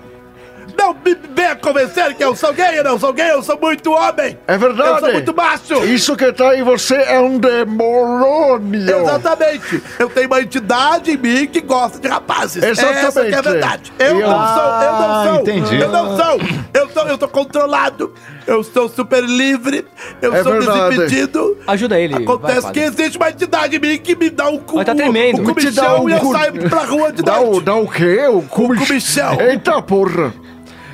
Speaker 5: Não me venha convencer que eu sou gay, eu não sou gay, eu sou muito homem!
Speaker 2: É verdade!
Speaker 5: Eu sou muito macho!
Speaker 2: Isso que tá em você é um demônio!
Speaker 5: Exatamente! Eu tenho uma entidade em mim que gosta de rapazes.
Speaker 2: Exatamente.
Speaker 5: Essa que é a verdade. Eu
Speaker 2: E eu-
Speaker 5: não sou, eu não sou.
Speaker 2: Ah, entendi.
Speaker 5: Eu não sou. Eu sou, eu tô controlado. Eu sou super livre. Eu
Speaker 2: É
Speaker 5: sou
Speaker 2: verdade.
Speaker 5: desimpedido.
Speaker 3: Ajuda ele.
Speaker 5: Acontece
Speaker 3: vai,
Speaker 5: que
Speaker 3: padre.
Speaker 5: existe uma entidade em mim que me dá um cu.
Speaker 3: Mas tá tremendo.
Speaker 5: Um
Speaker 3: Te
Speaker 5: comichão e eu
Speaker 2: cu-
Speaker 5: saio pra rua de
Speaker 2: Dá o, dá um o quê? O comichão.
Speaker 5: comichão.
Speaker 2: Eita porra!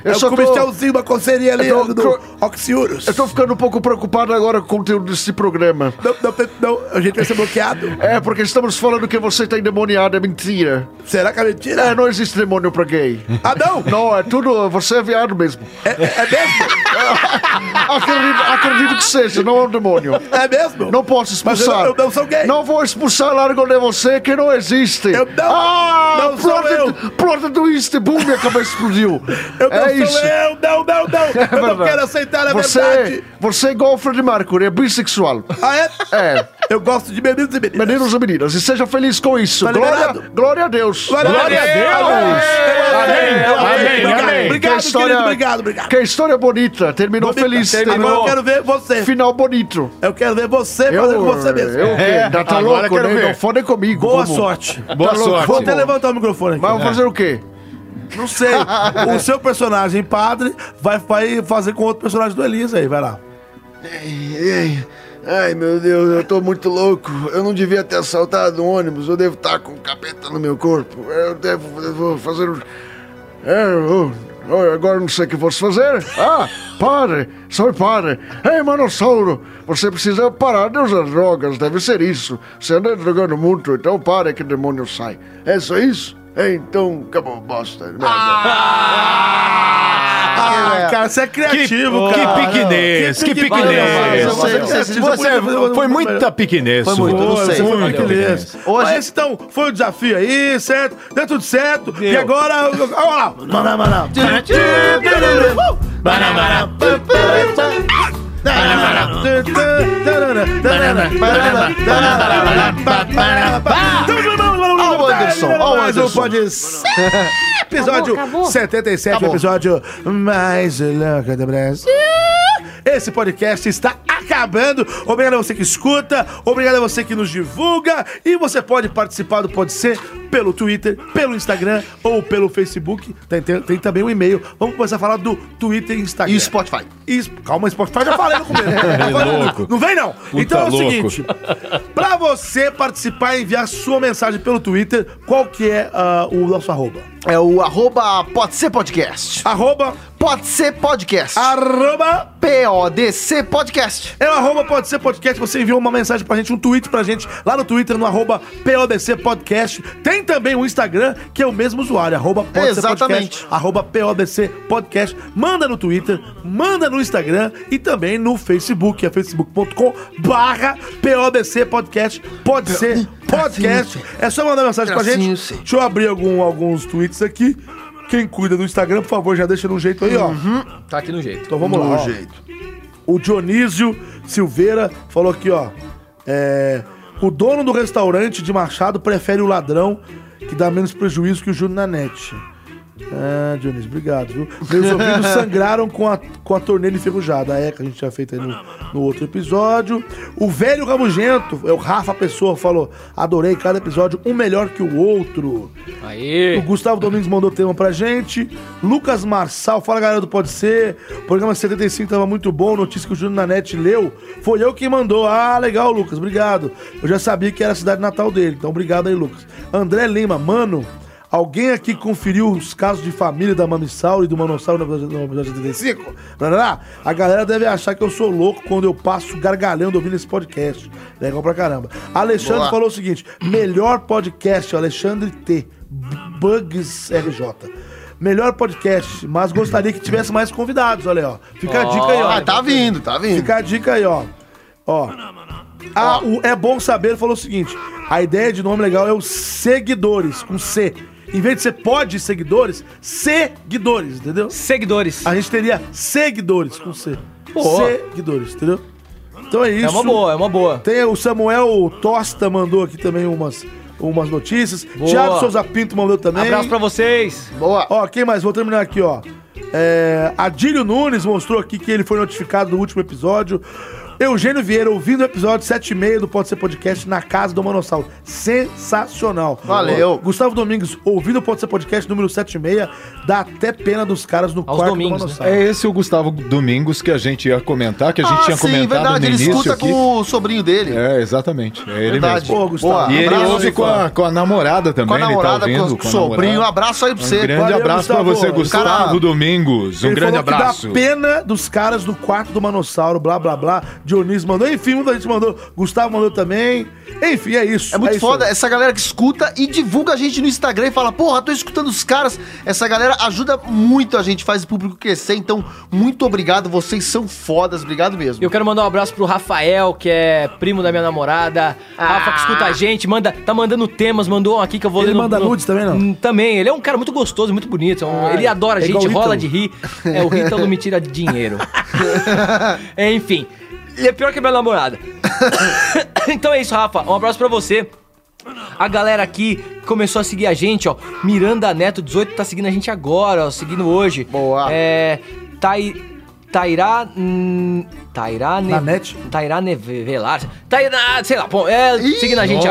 Speaker 5: É um comichãozinho, uma coceirinha ali
Speaker 2: eu tô,
Speaker 5: do Oxiurus.
Speaker 2: Eu tô ficando um pouco preocupado agora com o conteúdo desse programa.
Speaker 5: Não, não, não, a gente vai ser bloqueado.
Speaker 2: É, porque estamos falando que você tá endemoniado, é mentira.
Speaker 5: Será que é mentira?
Speaker 2: É, não existe demônio pra gay.
Speaker 5: Ah, não?
Speaker 2: Não, é tudo. Você é viado mesmo.
Speaker 5: É,
Speaker 2: mesmo? acredito, acredito que seja, não é um demônio.
Speaker 5: É mesmo?
Speaker 2: Não posso
Speaker 5: Mas
Speaker 2: expulsar.
Speaker 5: eu não- eu não sou gay.
Speaker 2: Não vou expulsar largo de você que não existe.
Speaker 5: Eu não-
Speaker 2: Ah,
Speaker 5: não sou
Speaker 2: plot,
Speaker 5: eu.
Speaker 2: plot twist, boom, minha cabeça explodiu.
Speaker 5: Eu não
Speaker 2: é
Speaker 5: sou
Speaker 2: isso.
Speaker 5: eu, não, não, não.
Speaker 2: É
Speaker 5: eu não
Speaker 2: verdade.
Speaker 5: quero aceitar a
Speaker 2: você,
Speaker 5: verdade.
Speaker 2: Você é igual o Fred Mercury, é bissexual.
Speaker 5: Ah, é?
Speaker 2: É.
Speaker 5: Eu gosto de meninos e meninas.
Speaker 2: Meninos e meninas, e seja feliz com isso.
Speaker 5: Tá
Speaker 2: glória,
Speaker 5: liberado?
Speaker 2: glória a Deus.
Speaker 5: Glória a Deus. Amém.
Speaker 2: Amém.
Speaker 5: Amém.
Speaker 2: Amém.
Speaker 5: Obrigado,
Speaker 2: Que história-
Speaker 5: querido, obrigado, obrigado.
Speaker 2: Que história é bonita. Terminou
Speaker 5: Bonita.
Speaker 2: feliz.
Speaker 5: Agora eu quero ver você.
Speaker 2: Final bonito.
Speaker 5: Eu quero ver você fazendo com você mesmo.
Speaker 2: Eu,
Speaker 5: É,
Speaker 2: é, tá
Speaker 5: agora
Speaker 2: louco,
Speaker 5: quero
Speaker 2: né?
Speaker 5: ver.
Speaker 2: Não fode comigo.
Speaker 5: Boa
Speaker 2: bobo.
Speaker 5: sorte.
Speaker 2: Tá
Speaker 4: Boa
Speaker 2: louco,
Speaker 4: sorte.
Speaker 5: Vou até
Speaker 2: bobo.
Speaker 5: levantar o microfone aqui.
Speaker 2: Mas vou
Speaker 5: É.
Speaker 2: fazer o quê?
Speaker 5: Não sei. o seu personagem, padre, vai, vai fazer com outro personagem do Elias aí, vai lá.
Speaker 16: Ei, ai meu Deus, eu tô muito louco. Eu não devia ter assaltado um ônibus. Eu devo
Speaker 2: tá
Speaker 16: estar com um capeta no meu corpo. Eu devo, eu vou fazer. um-
Speaker 2: É, eu- eu agora não sei o que posso fazer. Ah, pare, só pare. Ei, manossauro, você precisa parar de usar drogas, deve ser isso. Você anda drogando muito, então pare que o demônio sai. É só isso? É, então, acabou, bosta. merda.
Speaker 5: Ah, cara, você é criativo,
Speaker 4: que
Speaker 5: cara.
Speaker 4: piquinês, que piquinês.
Speaker 5: Você, é
Speaker 4: Você- você- foi muita piquinês.
Speaker 5: Foi muito,
Speaker 4: sua.
Speaker 5: não sei.
Speaker 4: Foi
Speaker 5: Foi
Speaker 4: muita
Speaker 5: piquinês.
Speaker 4: piquinês.
Speaker 5: Hoje... Mas então, foi um desafio aí, certo? Deu tudo certo. E agora, olha lá. Maná, maná.
Speaker 2: Ó o Anderson, ó o
Speaker 5: Mais um
Speaker 2: Anderson.
Speaker 5: pode ser. Episódio
Speaker 7: Acabou, acabou.
Speaker 5: 77,
Speaker 2: Acabou.
Speaker 5: episódio mais louco do Brasil. Esse podcast está acabando. Obrigado a você que escuta, obrigado a você que nos divulga. E você pode participar do Pode Ser pelo Twitter, pelo Instagram ou pelo Facebook. Tem, tem- tem também o e-mail. Vamos começar a falar do Twitter e Instagram.
Speaker 2: E o Spotify.
Speaker 5: Isso, calma, Spotify já falei no começo.
Speaker 4: É
Speaker 5: Falei,
Speaker 4: louco.
Speaker 5: Não vem não.
Speaker 4: Puta
Speaker 5: então é o
Speaker 4: louco.
Speaker 5: seguinte, pra você participar e enviar sua mensagem pelo Twitter, qual que é ah, o nosso arroba?
Speaker 2: É o arroba pode ser podcast.
Speaker 5: Arroba,
Speaker 2: Pode ser podcast.
Speaker 5: arroba,
Speaker 2: P-O-D-C podcast.
Speaker 5: é o arroba pode ser podcast, você enviou uma mensagem pra gente, um tweet pra gente, lá no Twitter, no arroba PODC Podcast. Tem também o Instagram, que é o mesmo usuário, arroba pode ser
Speaker 2: Exatamente.
Speaker 5: podcast, arroba PODC Podcast. Manda no Twitter, manda no Instagram e também no Facebook, é facebook.com barra PODC Podcast, pode ser podcast. É só mandar mensagem pra gente.
Speaker 16: Gracinho, sim.
Speaker 5: Deixa eu abrir algum- alguns tweets aqui. Quem cuida do Instagram, por favor, já deixa no jeito aí, ó.
Speaker 3: Tá aqui no jeito.
Speaker 5: Então vamos
Speaker 16: Do
Speaker 5: lá. ó.
Speaker 16: jeito.
Speaker 5: O Dionísio Silveira falou aqui, ó. É, o dono do restaurante de Machado prefere o ladrão que dá menos prejuízo que o Júnior na net. Ah, Dionísio, obrigado, viu? Meus ouvidos sangraram com a, com a torneira enferrujada. A ECA a gente tinha feito aí no, no outro episódio. O velho Rabugento, é o Rafa Pessoa, falou: adorei cada episódio, um melhor que o outro. O
Speaker 3: Aí.
Speaker 5: Gustavo Domingos mandou tema pra gente. Lucas Marçal, fala galera do Pode Ser. O programa 75 tava muito bom. Notícia que o Júnior na net leu. Foi eu quem mandou. Ah, legal, Lucas. Obrigado. Eu já sabia que era a cidade natal dele. Então, obrigado aí, Lucas. André Lima, mano. Alguém aqui conferiu os casos de família da Mamissauro e do Manossauro no episódio no episódio 75? Lá, lá, lá. A galera deve achar que eu sou louco quando eu passo gargalhando ouvindo esse podcast. Legal pra caramba. Alexandre
Speaker 16: Boa.
Speaker 5: falou o seguinte: melhor podcast, Alexandre T. Bugs RJ. melhor podcast, mas gostaria que tivesse mais convidados, olha aí, ó. Fica a
Speaker 2: Ó,
Speaker 5: dica aí, ó.
Speaker 2: ah, tá vindo, tá vindo.
Speaker 5: Fica a dica aí, ó. Ó. Ah, o É Bom Saber falou o seguinte: a ideia de nome legal é os seguidores, com C. Em vez de ser pode seguidores, seguidores, entendeu?
Speaker 3: Seguidores.
Speaker 5: A gente teria seguidores com C.
Speaker 3: Pô.
Speaker 5: Seguidores, entendeu? Então é isso.
Speaker 3: É uma boa, é uma boa.
Speaker 5: Tem o Samuel Tosta mandou aqui também umas, umas notícias.
Speaker 3: Boa.
Speaker 5: Thiago Souza Pinto mandou também.
Speaker 3: Abraço pra vocês.
Speaker 5: Boa. Ó, quem mais? Vou terminar aqui, ó. É, Adílio Nunes mostrou aqui que ele foi notificado do último episódio. Eugênio Vieira ouvindo o episódio 7 e meio do Pode Ser Podcast na casa do Manossauro. Sensacional.
Speaker 2: Valeu.
Speaker 5: Ó, Gustavo Domingos ouvindo o Pode Ser Podcast número 7 e meia. Dá até pena dos caras no quarto do Manossauro.
Speaker 4: É esse o Gustavo Domingos que a gente ia comentar, que a gente
Speaker 5: Ah,
Speaker 4: tinha
Speaker 5: sim,
Speaker 4: comentado
Speaker 5: verdade,
Speaker 4: no
Speaker 5: ele
Speaker 4: início
Speaker 5: escuta
Speaker 4: aqui.
Speaker 2: com o sobrinho dele.
Speaker 4: É, exatamente. É ele
Speaker 2: Verdade.
Speaker 4: mesmo.
Speaker 2: Pô, Gustavo,
Speaker 4: e ele
Speaker 2: abraço
Speaker 4: ouve
Speaker 2: aí,
Speaker 4: com a,
Speaker 2: cara.
Speaker 4: com a namorada também,
Speaker 2: Com a namorada,
Speaker 4: ele tá ouvindo.
Speaker 2: com o sobrinho.
Speaker 4: namorada.
Speaker 2: Abraço aí pra
Speaker 4: Um
Speaker 2: você.
Speaker 4: grande
Speaker 2: Valeu,
Speaker 4: abraço pra
Speaker 2: Gustavo.
Speaker 4: você, Gustavo
Speaker 2: Cara,
Speaker 4: Domingos. Um
Speaker 5: Ele
Speaker 4: grande
Speaker 5: falou que
Speaker 4: abraço.
Speaker 5: dá pena dos caras do quarto do Manossauro, blá blá blá. Dionísio mandou, enfim, muita gente mandou. Gustavo mandou também. Enfim, é isso.
Speaker 2: É muito
Speaker 5: isso
Speaker 2: foda
Speaker 5: aí.
Speaker 2: essa galera que escuta e divulga a gente no Instagram e fala, porra, tô escutando os caras. Essa galera ajuda muito a gente, faz o público crescer. Então, muito obrigado, vocês são fodas, obrigado mesmo.
Speaker 3: Eu quero mandar um abraço pro Rafael, que é primo da minha namorada. Rafa que escuta a gente, manda, tá mandando temas, mandou um aqui que eu vou
Speaker 5: Ele
Speaker 3: ler. no-
Speaker 5: manda
Speaker 3: no-
Speaker 5: nudes também, não?
Speaker 3: Hum, Também, ele é um cara muito gostoso, muito bonito. é um-
Speaker 5: Ah,
Speaker 3: ele adora a
Speaker 5: é igual
Speaker 3: gente,
Speaker 5: o
Speaker 3: rola
Speaker 5: Ítalo.
Speaker 3: de rir. É, o Ítalo me tira dinheiro. Enfim, ele é pior que a minha namorada. então é isso, Rafa. Um abraço pra você. A galera aqui começou a seguir a gente, ó. Miranda Neto 18 tá seguindo a gente agora, ó, seguindo hoje. Boa. É. Tai, Tairá. hum, Tairá ne,
Speaker 5: Nanete?
Speaker 3: Tairá Nevelar. Tairá, sei lá, bom, é, seguindo a gente
Speaker 5: nossa.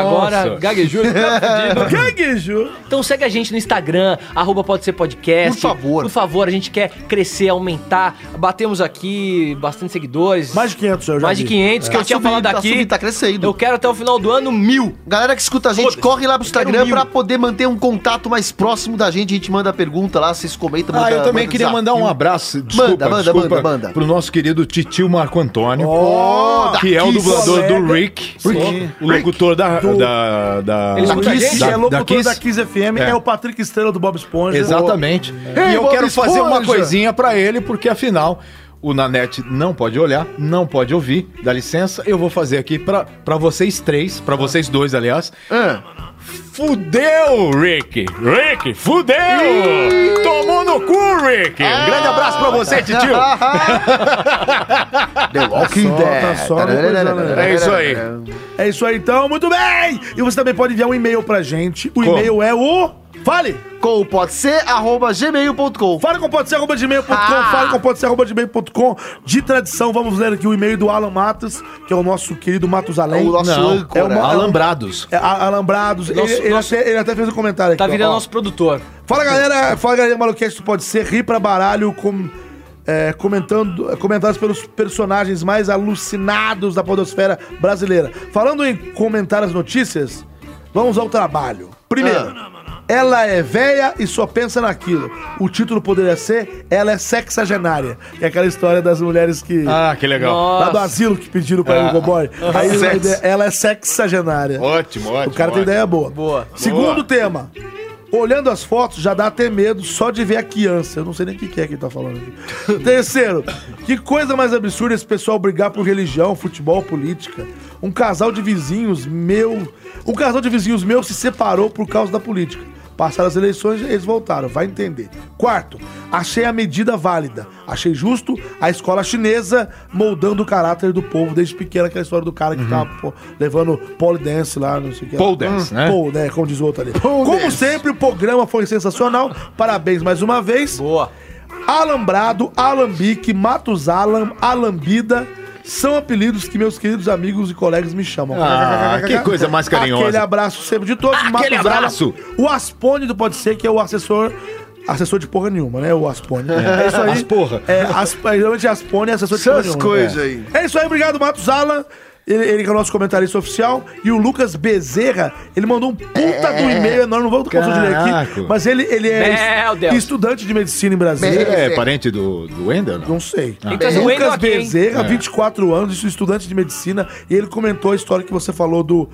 Speaker 3: agora. Gaguejou.
Speaker 2: Tá
Speaker 5: Gaguejou.
Speaker 3: Então segue a gente no Instagram, arroba pode ser podcast. Por favor. Por favor, a gente quer crescer, aumentar. Batemos aqui bastante seguidores. Mais
Speaker 5: de 500, eu já
Speaker 3: Mais de
Speaker 2: vi.
Speaker 3: 500,
Speaker 2: É.
Speaker 3: que eu
Speaker 2: Tá
Speaker 3: tinha
Speaker 2: subindo,
Speaker 3: falado
Speaker 2: tá
Speaker 3: aqui.
Speaker 2: subindo, tá crescendo.
Speaker 3: Eu quero até o final do ano mil.
Speaker 2: Galera que escuta a gente,
Speaker 3: Foda-se.
Speaker 2: corre lá pro
Speaker 3: Eu quero
Speaker 2: Instagram
Speaker 3: mil.
Speaker 2: pra poder manter um contato mais próximo da gente. A gente manda pergunta lá, vocês comentam.
Speaker 4: Ah,
Speaker 2: manda-
Speaker 4: eu também
Speaker 2: manda
Speaker 4: queria
Speaker 2: desafio.
Speaker 4: mandar um abraço. Desculpa,
Speaker 2: manda, manda,
Speaker 4: desculpa,
Speaker 2: manda, manda.
Speaker 4: Pro nosso querido Titio Marco Antônio. que é o
Speaker 2: daqui,
Speaker 4: dublador do
Speaker 5: colega.
Speaker 4: Rick.
Speaker 5: Sim.
Speaker 4: Rick, O locutor da.
Speaker 5: Do-
Speaker 4: Da, da,
Speaker 5: Ele escuta a gente,
Speaker 4: Ah, da-
Speaker 5: é
Speaker 4: da
Speaker 5: locutor
Speaker 4: Kiss.
Speaker 5: da Kiss FM, é.
Speaker 4: É.
Speaker 5: o Patrick Estrela do Bob Esponja.
Speaker 4: Exatamente.
Speaker 5: É.
Speaker 4: E eu
Speaker 5: Bob
Speaker 4: quero fazer uma
Speaker 5: Esponja.
Speaker 4: coisinha pra ele, porque afinal o Nanete não pode olhar, não pode ouvir. Dá licença, eu vou fazer aqui pra, pra vocês três, pra vocês dois, aliás.
Speaker 5: É.
Speaker 4: Fudeu, Rick! Rick, fudeu! Tomou no cu, Rick!
Speaker 5: Ah.
Speaker 4: Um grande abraço pra você, titio!
Speaker 2: The
Speaker 4: tá
Speaker 2: Walking Dead.
Speaker 4: É isso aí.
Speaker 5: É isso aí, então. Muito bem! E você também pode enviar um e-mail pra gente. O e-mail é o... Fale!
Speaker 2: Com pode ser, arroba gmail.com.
Speaker 5: Fale com pode ser, arroba gmail.com.
Speaker 2: Ah!
Speaker 5: Fale com pode ser, arroba gmail.com. De tradição, vamos ler aqui o e-mail do Alan Matos, que é o nosso querido Matusalém.
Speaker 2: É o nosso âncora.
Speaker 5: o ma-
Speaker 4: um Alambrados.
Speaker 5: É, a- Alambrados.
Speaker 3: Nosso-
Speaker 5: ele, ele
Speaker 3: nosso-
Speaker 5: até, ele até fez um comentário aqui.
Speaker 3: Tá
Speaker 5: ó.
Speaker 3: virando
Speaker 5: Ó.
Speaker 3: nosso produtor.
Speaker 5: Fala galera, fala galera, Malucast pode ser rir pra baralho com, é, comentando, é, comentados pelos personagens mais alucinados da podosfera brasileira. Falando em comentar as notícias, vamos ao trabalho. Primeiro,
Speaker 4: Ah.
Speaker 5: ela é véia e só pensa naquilo. O título poderia ser Ela é sexagenária. Que é aquela história das mulheres que.
Speaker 4: Ah, que legal.
Speaker 5: Lá do asilo que pediram pra
Speaker 4: Ah.
Speaker 5: ir no boy. Aí
Speaker 4: Sex.
Speaker 5: a ideia- ela é sexagenária.
Speaker 4: Ótimo, ótimo.
Speaker 5: O cara tem
Speaker 4: ótimo.
Speaker 5: ideia boa.
Speaker 4: Boa.
Speaker 5: Segundo tema. Olhando as fotos, já dá até medo só de ver a criança. Eu não sei nem o que que é que ele tá falando aqui. Terceiro, que coisa mais absurda esse pessoal brigar por religião, futebol, política. Um casal de vizinhos meu. Um casal de vizinhos meu se separou por causa da política. Passaram as eleições e eles voltaram, vai entender. Quarto, achei a medida válida. Achei justo a escola chinesa moldando o caráter do povo desde pequena, aquela história do cara que tava pô, levando pole dance lá, não sei o que.
Speaker 4: Pole dance, né?
Speaker 5: Pole, né? Como diz o outro ali. Como sempre, o programa foi sensacional. Parabéns mais uma vez.
Speaker 3: Boa.
Speaker 5: Alambrado, Alambique, Matos Alam, Alambida. São apelidos que meus queridos amigos e colegas me chamam.
Speaker 4: Ah, que coisa mais carinhosa.
Speaker 5: Aquele abraço sempre de todos.
Speaker 4: Aquele
Speaker 5: Matos Alam.
Speaker 4: abraço.
Speaker 5: O Aspone do Pode Ser, que é o assessor... Assessor de porra nenhuma, né? O Aspone. É isso aí.
Speaker 4: As porra.
Speaker 5: É, as, geralmente Aspone é assessor de
Speaker 16: Essas
Speaker 5: porra nenhuma.
Speaker 16: coisas
Speaker 5: É.
Speaker 16: aí.
Speaker 5: É isso aí, obrigado, Matos Alan. Ele, ele que é o nosso comentarista oficial. E o Lucas Bezerra, ele mandou um puta do e-mail enorme, não vou conseguir ler aqui.
Speaker 4: Caraca.
Speaker 5: Mas ele, ele é
Speaker 4: Meu
Speaker 5: es-
Speaker 4: Deus.
Speaker 5: estudante de medicina em Brasília.
Speaker 4: É, parente do, do Wendel?
Speaker 5: Não sei.
Speaker 4: Ah. Tem que trazer o Wendel
Speaker 5: Lucas
Speaker 4: aqui, hein?
Speaker 5: Bezerra,
Speaker 4: É.
Speaker 5: 24 anos, isso, estudante de medicina. E ele comentou a história que você falou do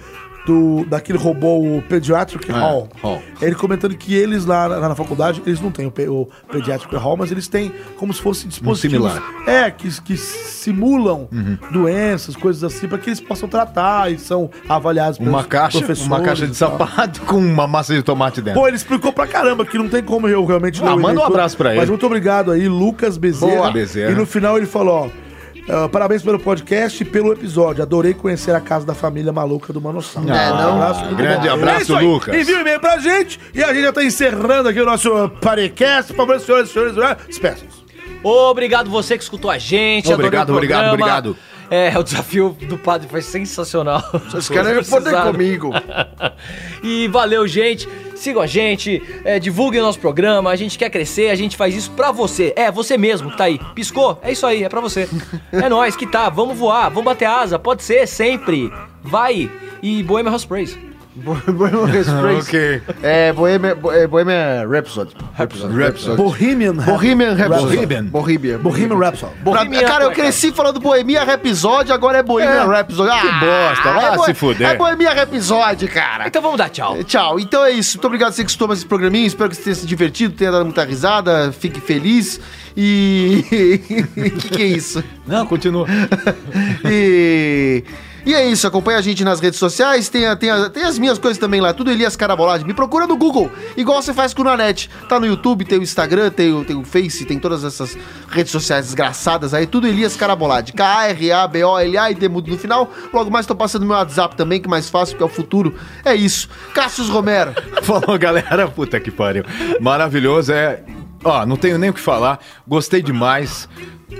Speaker 5: do, daquele robô o Pediatric Hall.
Speaker 4: É, Hall.
Speaker 5: Ele comentando que eles lá na, na faculdade, eles não têm o, pe- o Pediatric Hall, mas eles têm como se fossem dispositivos.
Speaker 4: Um similar. Uhum.
Speaker 5: É, que, que simulam doenças, coisas assim, para que eles possam tratar e são avaliados
Speaker 4: Uma caixa, uma caixa de
Speaker 5: e tal.
Speaker 4: sapato com uma massa de tomate dentro.
Speaker 5: Pô, ele explicou pra caramba que não tem como eu realmente
Speaker 4: Ah,
Speaker 5: o
Speaker 4: manda um
Speaker 5: e-mail todo.
Speaker 4: abraço pra ele.
Speaker 5: Mas muito obrigado aí, Lucas Bezerra.
Speaker 4: Boa, Bezerra.
Speaker 5: E no final ele falou, ó. "Ah, parabéns pelo podcast e pelo episódio. Adorei conhecer a casa da família maluca do Manossauro.
Speaker 4: Ah,
Speaker 5: muito
Speaker 4: grande
Speaker 5: bom.
Speaker 4: abraço,
Speaker 5: É isso aí.
Speaker 4: Lucas.
Speaker 5: Envia um e-mail pra gente e a gente já tá encerrando aqui o nosso podcast. Por favor, senhoras e senhores, ah, despeçam.
Speaker 3: Obrigado você que escutou a gente. adorei
Speaker 4: Obrigado,
Speaker 3: o
Speaker 4: obrigado,
Speaker 3: programa.
Speaker 4: obrigado.
Speaker 3: É, o desafio do padre foi sensacional. Vocês
Speaker 16: querem foder comigo.
Speaker 3: e valeu, gente. Sigam a gente, é, divulguem o nosso programa. A gente quer crescer, a gente faz isso pra você. É, você mesmo que tá aí. Piscou? É isso aí, é pra você. é nóis, que tá. Vamos voar, vamos bater asa. Pode ser, sempre. Vai. E Bohemian House Praise.
Speaker 2: Bohemian
Speaker 4: Ok.
Speaker 2: É, Bohemian, Bo- é, Bohemian Rhapsody. Rhapsody.
Speaker 5: Bohemian
Speaker 2: Bohemian Rhapsody.
Speaker 5: Bohemian.
Speaker 2: Bohemian.
Speaker 5: Bohemian Rhapsody.
Speaker 2: Pra- cara, eu cresci falando Bohemia Rhapsody, agora é Bohemia
Speaker 5: É.
Speaker 2: Rhapsody. Ah,
Speaker 5: Que bosta,
Speaker 4: vai
Speaker 2: é Bo-
Speaker 4: se fuder.
Speaker 2: É Bohemia Rhapsody, cara. Então
Speaker 3: vamos dar tchau.
Speaker 2: Tchau. Então é isso. Muito obrigado a você que escutou mais esse programinha. Espero que você tenha se divertido, tenha dado muita risada, fique feliz. E... que que é isso?
Speaker 4: Não, continua.
Speaker 2: e... E é isso, acompanha a gente nas redes sociais, tem, a- tem, a- tem as minhas coisas também lá, tudo Elias Carabolade. Me procura no Google, igual você faz com o Nanete. Tá no YouTube, tem o Instagram, tem o, tem o Face, tem todas essas redes sociais desgraçadas aí, tudo Elias Carabolade. K-A-R-A-B-O-L-A e Demudo no final. Logo mais tô passando meu WhatsApp também, que é mais fácil, que é o futuro. É isso. Cassius Romero.
Speaker 4: Falou, galera. Puta que pariu. Maravilhoso, é. Ó, não tenho nem o que falar. Gostei demais.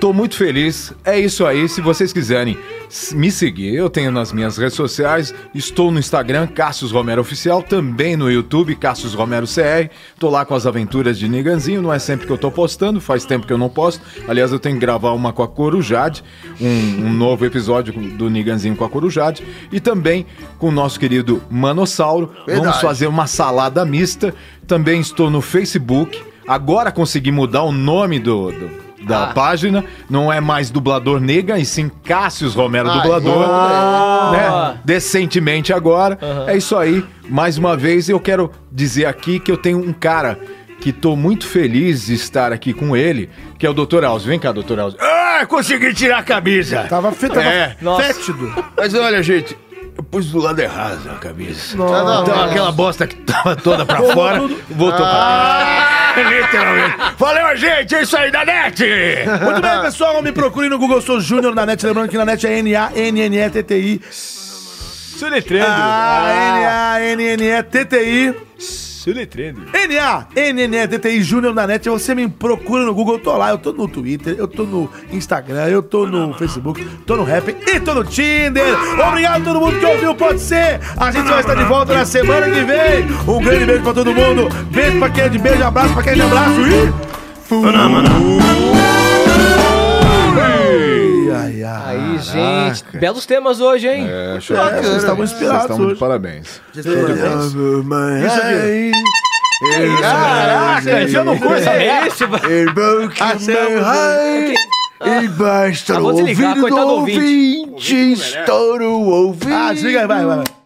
Speaker 4: Tô muito feliz. É isso aí. Se vocês quiserem s- me seguir, eu tenho nas minhas redes sociais. Estou no Instagram, Cassius Romero Oficial. Também no YouTube, Cassius Romero CR. Tô lá com as aventuras de Niganzinho. Não é sempre que eu tô postando, faz tempo que eu não posto. Aliás, eu tenho que gravar uma com a Corujade, um, um novo episódio do Niganzinho com a Corujade. E também com o nosso querido Manossauro. Vamos
Speaker 16: Verdade.
Speaker 4: fazer fazer uma salada mista. Também estou no Facebook. Agora consegui mudar o nome do, do- da página. Não é mais dublador nega, e sim Cássius Romero
Speaker 16: Ah,
Speaker 4: dublador.
Speaker 16: boa.
Speaker 4: né? Decentemente agora. É isso aí. Mais uma vez eu quero dizer aqui que eu tenho um cara que tô muito feliz de estar aqui com ele, que é o Dr. Alves. Vem cá, Dr. Alves. Ah, consegui tirar a camisa. É.
Speaker 5: Tava, fe- tava fétido.
Speaker 4: Mas olha, gente, eu pus do lado errado a camisa.
Speaker 5: Nossa.
Speaker 4: Então aquela bosta que tava toda pra
Speaker 5: Voltou
Speaker 4: fora,
Speaker 5: tudo.
Speaker 4: voltou pra dentro. Literalmente. Valeu, gente. É isso aí da net.
Speaker 5: Muito bem, pessoal. Me procurem no Google. Eu sou Júnior na net. Lembrando que na net é N-A-N-N-E-T-T-I.
Speaker 4: Soletrando.
Speaker 5: Ah, N-A-N-N-E-T-T-I.
Speaker 4: Soletrando.
Speaker 5: N-A-N-N-E-T-T-I Júnior na net. Você me procura no Google. Eu tô lá. Eu tô no Twitter. Eu tô no Instagram. Eu tô no Facebook. Tô no Rap. E tô no Tinder. Obrigado a todo mundo que ouviu. Pode ser. A gente vai estar de volta na semana que vem. Um grande beijo pra todo mundo. Beijo pra quem é de beijo. Abraço pra quem é de abraço. E... Ai, ai,
Speaker 3: Aí, gente, belos temas hoje, hein?
Speaker 4: É,
Speaker 3: show. Bacana.
Speaker 4: Vocês estavam inspirados
Speaker 3: Vocês estavam
Speaker 4: hoje.
Speaker 3: de
Speaker 4: parabéns.
Speaker 16: Isso aqui.
Speaker 4: Caraca, enfia no cu é essa merda.
Speaker 16: Irmão que
Speaker 5: é
Speaker 16: me rai. E basta
Speaker 5: né? Ah,
Speaker 16: o
Speaker 5: vou desligar,
Speaker 16: ouvido do
Speaker 5: coitado do
Speaker 16: ouvinte, estoura o ouvinte.
Speaker 5: Ah, desliga aí, vai, vai, vai.